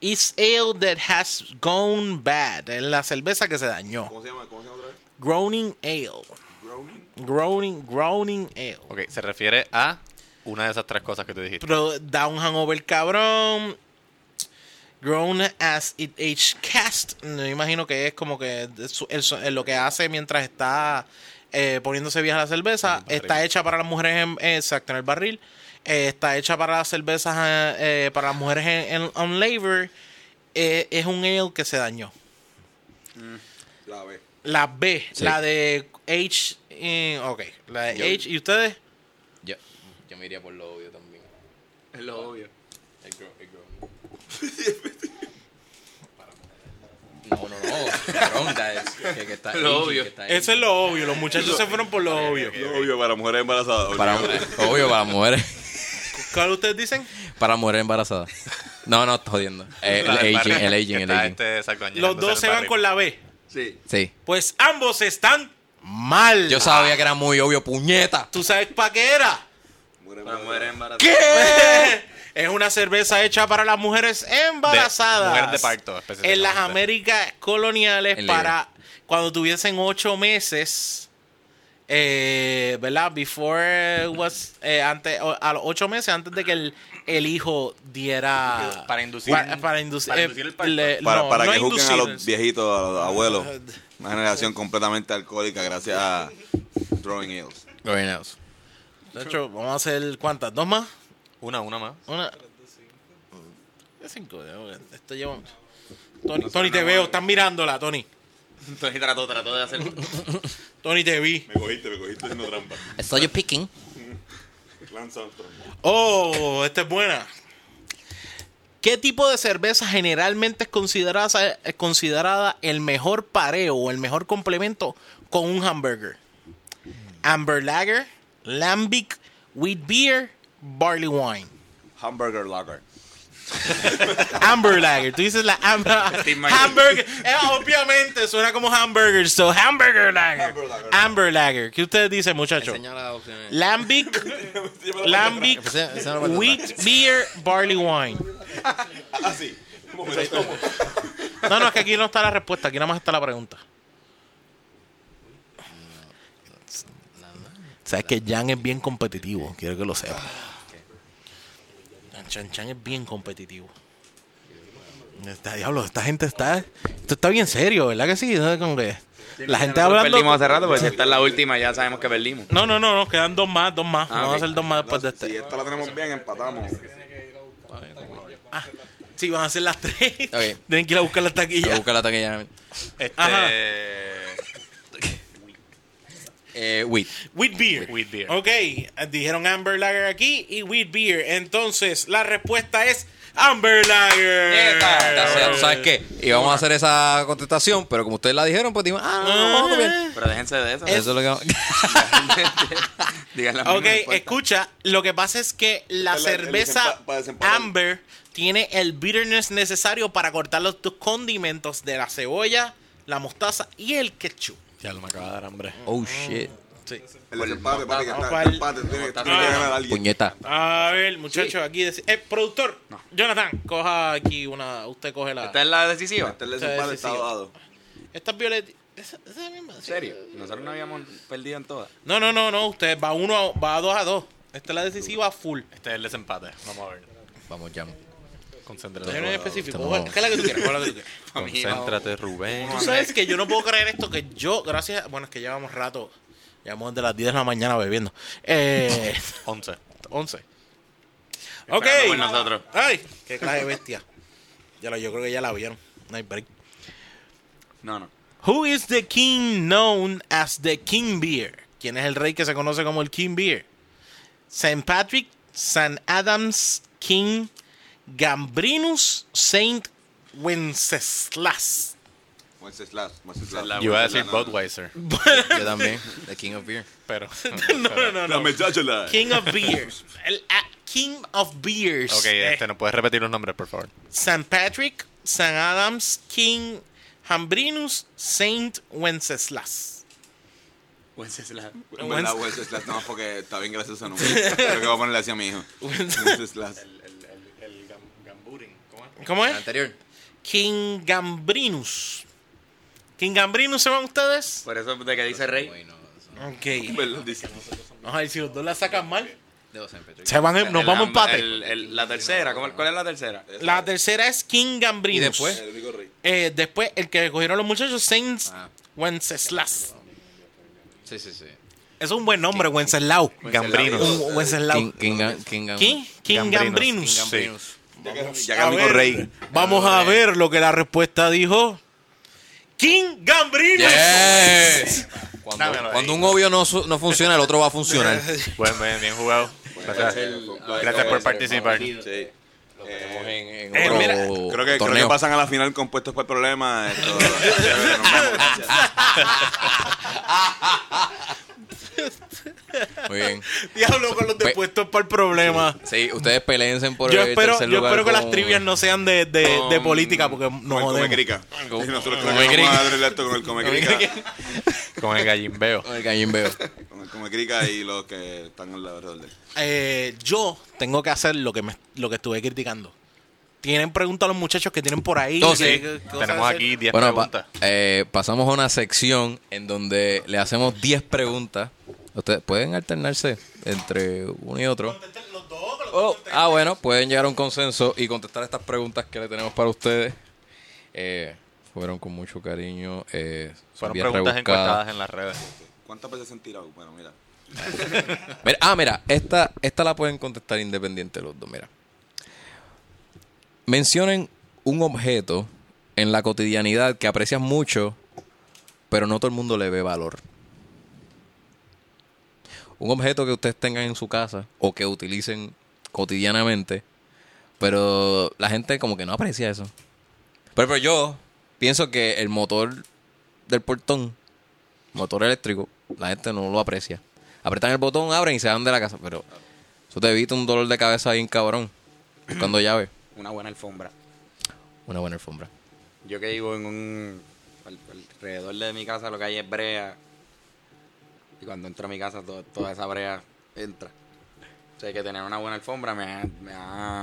Is ale that has gone bad. Es la cerveza que se dañó.
¿Cómo se llama? ¿Cómo se llama otra vez?
Groaning Ale.
Groaning.
Groaning, groaning ale.
Ok, se refiere a una de esas tres cosas que tú dijiste.
Pero da un hangover cabrón. Grown as it age cast. Me imagino que es como que su- el so- eh, lo que hace mientras está eh, poniéndose vieja la cerveza. Está hecha para las mujeres en, eh, exacto, en el barril. Eh, está hecha para las cervezas, eh, eh, para las mujeres en, en- on labor. Eh, es un ale que se dañó.
La B.
La B,
Sí.
la de H. eh, ok, la de
Yo-
H. ¿Y ustedes?
Yo, yo me iría por lo obvio también.
Es lo obvio.
El gro- el gro- No, no, no. cabrón, da- es que, que está
Lo obvio.
que está
Eso es lo obvio. Los muchachos se fueron por lo obvio.
Eh, Obvio, para mujeres embarazadas.
para, obvio para mujeres.
¿Cuál ustedes dicen?
Para mujeres embarazadas. No, no, estoy jodiendo. El,
La del
el aging,
barril,
el
que
aging, el
está,
aging.
este, exacto,
Los
añejándose
dos se
al
van
barril.
con la B.
Sí.
Sí.
Pues ambos están mal.
Yo sabía que era muy obvio, puñeta.
¿Tú sabes para qué era?
Para mujeres embarazadas.
es una cerveza hecha para las mujeres embarazadas.
mujeres de parto, específicamente.
En las Américas coloniales
En
para cuando tuviesen ocho meses. eh, ¿Verdad? Before was. eh, antes, o- a los ocho meses antes de que el, el hijo diera.
Para inducir-
Para, para inducir,
para
eh,
inducir el parto.
le-
Para,
no,
para
no
que juzguen a los
inducir.
viejitos, a los abuelos. Una generación completamente alcohólica gracias a Drawing Hills.
De hecho, vamos a hacer cuántas, dos más.
Una, una más.
Una. De cinco, de- de- Esto lleva. Tony, Tony, te veo, estás mirándola, Tony.
Entonces trató, trató de
Este,
hacer.
Tony, te vi.
Me cogiste, me cogiste haciendo trampa.
Estoy picking.
Lance
Oh, esta es buena. ¿Qué tipo de cerveza generalmente es considerada, es considerada el mejor pareo o el mejor complemento con un hamburger? Amber Lager, Lambic, Wheat Beer, Barley Wine.
Hamburger Lager.
Amber Lager. Tú dices la Amber.
Steve Martin.
Hamburger. Eh, obviamente suena como hamburger. So, Hamburger Lager.
Amber Lager.
Amber Lager. ¿Qué ustedes dicen, muchachos?
Señala opciones.
Lambic, Lambic,
Ese- ese no me
Wheat Beer, Barley Wine.
Ah, sí. Un momento.
No, no, es que aquí no está la respuesta. Aquí nada más está la pregunta. Sabes que Jan es bien competitivo. Quiero que lo sepas. Chan Chan es bien competitivo. Está, diablo, esta gente está. Esto está bien serio, ¿verdad que sí? ¿Sabes? Como que la gente
Nosotros
hablando.
Perdimos hace rato, pues esta es la última, ya sabemos que perdimos.
No, no, no, nos quedan dos más, dos más. Vamos
Ah, ok.
a hacer dos más después de este.
Si esta la tenemos bien, empatamos.
Sí, van a ser las tres.
Ok.
Tienen que ir a buscar la taquilla.
Busca la taquilla.
Este.
Ajá.
Eh, wheat.
Wheat beer.
Wheat beer.
Ok, dijeron Amber Lager aquí y Wheat beer. Entonces, la respuesta es Amber Lager.
Gracias. ¿Sabes qué? Íbamos a hacer esa contestación, pero como ustedes la dijeron, pues dijimos, ah, no,
Eh.
vamos a copiar.
Pero déjense de eso.
Eso es lo que vamos-
Digan la misma
Ok,
respuesta.
escucha, lo que pasa es que la
El- el
cerveza
desempa- para desempatar.
Amber tiene el bitterness necesario para cortar los dos condimentos de la cebolla, la mostaza y el ketchup.
Ya lo me acaba de dar hambre.
Oh, shit.
Sí.
El empate, papi, que está.
¿cuál?
El empate tiene que tiene que ganar alguien.
Puñeta.
A ver, muchachos, aquí dice, eh, productor, Jonathan, coja aquí una, usted coge la.
Esta es la decisiva.
Este desempate está
decisivo.
dado.
Esta es violeta. Esa, esa misma.
¿En serio? Nosotros no habíamos perdido en todas.
No, no, no, no. Usted va uno a, va a dos a dos. Esta es la decisiva full.
Este es el desempate. Vamos a ver.
Vamos, Jan.
Yo no
Este
Concéntrate.
en
Rubén.
específico.
Estamos-
Ojalá, ojalá que tú quieras, ojalá que tú quieras.
Concéntrate, Rubén.
Tú sabes que yo no puedo creer esto que yo, gracias, bueno, es que llevamos rato, llevamos desde las 10 de la mañana bebiendo. Eh,
11.
11. Ok.
Esperando por nosotros.
Ay, qué clase de bestia. Ya lo, yo creo que ya la vieron. No hay break.
No, no.
Who is the king known as the King Beer? ¿Quién es el rey que se conoce como el King Beer? Saint Patrick, San Adams, King Gambrinus, Saint Wenceslas.
Wenceslas. Wenceslas.
Yo iba a decir Budweiser.
Yo también. The King of
¿Eh?
Beer.
Pero.
No,
La
no, no.
muchacha la...
King of Beers. El, ah, King of Beers.
Ok,
Eh,
este, ¿no puedes repetir los nombres, por favor?
San Patrick, San Adams, King Gambrinus, Saint Wenceslas.
Pues
En verdad, Wenceslas, no, porque está bien gracioso el nombre. Creo que voy a ponerle así a mi hijo. Wenceslas.
¿Cómo
El
es?
anterior.
King Gambrinus. ¿King Gambrinus se van ustedes?
Por eso de que dice rey.
Uy, no. eso-
Ok.
¿Verdad? Dice.
Ay, si los dos la sacan mal.
Debo ser Patrick.
Se van, en- nos
El-
vamos a empate.
el- el- la tercera, ¿cómo- ¿cuál es la tercera?
la tercera es King Gambrinus.
¿Y después?
El único rey.
Eh, después, el que cogieron los muchachos, Saint
Ah.
Wenceslas.
Sí, sí, sí.
Es un buen nombre, Wenceslao.
Gambrinos.
Un Wenceslao.
King, King, Ga- King, Ga-
¿King? King
Gambrinus.
Gambrinus.
King Gambrinus.
Ya que, ya que
A
el único
ver,
rey.
Vamos a ver lo que la respuesta dijo. King Gambrinus.
Yes. Cuando,
Dámelo
cuando
ahí.
un obvio no, su- no funciona, el otro va a funcionar.
Eh,
Bueno, bien, bien jugado. Gracias, gracias por participar.
Sí.
en, en
Eh,
otro
mira,
Creo que, creo que
torneo.
pasan a la final con puestos para el problema. esto. Nos vemos.
Muy bien.
Diablo con los depuestos para el problema.
Sí, ustedes peleense por
Yo
el
espero,
tercer
yo
lugar
espero que las
con-
trivias no sean de, de- de
Con-
política porque no
Con el
jodemos.
Comecrica. Y nosotros creo que
Comecrica.
vamos a darle esto con el Comecrica.
Con el gallimbeo.
con el gallimbeo.
Con el Comecrica y los que están alrededor de él.
Eh, yo tengo que hacer lo que me, lo que estuve criticando. Tienen preguntas a los muchachos que tienen por ahí.
Oh,
que-
sí.
que- cosas
Tenemos
así.
aquí 10
Bueno, pa-
preguntas.
eh, pasamos a una sección en donde le hacemos 10 preguntas. Ustedes pueden alternarse entre uno y otro. Oh, ah, bueno, pueden llegar a un consenso y contestar estas preguntas que le tenemos para ustedes. Eh, fueron con mucho cariño. Eh, son
Fueron
bien
preguntas
rebuscadas.
encuestadas en las redes.
¿Cuántas veces se han tirado? Bueno, mira.
Mira, ah, mira, esta, esta la pueden contestar independiente los dos, mira. Mencionen un objeto en la cotidianidad que aprecias mucho, pero no todo el mundo le ve valor. Un objeto que ustedes tengan en su casa o que utilicen cotidianamente, pero la gente como que no aprecia eso. Pero, pero yo pienso que el motor del portón, motor eléctrico, la gente no lo aprecia. Apretan el botón, abren y se van de la casa, pero eso te evita un dolor de cabeza bien cabrón. Buscando llave,
Una buena alfombra.
una buena alfombra.
Yo que vivo en un. al- alrededor de mi casa lo que hay es brea. Y cuando entro a mi casa, to- toda esa brea entra. O sea que tener una buena alfombra me ha, me ha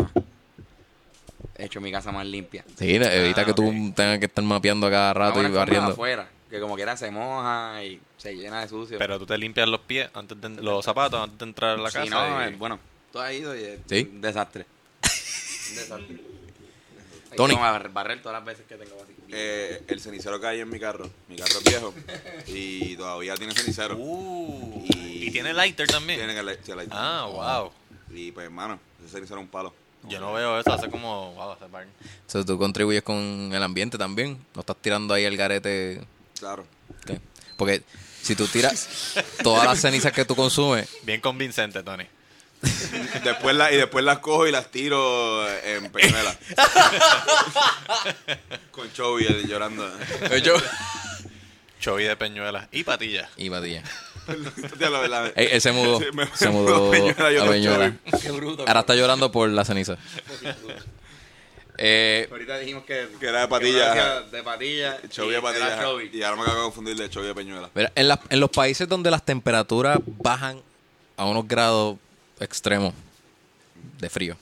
hecho mi casa más limpia.
Sí, evita
Ah,
que tú
ok.
tengas que estar mapeando a cada
Una
rato
buena
y
alfombra
barriendo.
afuera, que como quiera se moja y se llena de sucio.
Pero tú te limpias los pies, antes de- los zapatos, antes de entrar a la
Si
casa.
no,
y-
eh, bueno, todo ha ido y es
Sí.
un desastre. Un desastre. Hay
Tony.
que barrer- barrer todas las veces que tengo así.
Eh, el cenicero que hay en mi carro. Mi carro es viejo. Y todavía tiene cenicero.
Uh,
Y-
y, tiene lighter también.
Tiene que la- que la-
Ah, wow.
Y pues, hermano, ese cenicero es un palo.
Yo no veo eso hace como. Wow, hace par.
Entonces tú contribuyes con el ambiente también. No estás tirando ahí el garete.
Claro.
¿qué? Porque si tú tiras todas las cenizas que tú consumes,
Bien convincente, Tony.
Después la, y después las cojo y las tiro en peñuela. Con Chovy eh, llorando.
Chovy de Peñuelas y patillas.
y batía.
Ya la verdad.
Ey, él se mudó.
Sí, me-
se
me
mudó
mudó a Peñuela, yo
a
no
Peñuela.
Qué bruto.
Ahora está llorando por la ceniza. Eh,
Ahorita dijimos que,
Que era de patilla.
que era De patilla.
Chovy de
y era
patilla.
Chovy.
Y ahora me acabo de confundir de Chovy de peñuela.
Mira, en, las- en los países donde las temperaturas bajan a unos grados extremos de frío,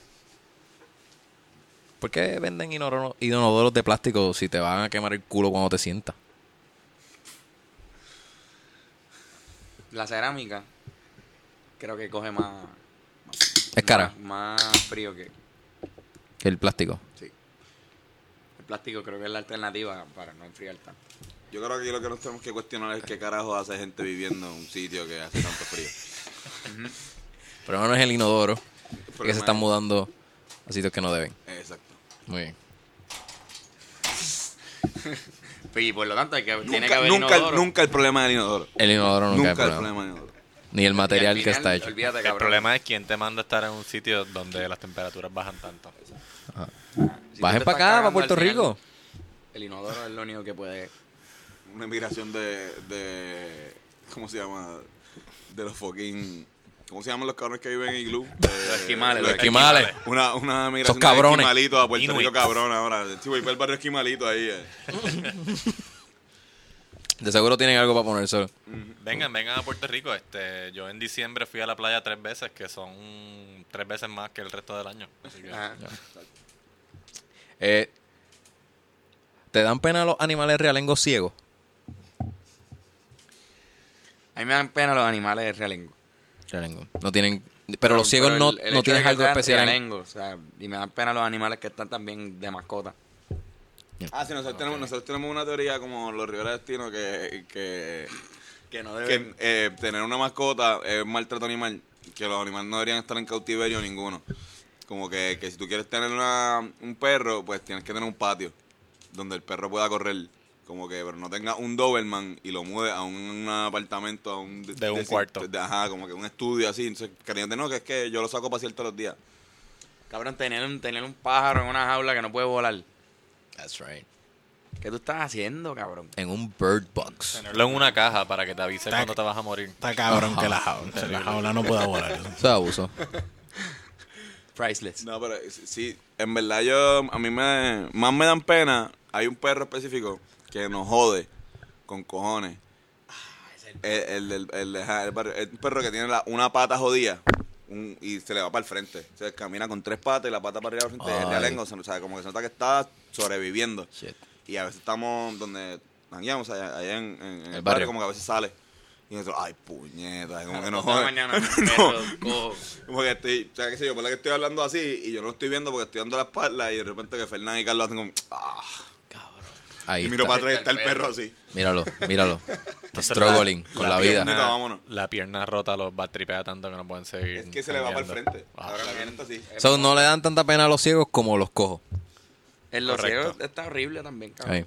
¿por qué venden inodoro- inodoros de plástico si te van a quemar el culo cuando te sientas?
La cerámica creo que coge más.
Es cara,
Más, más frío que.
que el plástico.
Sí. El plástico creo que es la alternativa para no enfriar tanto.
Yo creo que lo que nos tenemos que cuestionar es qué carajo hace gente viviendo en un sitio que hace tanto frío.
Pero no es el inodoro, que
problema
se están
es-
mudando a sitios que no deben.
Exacto.
Muy bien.
Y por lo tanto, hay que, tiene que
Nunca,
haber
nunca,
inodoro.
nunca el problema del inodoro.
El inodoro
Nunca,
nunca, hay
el
problema.
problema del inodoro.
Ni el
Y al
material que
final,
está hecho.
Olvídate,
El
cabrón.
problema es quién te manda a estar en un sitio donde las temperaturas bajan tanto.
Si tú
Bajen
te
para
estás
acá,
cagando
para
al
Puerto
final,
Rico.
El inodoro es lo único que puede.
Una emigración de, de. ¿Cómo se llama? De los fucking. ¿Cómo se llaman los cabrones que viven en Iglú? Eh,
Los esquimales, los
Esquimales.
Una, una migración
cabrones.
de esquimalitos a Puerto
Inuit.
Rico cabrón ahora. Sí, voy para el barrio esquimalito ahí. eh.
De seguro tienen algo para ponerse.
Vengan, vengan a Puerto Rico. Este, yo en diciembre fui a la playa tres veces, que son tres veces más que el resto del año. Así que-
Ah.
Ajá.
Eh, ¿Te dan pena los animales realengos ciegos?
A mí me dan pena los animales de realengo.
Realengo. No tienen. Pero, los ciegos no,
el- el hecho
no
de
tienen
que
algo
sean
especial. en-
realengo, o sea, y me dan pena los animales que están también de mascota.
Ah, sí, nosotros, tenemos, nosotros tenemos una teoría como los Rivera Destino que. que
Que no
que eh, tener una mascota es maltrato animal, que los animales no deberían estar en cautiverio ninguno. Como que, que si tú quieres tener una- un perro, pues tienes que tener un patio donde el perro pueda correr. Como que, pero no tenga un Doberman y lo mude a un, un apartamento, a un...
De un cuarto.
de- ajá, como que un estudio así. Entonces, queriendo, no, que es que yo lo saco a pasear todos los días.
Cabrón, tener un, tener un pájaro en una jaula que no puede volar.
That's right.
¿Qué tú estás haciendo, cabrón?
En un bird box.
Tenerlo en una caja para que te avise
Tac.
cuando te vas a morir.
Está cabrón que la jaula. La jaula no puede volar.
Eso es abuso.
Priceless.
No, pero eh, sí, en verdad yo, a mí me, más me dan pena, hay un perro específico que nos jode con cojones. El, el, del- el de- ajá, el barrio. Es un perro que tiene la- una pata jodida un- y se le va para el frente. O sea, camina con tres patas y la pata para arriba al frente.
Ay.
Le lengua, o sea, como que se nota que está sobreviviendo.
Shit.
Y a veces estamos donde jangueamos, allá, allá en, en- en el,
El
barrio.
barrio.
como que a veces sale. Y nosotros, ay, puñeta, como que
Dos
nos
de la
jode.
mañana,
No.
perro, cojo.
Como que estoy, o sea, qué sé yo, por la que estoy hablando así y yo no lo estoy viendo porque estoy dando la espalda y de repente que Fernández y Carlos hacen como, ah,
Ahí
y miro para
está.
atrás y está el perro así.
Míralo, míralo. Struggling con la
pierna.
vida.
Neta, vámonos.
La pierna rota los va a tripear tanto que no pueden seguir.
Es que se le va para el
caminando.
frente.
Ah.
Ahora la viene está así.
So, no le dan tanta pena a los ciegos como los cojos.
El los
Correcto.
ciegos está horrible también, cabrón.
Ahí.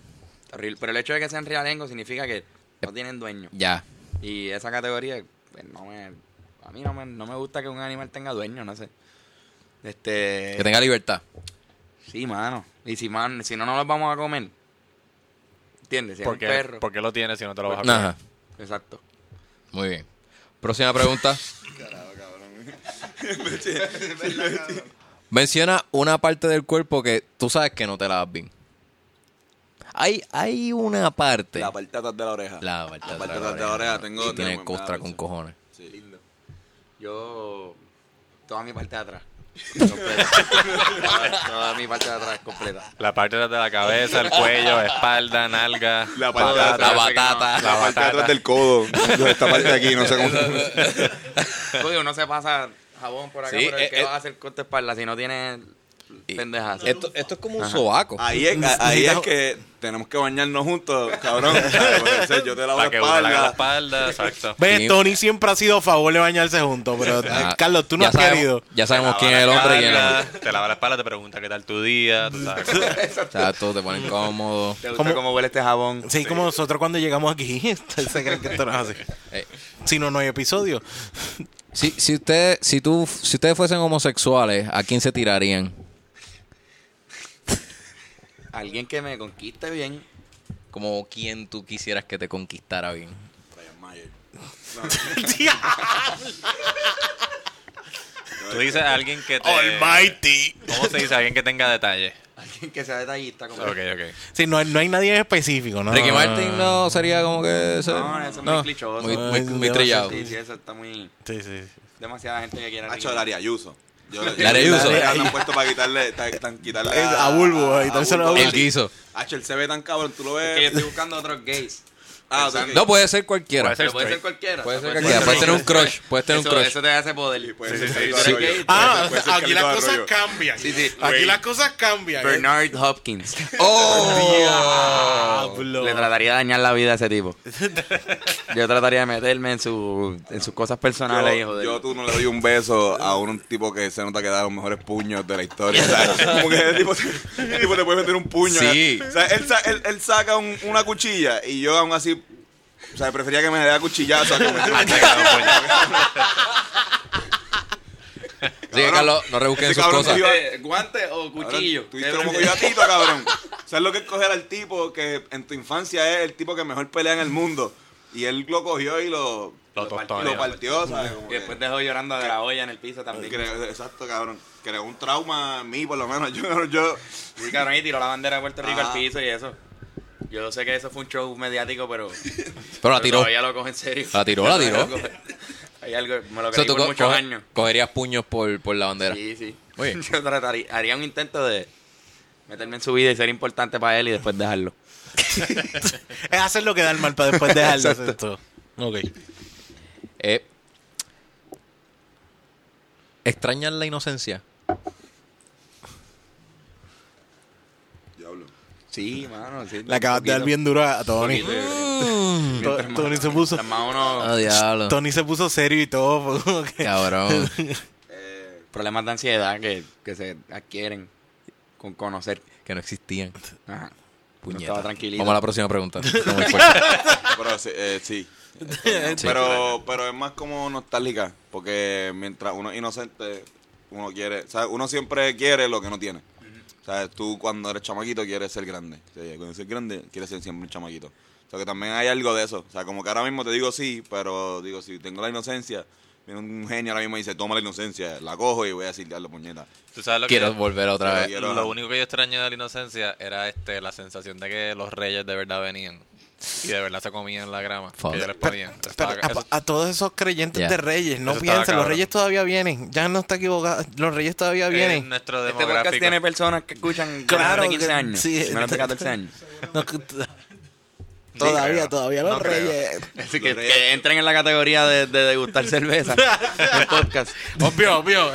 Está horrible. Pero el hecho de que sean realengo significa que no tienen dueño.
Ya.
Y esa categoría, pues no me. A mí no me, no me gusta que un animal tenga dueño, no sé. Este.
Que tenga libertad.
Sí, mano. Y si, man, si no, no los vamos a comer. ¿Entiendes? Si es
¿Por
un
qué,
perro.
por qué lo tienes si no te lo vas a comer?
Ajá.
Exacto.
Muy bien. Próxima pregunta. Menciona una parte del cuerpo que tú sabes que no te lavas bien. Hay, hay una parte.
La parte de atrás de la oreja.
La parte
La
de
parte de atrás
atrás
de la oreja. Tengo
que tiene
tengo- me da
costra con
vergüenza.
cojones.
Sí.
Yo. Toda mi parte de atrás. completa. toda, toda mi parte de atrás completa.
La parte de atrás de la cabeza, el cuello, espalda, nalga.
La parte de atrás.
La
parece que no.
batata.
La parte de atrás del codo. Esta parte de aquí, no sé cómo.
Oye, uno se pasa jabón por acá,
Sí,
pero el
eh,
que
eh.
vas a hacer con tu espalda si no tienes pendejas.
Esto, esto es como un sobaco.
Ahí es, ahí es que tenemos que bañarnos juntos, cabrón. Porque, o sea, Yo te lavo la
Para que uno le haga la
espalda.
espalda, exacto.
¿Ves?
Sí.
Tony siempre ha sido favor de bañarse juntos, pero eh,
Ah,
Carlos, tú no
ya
has
sabemos-
querido.
Ya sabemos
Te
quién es
lava
el
la
hombre y quién es la
espalda,
mujer.
Te lava la espalda, te pregunta qué tal tu día, tú sabes.
O sea, todos te ponen cómodo.
¿Te gusta
¿Cómo?
cómo huele este jabón?
Sí, como nosotros cuando llegamos aquí, ustedes se creen que esto no es así.
Eh,
Si no, no hay episodio.
si, si, usted, si, tú, si ustedes fuesen homosexuales, ¿a quién se tirarían?
Alguien que me conquiste bien.
Como quien tú quisieras que te conquistara bien.
Brian Mayer.
Tú dices a alguien
Eh.
que te...
Almighty.
¿Cómo se dice? Alguien que tenga detalle.
Alguien que sea detallista. Como
Ok, ok.
Sí, no, hay- no hay nadie en específico, ¿no?
Ricky Martin no sería como que. se-
No, eso es muy clichoso.
Muy, muy-
Ay,
muy
demasiado
trillado.
Sí, sí, eso está muy.
Sí, sí. sí.
Demasiada gente que quiere. a
Hacho
Ricky.
el Ariayuso. Yo,
El Ariayuso.
yo- yo- yo- han puesto para quitarle, ta- tan- quitarle
Es a Bulbo,
a-
y dárselo a
Bulbo.
El guiso.
Hacho, él se ve tan cabrón, tú lo
Es que yo
ves.
estoy buscando otros gays. Ah, ok.
Pensando-
No puede ser cualquiera.
Puede ser
Pero puede ser
straight.
cualquiera.
Puede
o
ser
sea,
cualquiera. Puedes tener un crush. Puedes tener un
Eso-
crush.
Eso te hace poder.
puede ser
Tú
Carlito
eres
Arroyo.
gay,
Ah,
Puede ser- puede ser
o sea, aquí las
Carlito
cosas
Arroyo.
cambian.
Sí, sí.
Aquí
Güey.
las cosas cambian.
Bernard Hopkins.
¡Oh!
Diablo.
Le trataría de dañar la vida a ese tipo. Yo trataría de meterme en, su, en sus cosas personales, hijo
Yo,
de...
yo tú no le doy un beso a un tipo que se nota que da los mejores puños de la historia. ¿sabes? Como que el tipo, el tipo te puede meter un puño.
Sí.
O sea, él, sa- él- él saca un- una cuchilla y yo aún así. O sea, prefería que me diera cuchillazo a que me metiera un
Así que, Carlos, no rebusquen
Ese
sus
cabrón
cosas.
tío-
¿Guante o Eh, cuchillo?
Ahora, Tuviste como coyotito, cabrón. ¿Sabes lo que es coger al tipo que en tu infancia es el tipo que mejor pelea en el mundo? Y él lo cogió y lo,
Lo tostó,
lo
ya.
partió, ¿sabes? Como
Y después
que-
dejó llorando de la olla en el piso también.
Creo- exacto, cabrón. Creó un trauma a mí, por lo menos. Yo, yo
Sí, cabrón, y tiró la bandera de Puerto Rico
Ah.
al piso y eso. Yo sé que eso fue un show mediático, pero. pero
Pero la tiró.
Todavía lo coge en serio.
La tiró, la tiró.
Lo coge- Hay algo, me lo
O sea,
creí
tú
por
co-
muchos
coge-
años.
cogerías puños por, por la bandera.
Sí, sí.
Oye.
Yo trataría, haría un intento de meterme en su vida y ser importante para él y después dejarlo.
Es hacer lo que da el mal para después dejarlo. hacer todo. Ok.
Eh, ¿Extrañas la inocencia?
Diablo.
Sí, mano. Sí,
Le acabas de dar bien duro a Tony. Mm. To- Tony se puso.
Más uno,
Mm. Ah, diablo.
Tony se puso serio y todo. como que-
Cabrón.
problemas de ansiedad que, que se adquieren con conocer.
Que no existían.
Ajá. Este No
Puñeta.
estaba tranquilito.
Vamos a la próxima pregunta. No me importa.
Pero sí. eh, sí. Este, Pero, pero es más como nostálgica. Porque mientras uno es inocente, uno quiere. ¿sabes? Uno siempre quiere lo que no tiene. ¿Sabes? Tú cuando eres chamaquito quieres ser grande. O sea, Cuando eres grande quieres ser siempre un chamaquito. O sea, que también hay algo de eso. O sea, como que ahora mismo te digo sí, pero digo, si tengo la inocencia, viene un genio ahora mismo y dice, toma la inocencia, la cojo y voy a decirle a la puñeta.
Tú sabes lo que
Quiero volver otra
Pero
vez.
quiero-
Lo único que yo extraño de la inocencia era este la sensación de que los reyes de verdad venían y de verdad se comían la grama
Fuck.
que ellos les
Pero-
ponían. Eso
pero
estaba- eso-
a, a todos esos creyentes
Ya.
de reyes, no
Eso estaba
piensen, los
cabrón. Eh,
reyes todavía vienen. Ya no está equivocado, los reyes todavía
es
vienen.
nuestro
Este podcast
demográfico.
tiene personas que escuchan menos
Claro
de 15
que-
años.
sí.
menos de 14 años.
No, que- todavía,
creo.
todavía los
No creo.
reyes.
Así que, que entren en la categoría de, de degustar cerveza en podcast.
Obvio, obvio.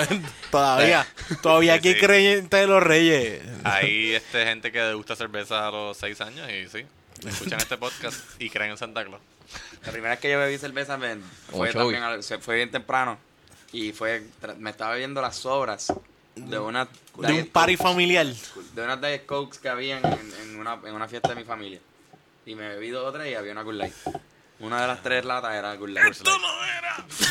todavía, todavía aquí hay
Sí.
creyentes de los reyes.
Hay este, gente que gusta cerveza a los 6 años y sí, escuchan este podcast y creen en Santa Claus.
La primera vez que yo bebí cerveza me- fue,
Ocho,
también al- se- fue bien temprano. Y fue tra- me estaba bebiendo las sobras de una
De un
Diet
party familiar.
Coke- de unas Diet Cokes que había en, en una, en una fiesta de mi familia. Y me bebí dos o tres y había una Cool Light. Una de las tres latas era Cool Light.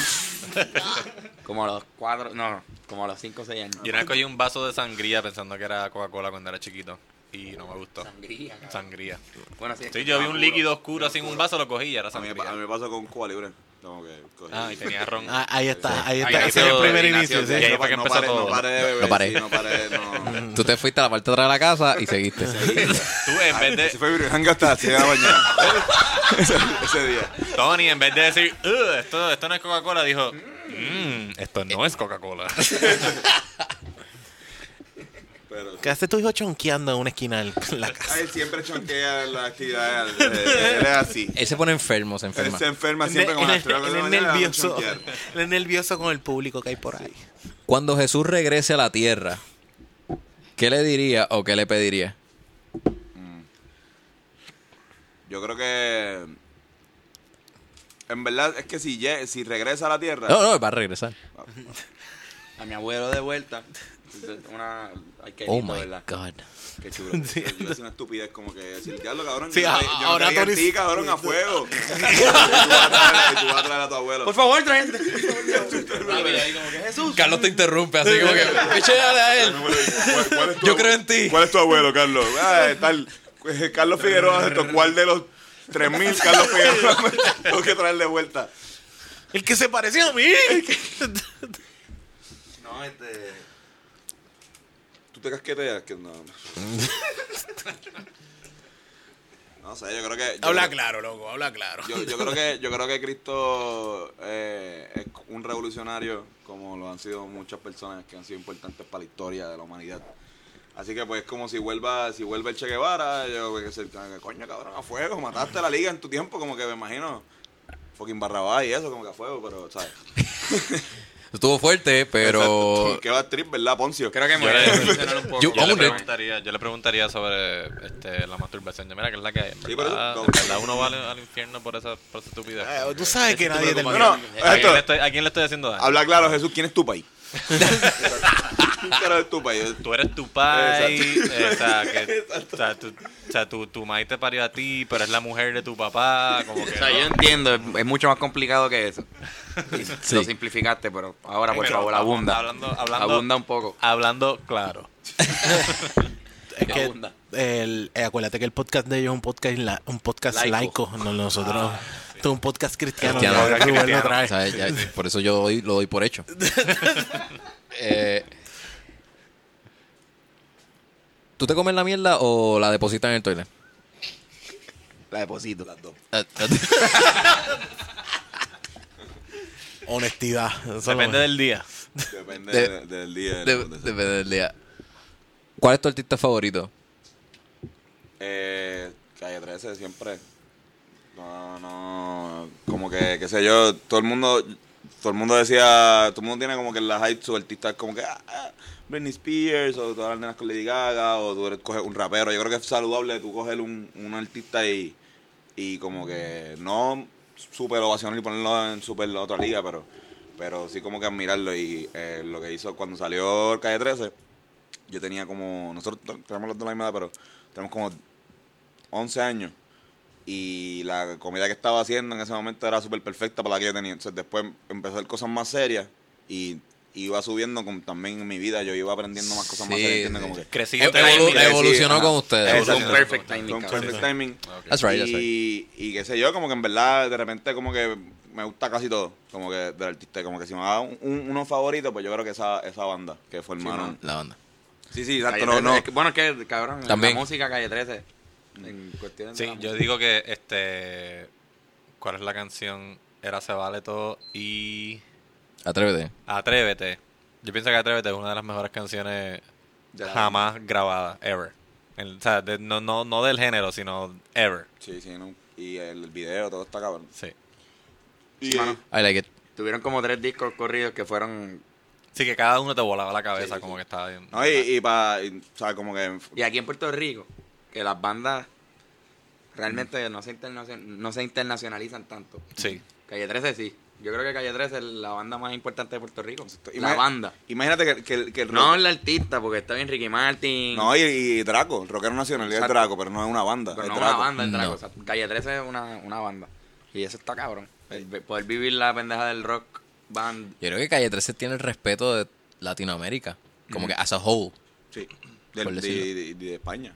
Como a los cuatro, no, como a los cinco o seis años.
Yo una vez cogí un vaso de sangría pensando que era Coca-Cola cuando era chiquito y no me gustó.
Sangría, cabrón.
Sangría.
Bueno, sí,
Sí, yo vi un líquido oscuro así en un vaso, lo cogí y era
A mí, me
sangría.
pa- a mí me pasó con Cuba Libre. Como que cogí-
Ah, y tenía ron.
Ah, ahí está, ahí
Ahí
está. Ese es
nació-
el primer
ahí nació
inicio.
el-
sí.
ahí fue que
no
empezó
paré,
todo.
No paré de beber,
Lo paré.
sí, no paré, no. Eh,
Tú te fuiste a la parte de atrás de la casa y seguiste.
Tú, en vez de,
Se fue Virgen hasta las 7 de la mañana. ese, ese día.
Tony, en vez de decir, "Ugh, esto, esto no es Coca-Cola, dijo, "Mm, esto no es Coca-Cola.
Pero,
¿Qué hace tu hijo chonqueando en una esquina de la casa?
Ah, él siempre chonquea en las actividades. Él, él- él es así.
Él se pone enfermo, se
Él
enferma.
se enferma siempre con
Él
las
es-
tres de la
él es
mañana, va a
nervioso.
chonquear.
Él es nervioso con el público que hay por ahí.
Cuando Jesús regrese a la tierra, ¿qué le diría o qué le pediría?
Yo creo que. En verdad, es que si, lle- si regresa a la tierra.
No, no, va a regresar.
A mi abuelo de vuelta. Una. Ay, qué
Oh
lindo,
my
¿verdad?
God.
Qué chulo. Yo iba a decir una estupidez como que decir, diablo, cabrón.
Sí,
yo no
a-
creí- yo no
ahora
creí en
Tony-
ti, cabrón, a fuego. Y tú vas a traer- y tú vas a traer a tu abuelo.
Por favor, tráete. ahí como que Jesús.
Carlos te interrumpe, así como que. "Échale a él.
¿Cuál- cuál es tu
Yo
abue-
creo en ti.
¿Cuál es tu abuelo, Carlos? Ah, tal, eh, Carlos Figueroa, esto, ¿cuál de los 3.000 Carlos Figueroa tengo que traer de vuelta?
El que se pareció a mí.
No, este.
¿Tú te casqueteas? Que no. No sé, yo creo que... yo creo-
claro, loco, habla claro.
Yo, yo creo que yo creo que Cristo eh, es un revolucionario como lo han sido muchas personas que han sido importantes para la historia de la humanidad Así que pues como si vuelva, si vuelve el Che Guevara, yo voy a decir, coño cabrón, a fuego, mataste a la liga en tu tiempo, como que me imagino, fucking barrabá y eso, como que a fuego, pero, ¿sabes?
Estuvo fuerte, pero.
Exacto. Qué va trip, ¿verdad, Poncio?
Creo que me
Yo
voy a
le-
decepcionar un poco.
Yo-
Yo le,
Hombre.
preguntaría, yo le preguntaría sobre este, la masturbación. Yo, mira, que es la que hay.
Sí, pero
¿Verdad?
no.
¿De verdad uno va al, al infierno por esa, por esa estupidez?
Eh, tú sabes que
Ese
nadie
tipo de
te-
No, no,
preocupación. ¿A,
esto-
quién le estoy, a quién le estoy haciendo daño?
Habla claro, Jesús, ¿quién es tu país? ¿Quién carajo es tu país?
Tú eres tu pai, eh, o sea, que, o sea, tu, o sea, tu, tu maíz te parió a ti, pero es la mujer de tu papá, como que...
O sea,
no.
yo entiendo, es, es mucho más complicado que eso. Y
Sí.
Lo simplificaste, pero ahora, por
Pero
favor, abunda.
Hablando, hablando,
Abunda un poco.
Hablando claro.
Es que
abunda.
el, eh, acuérdate que el podcast de ellos es un podcast, la- un podcast laico.
Laico.
No, nosotros. Esto es un podcast cristiano. ya
Cristiano,
Rubén lo
cristiano.
trae.
¿sabes? Ya, por eso yo doy- lo doy por hecho. Eh, ¿Tú te comes la mierda o la depositas en el toilet?
La deposito. Las dos.
Eh, eh,
Honestidad. eso es lo
Depende
mejor.
del día.
Depende
De-
de- del día. de la
de-
contestación.
Depende del día. ¿Cuál es tu artista favorito?
Eh, calle 13 siempre. No, no. Como que, qué sé yo, todo el mundo, todo el mundo decía, todo el mundo tiene como que en la hype su artista es como que ah, ah, Britney Spears o todas las nenas con Lady Gaga o tú eres- coges un rapero. Yo creo que es saludable tú coger un, un artista y, y como que no super ovacionar y ponerlo en super la otra liga, pero pero sí como que admirarlo y eh, lo que hizo cuando salió Calle 13 yo tenía como, nosotros t- tenemos los dos la misma edad, pero tenemos como 11 años. Y la comida que estaba haciendo en ese momento era súper perfecta para la que yo tenía. Entonces después empezó a hacer cosas más serias y iba subiendo con, también en mi vida. Yo iba aprendiendo más cosas más
Sí,
serias, ¿entiendes?
sí.
Como que...
Crecí
Evolu-
tremendo.
Sí,
evolucionó
ajá.
con ustedes.
Exacto.
Fue un perfect timing,
Fue un
cabrón.
perfect timing.
That's right, that's
Y, y qué sé yo, como que en verdad, de repente, como que me gusta casi todo, como que del artista. Como que si me da un, un- uno favorito, pues yo creo que esa, esa banda que formaron.
La banda.
Sí, sí,
Calle
exacto. No,
13,
no.
es que- bueno, es que, cabrón,
También.
la música Calle 13. En cuestiones de
Sí,
la
yo
música.
digo que este. ¿Cuál es la canción? Era Se Vale Todo y.
Atrévete.
Atrévete. Yo pienso que Atrévete es una de las mejores canciones
De la-
jamás grabadas, ever. En- o sea, de- no, no, no del género, sino ever.
Sí, sí, no. Y el video, todo está cabrón.
Sí.
Y,
Mano,
I like it.
Tuvieron como tres discos corridos que fueron.
Sí, que cada uno te volaba la cabeza, como que estaba bien.
no, y, y para, o sea, como que...
Y aquí en Puerto Rico, que las bandas realmente no se, internacion- no se internacionalizan tanto.
Sí.
Calle 13 sí. Yo creo que Calle 13 es la banda más importante de Puerto Rico. La
imagi-
banda.
Imagínate que, que, que el
No
rock-
el artista, porque está bien Ricky Martin.
no, y, y Draco, el rockero nacional es
Exacto.
Draco, pero no es una banda.
Pero
es
no
Draco.
una banda, es Draco.
No.
O sea, Calle 13 es una, una banda. Y eso está cabrón. El ve- poder vivir la pendeja del rock band.
Yo creo que Calle 13 tiene el respeto de Latinoamérica. Como que as a whole.
Sí. Del-
Por
de,
decirlo.
de- de España.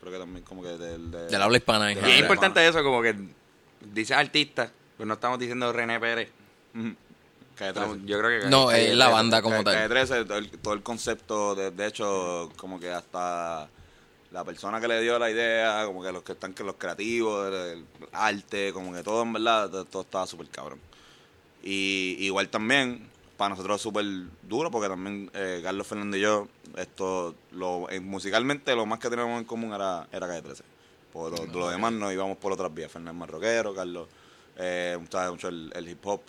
Creo que también como que del... De,
Del habla hispana en
Y
Y es
general.
importante eso, como que dice artista, pero no estamos diciendo René Pérez.
Ujú. Calle
Estamos-
13.
yo creo que.
No,
eh,
Calle
es la
13.
banda como
Calle- Calle
tal.
13, todo el, todo el concepto, de, de hecho, como que hasta la persona que le dio la idea, como que los que están, que los creativos, el, el arte, como que todo en verdad, todo, todo estaba súper cabrón. Y igual también, para nosotros súper duro, porque también eh, Carlos Fernández y yo, esto, lo, en- musicalmente lo más que teníamos en común era, era Calle 13. Por lo, lo demás nos íbamos por otras vías. Fernández más rockero, Carlos eh, gustaba mucho el, el hip hop,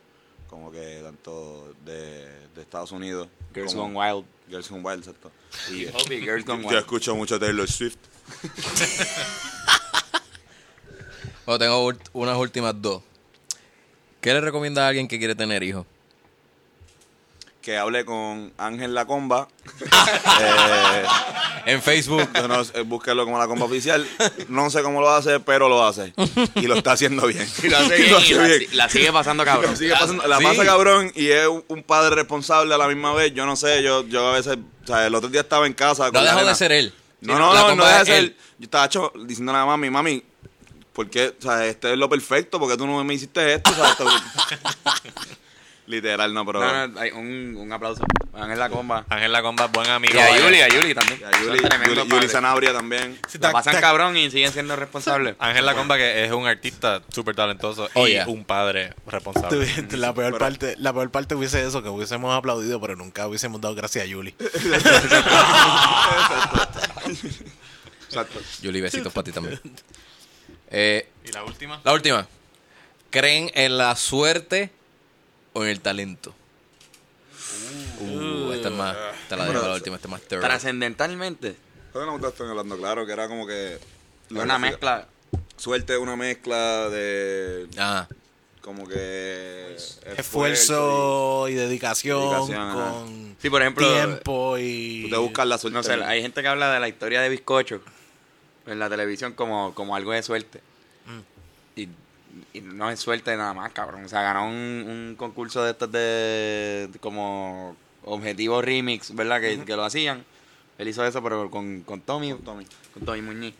como que tanto de, de Estados Unidos.
Girls
como-
Gone Wild.
Girls Gone Wild, exacto. Y,
Obvio, Girls Gone
yo
Wild.
escucho mucho Taylor Swift.
Bueno, tengo ult- unas últimas dos. ¿Qué le recomienda a alguien que quiere tener hijos?
Que hable con Ángel La Comba.
En Facebook.
Yo no sé, búsquelo como La Comba Oficial. No sé cómo lo hace, pero lo hace. Y lo está haciendo bien.
Y lo hace bien, y la, si- la sigue pasando cabrón.
Pero sigue pasando- la
Ah, sí.
pasa cabrón y es un- un padre responsable a la misma vez. Yo no sé, yo, yo a veces, o sea, el otro día estaba en casa.
No
con la
dejó de
nena.
ser él.
No, no,
La
no, no
comba
deja de
es
ser.
él.
Yo estaba hecho diciendo a mami, mami, ¿por qué? O sea, este es lo perfecto, ¿por qué tú no me hiciste esto? O sea, esto- Literal, no, pero.
No, no, hay un, un aplauso. Ángel La Comba.
Ángel La Comba, buen amigo. eh.
Y a Yuli, a Yuli también.
Y a Yuli,
Son tremendos
Yuli- Yuli
padres.
Sanabria también.
Sí,
La
tac,
pasan
tac.
cabrón y siguen siendo responsables.
Ángel La Comba, que es un artista súper talentoso
Oh,
y
yeah.
un padre responsable.
Tu- tu- La peor, parte, la peor parte hubiese eso, que hubiésemos aplaudido, pero nunca hubiésemos dado gracias a Yuli.
Exacto.
Yuli, besitos para ti también. Eh,
¿Y la última?
la última. ¿Creen en la suerte o en el talento? Uh, esta es más. Te la dejo la última, esta es más terrible.
Trascendentalmente.
Pero no te estoy hablando, claro, que era como que. la
Una
música-
mezcla.
Suerte, una mezcla de.
Ah,
Como que.
Esfuerzo y, dedicación,
Dedicación, ajá.
con
Sí, por ejemplo,
tiempo
y-
y...
Tú te buscas la suerte.
No sé, hay gente que habla de la historia de bizcocho en la televisión como, como algo de suerte.
Mm.
Y, y no es suerte nada más, cabrón. O sea, ganó un, un concurso de estos de, de como objetivo remix, ¿verdad? Que, que lo hacían. Él hizo eso, pero con, con Tommy. Con Tommy. Muñiz.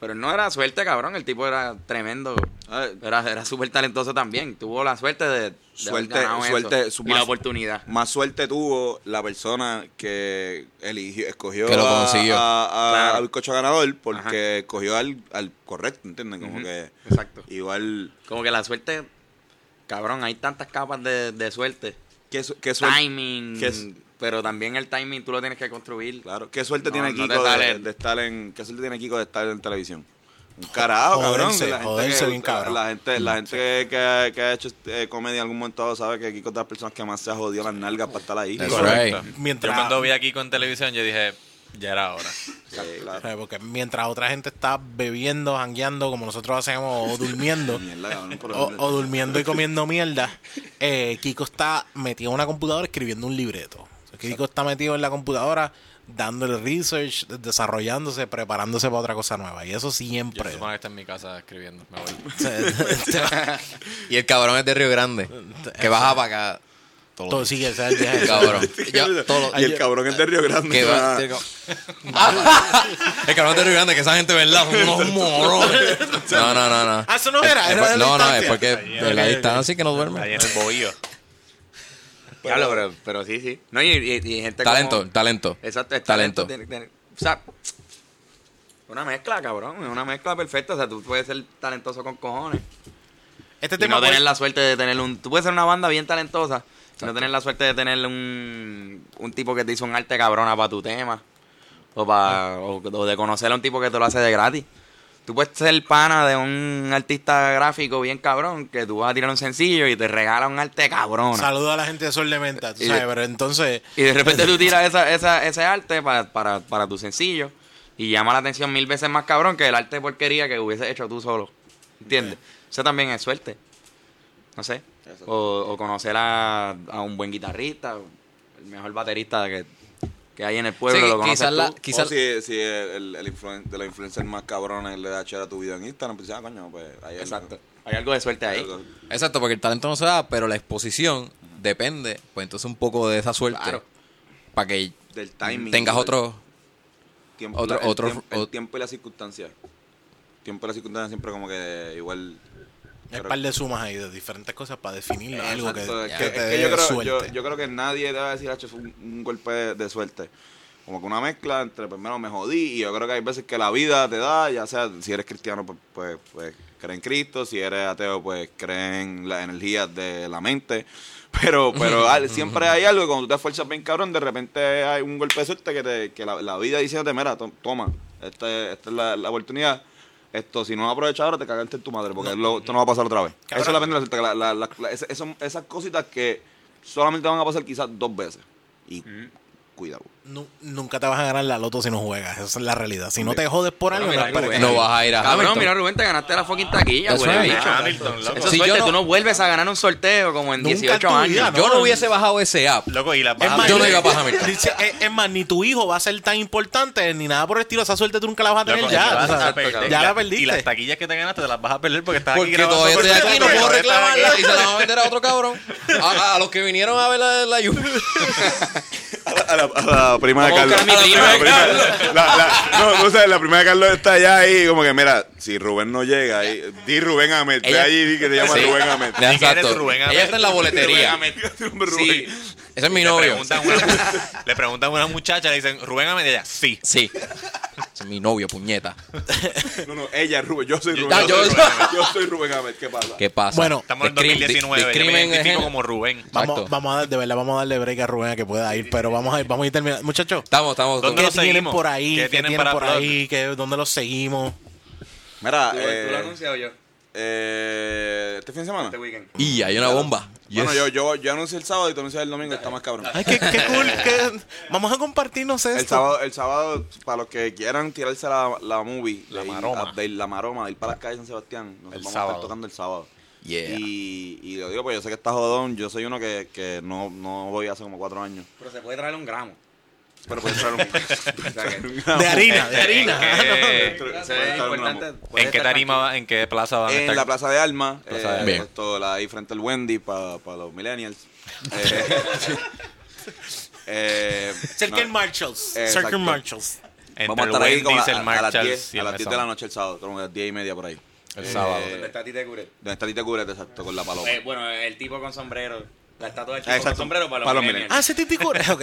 Pero no era suerte, cabrón. El tipo era tremendo.
Ah.
Era, era súper talentoso también. Tuvo la suerte de, de haber
Suerte-
ganado eso.
suerte, su-
y la
más-
oportunidad.
más suerte tuvo la persona que eligió, escogió
Que lo
a-
consiguió.
a, a,
Claro.
a Bizcocho ganador porque escogió al, al correcto, ¿entienden? Como
Ujú,
que
Exacto.
igual
Como que la suerte, cabrón, hay tantas capas de, de suerte.
qué, su- qué suerte
Timing.
que es-
Pero también el timing tú lo tienes que construir.
claro, qué suerte
No,
tiene
no
Kiko
te
de,
sale.
de estar en qué suerte tiene Kiko de estar en televisión. Un carajo, cabrón.
joderse,
la gente
joderse
que-
bien cabrón.
La gente, la gente que, que- que ha hecho eh, comedia en algún momento dado sabe que Kiko es de las personas que más se ha jodido las nalgas para estar ahí.
That's
Correcto.
right.
Mientras-
Yo cuando vi aquí con televisión, yo dije, ya era hora.
Sí, claro.
¿sabes? Porque mientras otra gente está bebiendo, jangueando, como nosotros hacemos, o durmiendo,
Mierda, cabrón, por
o,
ejemplo.
o durmiendo y comiendo mierda, eh, Kiko está metido en una computadora escribiendo un libreto. O sea, Kiko está metido en la computadora dándole research, desarrollándose, preparándose para otra cosa nueva. Y eso
Yo
siempre.
supongo que está en mi casa escribiendo. Me voy.
O sea,
y el cabrón es de Río Grande. Que baja para acá. Todo.
todo sigue, o sea, el viaje.
Cabrón. Ya, todo-
y el cabrón es de Río Grande.
que va-
ah.
tiene como- Ah, el cabrón de Río Grande, que esa gente, ¿verdad? Son unos morones. No, no, no, no.
Ah, eso no era.
Es
era
por-
de
no, no,
distancia.
es porque de la distancia que no duerme.
en el bohío.
Claro, pero, pero sí, sí. No, y, y- y gente como-
Talento, talento.
Exacto, es talento.
Talento.
tiene- tiene- o sea, una mezcla, cabrón. Es una mezcla perfecta. O sea, tú puedes ser talentoso con cojones.
Este
Y
tema
no
puede-
tener la suerte de tener un... Tú puedes ser una banda bien talentosa. y No tener la suerte de tener un, un tipo que te hizo un arte cabrona para tu tema. O, para, o, o de conocer a un tipo que te lo hace de gratis. Tú puedes ser pana de un artista gráfico bien cabrón que tú vas a tirar un sencillo y te regala un arte cabrona.
Saludo a la gente de Sol de Menta, tú
Y-
sabes, pero entonces...
Y de repente tú tiras esa, esa, ese arte para, para, para tu sencillo y llama la atención mil veces más cabrón que el arte de porquería que hubieses hecho tú solo. ¿Entiendes? Eso también es suerte. No sé. O, o conocer a, a un buen guitarrista, o el mejor baterista que, que hay en el pueblo.
Sí,
lo conoces
quizás la-
tú.
quizás-
O si, si el, el, el influen- de los influencers más cabrones le da share a tu video en Instagram, pues, ah, coño, pues ahí es-
Exacto. Hay algo de suerte ahí.
algo-
Exacto, porque el talento no se da, pero la exposición depende, pues entonces un poco de esa suerte.
Claro.
Para que
Del timing. pues.
tengas
del
otro.
tiempo,
otro-
la- el,
otro-
tiemp- el
o-
tiempo y las circunstancias. Tiempo y las circunstancias siempre como que igual.
Hay
Pero-
un par de sumas ahí de diferentes cosas para definir algo que,
Exacto, es
que
que-
te
es que yo
dé
creo,
suerte.
yo, yo creo que nadie te va a decir, "Hacho, fue un, un golpe de, de suerte. Como que una mezcla entre primero me jodí y yo creo que hay veces que la vida te da, ya sea si eres cristiano, pues, pues, pues, cree en Cristo, si eres ateo, pues cree en las energías de la mente. Pero, pero al- siempre hay algo, cuando tú te esfuerzas bien cabrón, de repente hay un golpe de suerte que, te- que la, la vida diciéndote, mira, to- toma, este- esta es la, la oportunidad. Esto, si no lo aprovechas ahora, te cagaste en tu madre, porque lo- esto no va a pasar otra vez. Eso es la pena de la suerte, que la- la- la- la- esa- eso- esas cositas que solamente van a pasar quizás dos veces. Y cuidado.
Nu- nunca te vas a ganar la loto si no juegas. Esa es la realidad. Si no te jodes por algo,
mira,
no esperes
Rubén.
que-
No vas a ir a
Cabrón,
Hamilton.
mira Rubén, te ganaste la fucking taquilla,
That's
güey.
right.
bicho.
Ah, Hamilton,
Eso
loco.
es
Sí, yo
suerte,
no-
tú no vuelves a ganar un sorteo como en
Nunca en
18
tu
años.
vida,
Yo
No,
no hubiese bajado ese app.
Loco, y la
Es
baja.
más,
Yo no iba para Hamilton.
Dice, es, es más, ni tu hijo va a ser tan importante ni nada por el estilo. Esa suerte tú nunca la vas a tener
Loco,
ya.
te vas
tú
a
sabes.
perder.
ya,
Y
la
Y las
perdiste.
taquillas que te ganaste te las vas a perder porque estás aquí
Porque
grabando
todavía
por
estoy aquí, no
teléfono.
puedo
Todavía estás aquí.
reclamarla y se la van a vender a otro cabrón. A, a- a los que vinieron a ver la, la lluvia.
A, a la, a la prima de
Vamos a
Carlos.
buscar a mi
A la
prima.
prima- la- la- no, no sabes, la prima de Carlos está allá ahí, como que mira, si Rubén no llega, ahí, di Rubén Ahmed, ve
Ella-
allí di que te llama
Sí.
Rubén Ahmed.
Ya,
¿Quién
Exacto.
eres, Rubén Ahmed?
Ella está en la boletería.
Rubén Ahmed.
Rubén.
Sí,
Ese es mi
Le
novio.
preguntan, a una, le preguntan a una muchacha, le dicen, Rubén Ahmed, y ella, sí.
Sí. Ese es mi novio, puñeta.
No, no, ella, Rubén, yo soy Rubén.
Ah,
yo,
yo-
soy Rubén Ahmed. Yo soy Rubén Ahmed, ¿qué pasa?
¿Qué pasa?
Bueno,
Estamos en
Discrim-
2019, yo me
discrimen es
identifico
género.
como Rubén.
Exacto.
Vamos, vamos a dar, de verdad, vamos a darle break a Rubén a que pueda ir, pero vamos a ir, vamos a ir terminando. Muchachos,
Estamos, estamos.
¿Dónde
¿qué
los
estamos.
tienen
seguimos?
por ahí? ¿Qué tienen,
para
por
plug?
ahí? ¿Qué, ¿Dónde los seguimos?
Mira,
¿Tú, tú lo
eh,
anuncias o yo?
eh, ¿este fin de semana?
Este weekend.
Y hay una bomba.
Bueno,
Yes.
yo, yo, yo anuncié el sábado y tú anuncias el domingo, está más cabrón.
Ay, qué, qué cool. qué- Vamos a compartirnos esto.
El sábado, el sábado, para los que quieran tirarse la, la movie,
La
de ir-
maroma.
de ir- la maroma, de ir para las calles de San Sebastián, nos
El
vamos a
sábado.
estar tocando el sábado.
Yeah.
Y, y lo digo, pues yo sé que está jodón, yo soy uno que, que no, no voy hace como cuatro años.
Pero se puede traer un gramo.
Pero puede traer un, traer un gramo.
De harina, de
¿En
harina.
qué-
Puede
Eso
traer
es
un gramo.
importante. Puedes
¿En qué
estar
tarima,
tranquilo.
va- en qué plaza van a estar?
En la Plaza de Alma,
Plaza de
eh,
Alma.
pues, todo la- ahí frente al Wendy para los millennials. Eh, eh,
Circle
no.
Marshalls.
Eh,
Circle
exacto.
Marshalls.
Entre
Vamos a estar ahí
Wendy's,
como a,
el
a- a las
Marshalls
10,
y
a
el
las 10 de
Mesón.
la noche el sábado, como a las 10 y media por ahí.
El
Eh,
sábado.
¿Dónde está Tite Curet?
Donde está Tita Curet, exacto, con la paloma.
Eh, bueno, el tipo con sombrero. La estatua del tipo
Ah, exacto.
con sombrero para los,
Para los
millennials.
Ah, ese típico. Ok.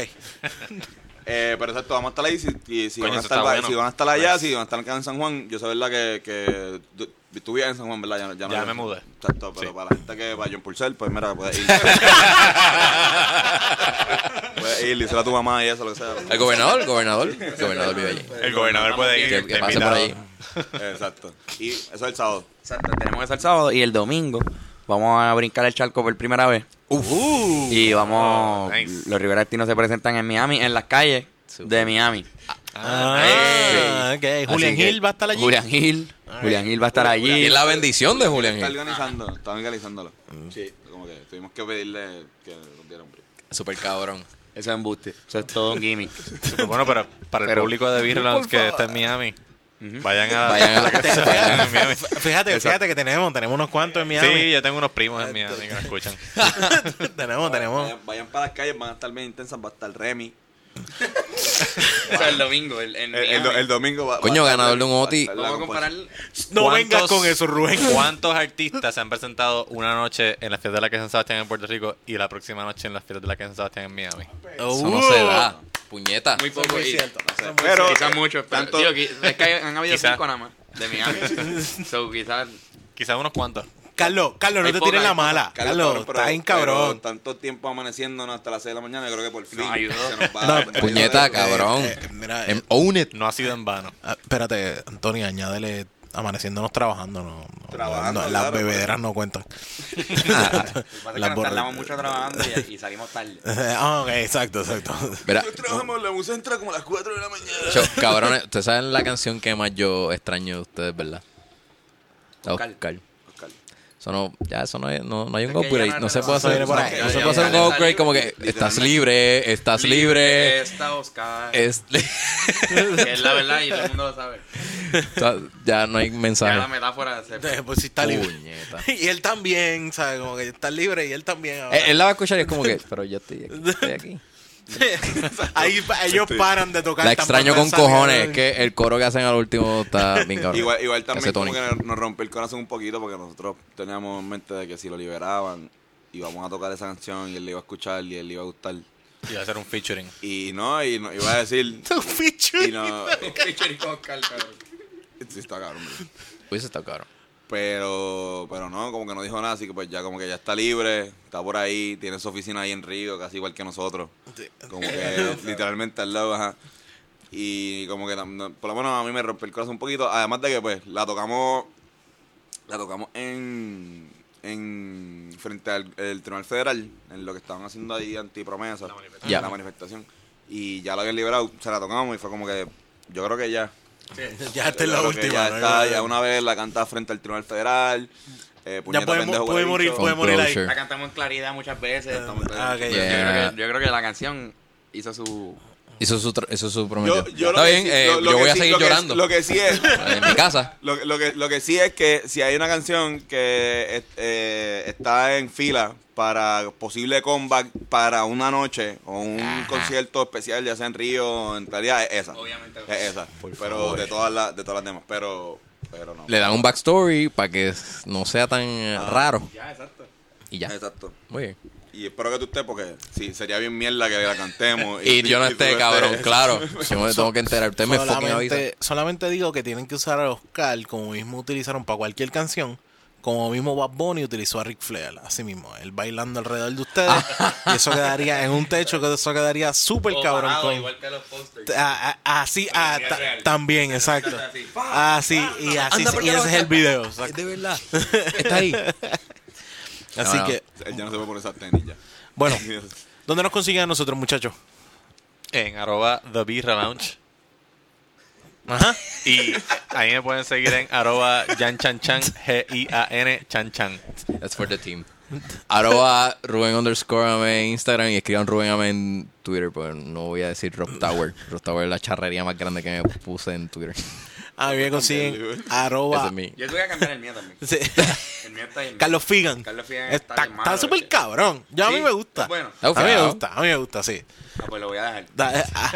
Eh, pero exacto, vamos a estar ahí. Si, y- si
Coño,
van a
eso
estar,
está
pa-
bueno.
si van a estar allá,
Nice.
si van a estar acá en San Juan, yo sé verdad que, que tú, tú vivías en San Juan, ¿verdad? Ya, no
Ya
vives.
me mudé.
Exacto, pero
Sí.
para la gente que para John Purcell, pues mira, puedes ir. puedes ir, díselo a tu mamá y eso, lo que sea.
El gobernador, el gobernador. El gobernador vive allí.
El gobernador puede ir.
Que, que
está
pase por
invitado.
ahí.
Exacto. Y eso es el sábado.
Exacto, tenemos eso el sábado y el domingo vamos a brincar el charco por primera vez. y vamos,
Oh, nice.
los Rivera Destino se presentan en Miami, en las calles de Miami.
Ah,
Ey.
ok. Julian
Así que
Hill va a estar allí.
Julian Hill, Julian Hill va a estar
Y
allí.
es la bendición de Julián
Está
Gil. Mm.
organizando, está organizándolo. Sí. Como que tuvimos que pedirle que nos diera un break.
Super cabrón.
Eso es embuste, eso es todo un gimmick.
Bueno, pero para el
Pero-
público de Virland que está en Miami, vayan a
Vayan a la
que
casa.
vayan en Miami.
Fíjate, fíjate que tenemos, tenemos unos cuantos en Miami.
Sí, yo tengo unos primos en Miami que me escuchan.
tenemos, tenemos.
Vayan, vayan para las calles, van a estar bien intensas, va a estar Remy.
o sea, el domingo, el, en
El, el do-
Miami.
el domingo va
Coño,
va a estar-
ganador de un
va a
Oti.
estar la
Vamos a comparar
composición.
No
¿Cuántos-
vengas con eso, Rubén.
¿Cuántos artistas se han presentado una noche en las fiestas de la que San Sebastián en Puerto Rico y la próxima noche en las fiestas de la que San Sebastián en Miami?
Eso no se da. Puñeta.
muy
Eso es
poco
muy
y-
cierto. Eso es muy
Pero
quizás mucho, pero
tanto-
digo, qui- es que hay- han habido
Quizá.
cinco nada más de Miami. so quizás
Quizás unos cuantos.
Carlos, Carlos, no
Hay
te
poca,
tires la
hay poca.
mala. Carlos,
pero-
está bien
pero
cabrón.
Tanto tiempo amaneciéndonos hasta las 6 de la mañana, creo que por fin.
Nos ayudó.
se nos va
No,
a- a-
Puñeta,
a-
cabrón.
eh, eh, mira, eh.
Em- Own it.
No ha sido en vano.
Ah, espérate, Antonio, añádele amaneciéndonos trabajando. No, no,
Trabajando,
no,
claro,
las bebederas no cuentan.
pasa que
Las
nos
borra-
tardamos mucho trabajando y, y salimos tarde.
Ah, ok, exacto, exacto.
Mira,
Nosotros trabajamos en la musa entra como a las 4 de la mañana.
yo- cabrones, ustedes saben la canción que más yo extraño de ustedes, ¿verdad? La
Oscar.
Oscar.
Oscar,
Eso no, ya, eso no, es- no, no hay un
Es que ya
upgrade.
no
No
es
se puede
relevante.
hacer,
Viene por ahí.
no
Ya,
se
ya,
puede hacer
ya,
un
ya.
upgrade como que estás libre, estás libre.
Esta Oscar.
Es,
que es la verdad y todo el mundo lo sabe.
o sea, ya no hay
Ya la
mensaje.
metáfora se
Eh, Pues sí está libre.
Puñeta.
Y él también, ¿sabes? Como que está libre y él también. ahora.
Él, él la va a escuchar y es como que, pero yo estoy aquí. Estoy aquí.
Ahí pa- ellos
Este,
paran de tocar.
La
tan
extraño con
pronto
cojones. Es
salieron.
que el coro que hacen al último está bien cabrón.
Igual, igual
Que hace
también como
Tony.
que nos- nos rompe el corazón un poquito porque nosotros teníamos en mente de que si lo liberaban íbamos a tocar esa canción y él le iba a escuchar y él le iba a gustar.
Y va a ser un featuring.
Y no, y no, iba a decir... y no... Sí, está cabrón. hombre.
Hubiese estado cabrón.
Pero, pero no, como que no dijo nada, así que pues ya como que ya está libre, está por ahí, tiene su oficina ahí en Río, casi igual que nosotros. Como que literalmente al lado, ajá. Y como que tam- no- por lo menos a mí me rompe el corazón un poquito. Además de que pues la tocamos, la tocamos en, en frente al el Tribunal Federal, en lo que estaban haciendo ahí antipromesa, la manifestación.
Ya.
La manifestación. Y ya la habían liberado, se la tocamos y fue como que yo creo que ya.
Ya esta es la
Yo creo que
última.
Ya,
¿no?
está, ya una vez la canta frente al Tribunal Federal. Eh, puñeta,
Ya puede,
pendejo,
puede
huevicho.
morir, puede
Con
morir ahí.
closure.
La cantamos en claridad muchas veces.
Ah, ok.
Yo,
Yeah.
creo que, yo creo que la canción hizo su,
Eso es su, tra- eso es su prometido.
Yo, yo lo
Está
que
bien,
sí-
eh,
lo- lo
yo
que
voy a
sí-
seguir
lo que-
llorando
Lo que sí es.
en mi casa.
Lo, lo que, lo que sí es que si hay una canción que eh, está en fila para posible comeback para una noche o un concierto especial, ya sea en Río o en Italia, es esa.
Obviamente.
Es esa. pero de todas las de todas las demás, pero pero no.
Le dan un backstory para que no sea tan eh, raro.
Ah, Ya, exacto.
Y ya.
Exacto.
Muy bien.
Y espero que tú estés porque sí, sería bien mierda que la cantemos
Y yo no
y tú
esté, cabrón, claro. Yo me tengo que enterar. Usted me fucking avisa.
solamente, solamente digo que tienen que usar a Oscar como mismo utilizaron para cualquier canción. Como mismo Bad Bunny utilizó a Ric Flair, así mismo, él bailando alrededor de ustedes. y eso quedaría en un techo, que eso quedaría súper cabrón. con-
que los posters.
a- a- así, a-
vida
ta-
real.
también, exacto.
Así,
Así, y así,
Anda, ¿por
y
qué no
ese es el
vas a-
video. exacto.
De verdad. Está ahí.
Así
no.
que,
Él ya no se puede poner esas tenis ya.
bueno, ¿dónde nos consiguen a nosotros, muchachos?
En arroba The Birra Lounge.
Ajá.
Y ahí me pueden seguir en arroba Yan Chan Chan, G-I-A-N Chan Chan.
That's for the team. Arroba Rubén underscore Amé en Instagram y escriban Rubén Amé en Twitter, pero no voy a decir Rock Tower. Rock Tower es la charrería más grande que me puse en Twitter.
A mí me consiguen arroba.
Ese es mi.
Yo te voy a cambiar el mío también.
Sí.
El mío está bien.
Carlos Figan.
Carlos Figan está
Está
bien malo,
está súper
che.
cabrón. Yo a
Sí,
mí me gusta.
es bueno.
Está
A mí me
bufeado.
gusta, a mí me gusta, sí.
Ah, pues lo voy a dejar.
Da- eh, a-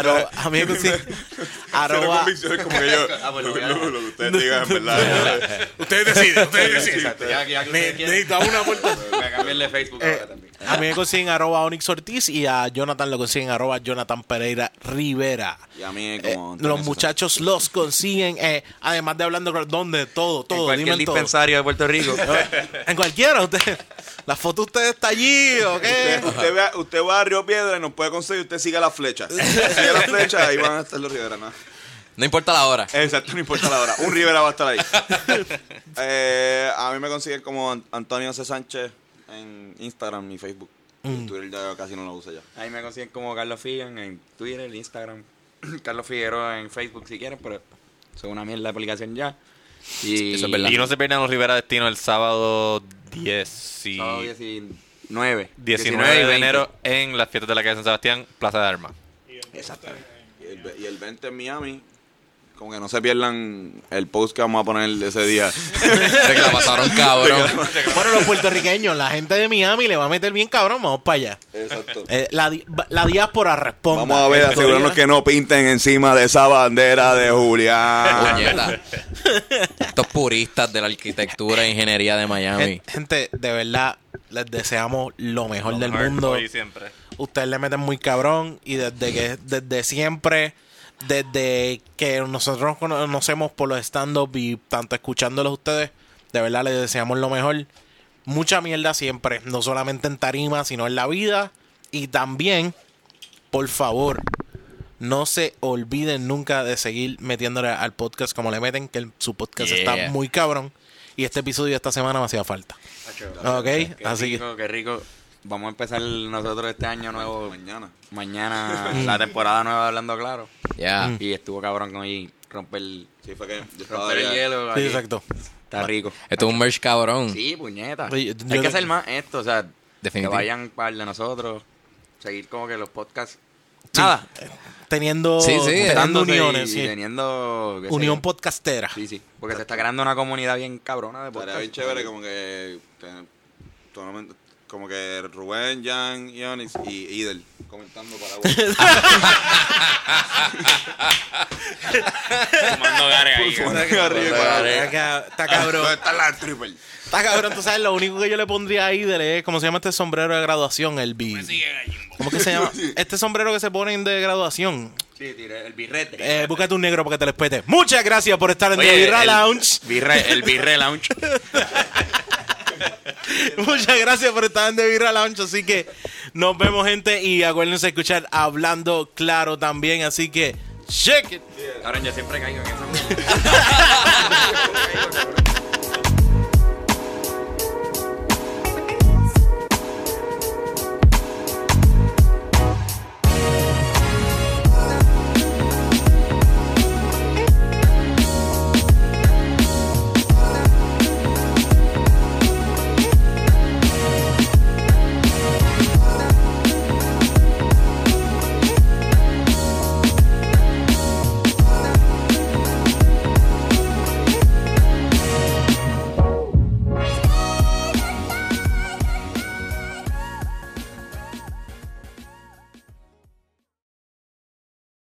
arro- A mí me consiguen
Pero
arroba.
convicciones como que yo.
Ah, pues lo voy a
lo,
dejar.
lo que ustedes digan, es verdad.
Ustedes deciden, ustedes
Exacto, ya, ya que ustedes quieren.
una puerta.
Voy a cambiarle Facebook
Eh,
ahora también.
A mí me consiguen arroba Onyx Ortiz y a Jonathan lo consiguen arroba Jonathan Pereira Rivera.
Y a mí
Eh,
como
los muchachos los consiguen, eh, además de hablando con donde todo, todo,
en
dime
cualquier
en todo.
dispensario de Puerto Rico.
En cualquiera, usted, la foto de usted está allí, ¿o qué?
Usted, usted va, usted va a Río Piedra y nos puede conseguir. Usted sigue la flecha. Sigue la flecha, ahí van a estar los Rivera. ¿no?
No importa la hora.
Exacto, no importa la hora. Un Rivera va a estar ahí. Eh, a mí me consiguen como An- Antonio C. Sánchez en Instagram y Facebook. En Twitter ya casi no lo uso ya.
Ahí me consiguen como Carlos Figan en Twitter, Instagram. Carlos Figueroa en Facebook si quieren, pero son una mierda de aplicación ya. Y
Eso es verdad.
Y no se pierdan los Rivera Destino el sábado 10 y
Sábado 19.
19 de
20.
enero en las fiestas de la calle San Sebastián, Plaza de Armas.
Y el, ve- y el 20 en Miami. Como que no se pierdan el post que vamos a poner ese día.
Se que la pasaron cabrón.
Bueno, los puertorriqueños, la gente de Miami le va a meter bien cabrón, vamos para allá.
Exacto.
Eh, la, di- la diáspora responde.
Vamos a ver, asegurarnos que no pinten encima de esa bandera de Julián.
Puñeta. Estos puristas de la arquitectura e ingeniería de Miami.
Gen- Gente, de verdad, les deseamos lo mejor del mundo.
Hoy y siempre.
Ustedes le meten muy cabrón y desde que desde siempre, desde que nosotros nos cono- conocemos por los stand-up y tanto escuchándolos a ustedes, de verdad les deseamos lo mejor. Mucha mierda siempre, no solamente en tarima, sino en la vida. Y también, por favor, no se olviden nunca de seguir metiéndole al podcast como le meten, que el- su podcast
Yeah.
está muy cabrón. Y este episodio de esta semana me hacía falta. Ok,
Qué
así que
rico, qué rico. Vamos a empezar nosotros este año nuevo. Mañana. Mañana, la temporada nueva de Hablando Claro.
Ya.
Mm.
Y estuvo cabrón con ahí romper,
Sí, fue que yo estaba
romper el
allá.
hielo.
Sí,
ahí.
exacto. Mm.
Está rico.
Esto es un merch cabrón.
Sí, puñeta.
Oye, yo-
Hay
yo-
que hacer más esto, o sea,
Definitivo.
que vayan par de nosotros, seguir como que los podcasts. Nada,
Teniendo,
Sí, sí,
teniendo
dándose
uniones.
y,
sí.
y teniendo... qué sé
Unión
yo.
podcastera.
Sí, sí, porque se está creando una comunidad bien cabrona de
Estaría
podcasts.
bien chévere como que tener- totalmente- como que Rubén, Jan, Ionis y Idel comentando para
Fumando gares ahí, cabrón.
Está ca- está cabrón.
está la triple?
Está cabrón. Tú sabes, lo único que yo le pondría a Ider es, ¿cómo se llama este sombrero de graduación? El bi.
Pues
¿Cómo que se llama? Este sombrero que se ponen de graduación.
Sí, tiré el birrete.
Eh, búscate un negro para que te lo espete. Muchas gracias por estar en
Oye,
The Birra
el-
Lounge.
Birre, el birre lounge.
Muchas gracias por estar en The Birra Lounge. Así que nos vemos, gente. Y acuérdense de escuchar Hablando Claro también. Así que, check it.
Ahora yo siempre caigo en esa.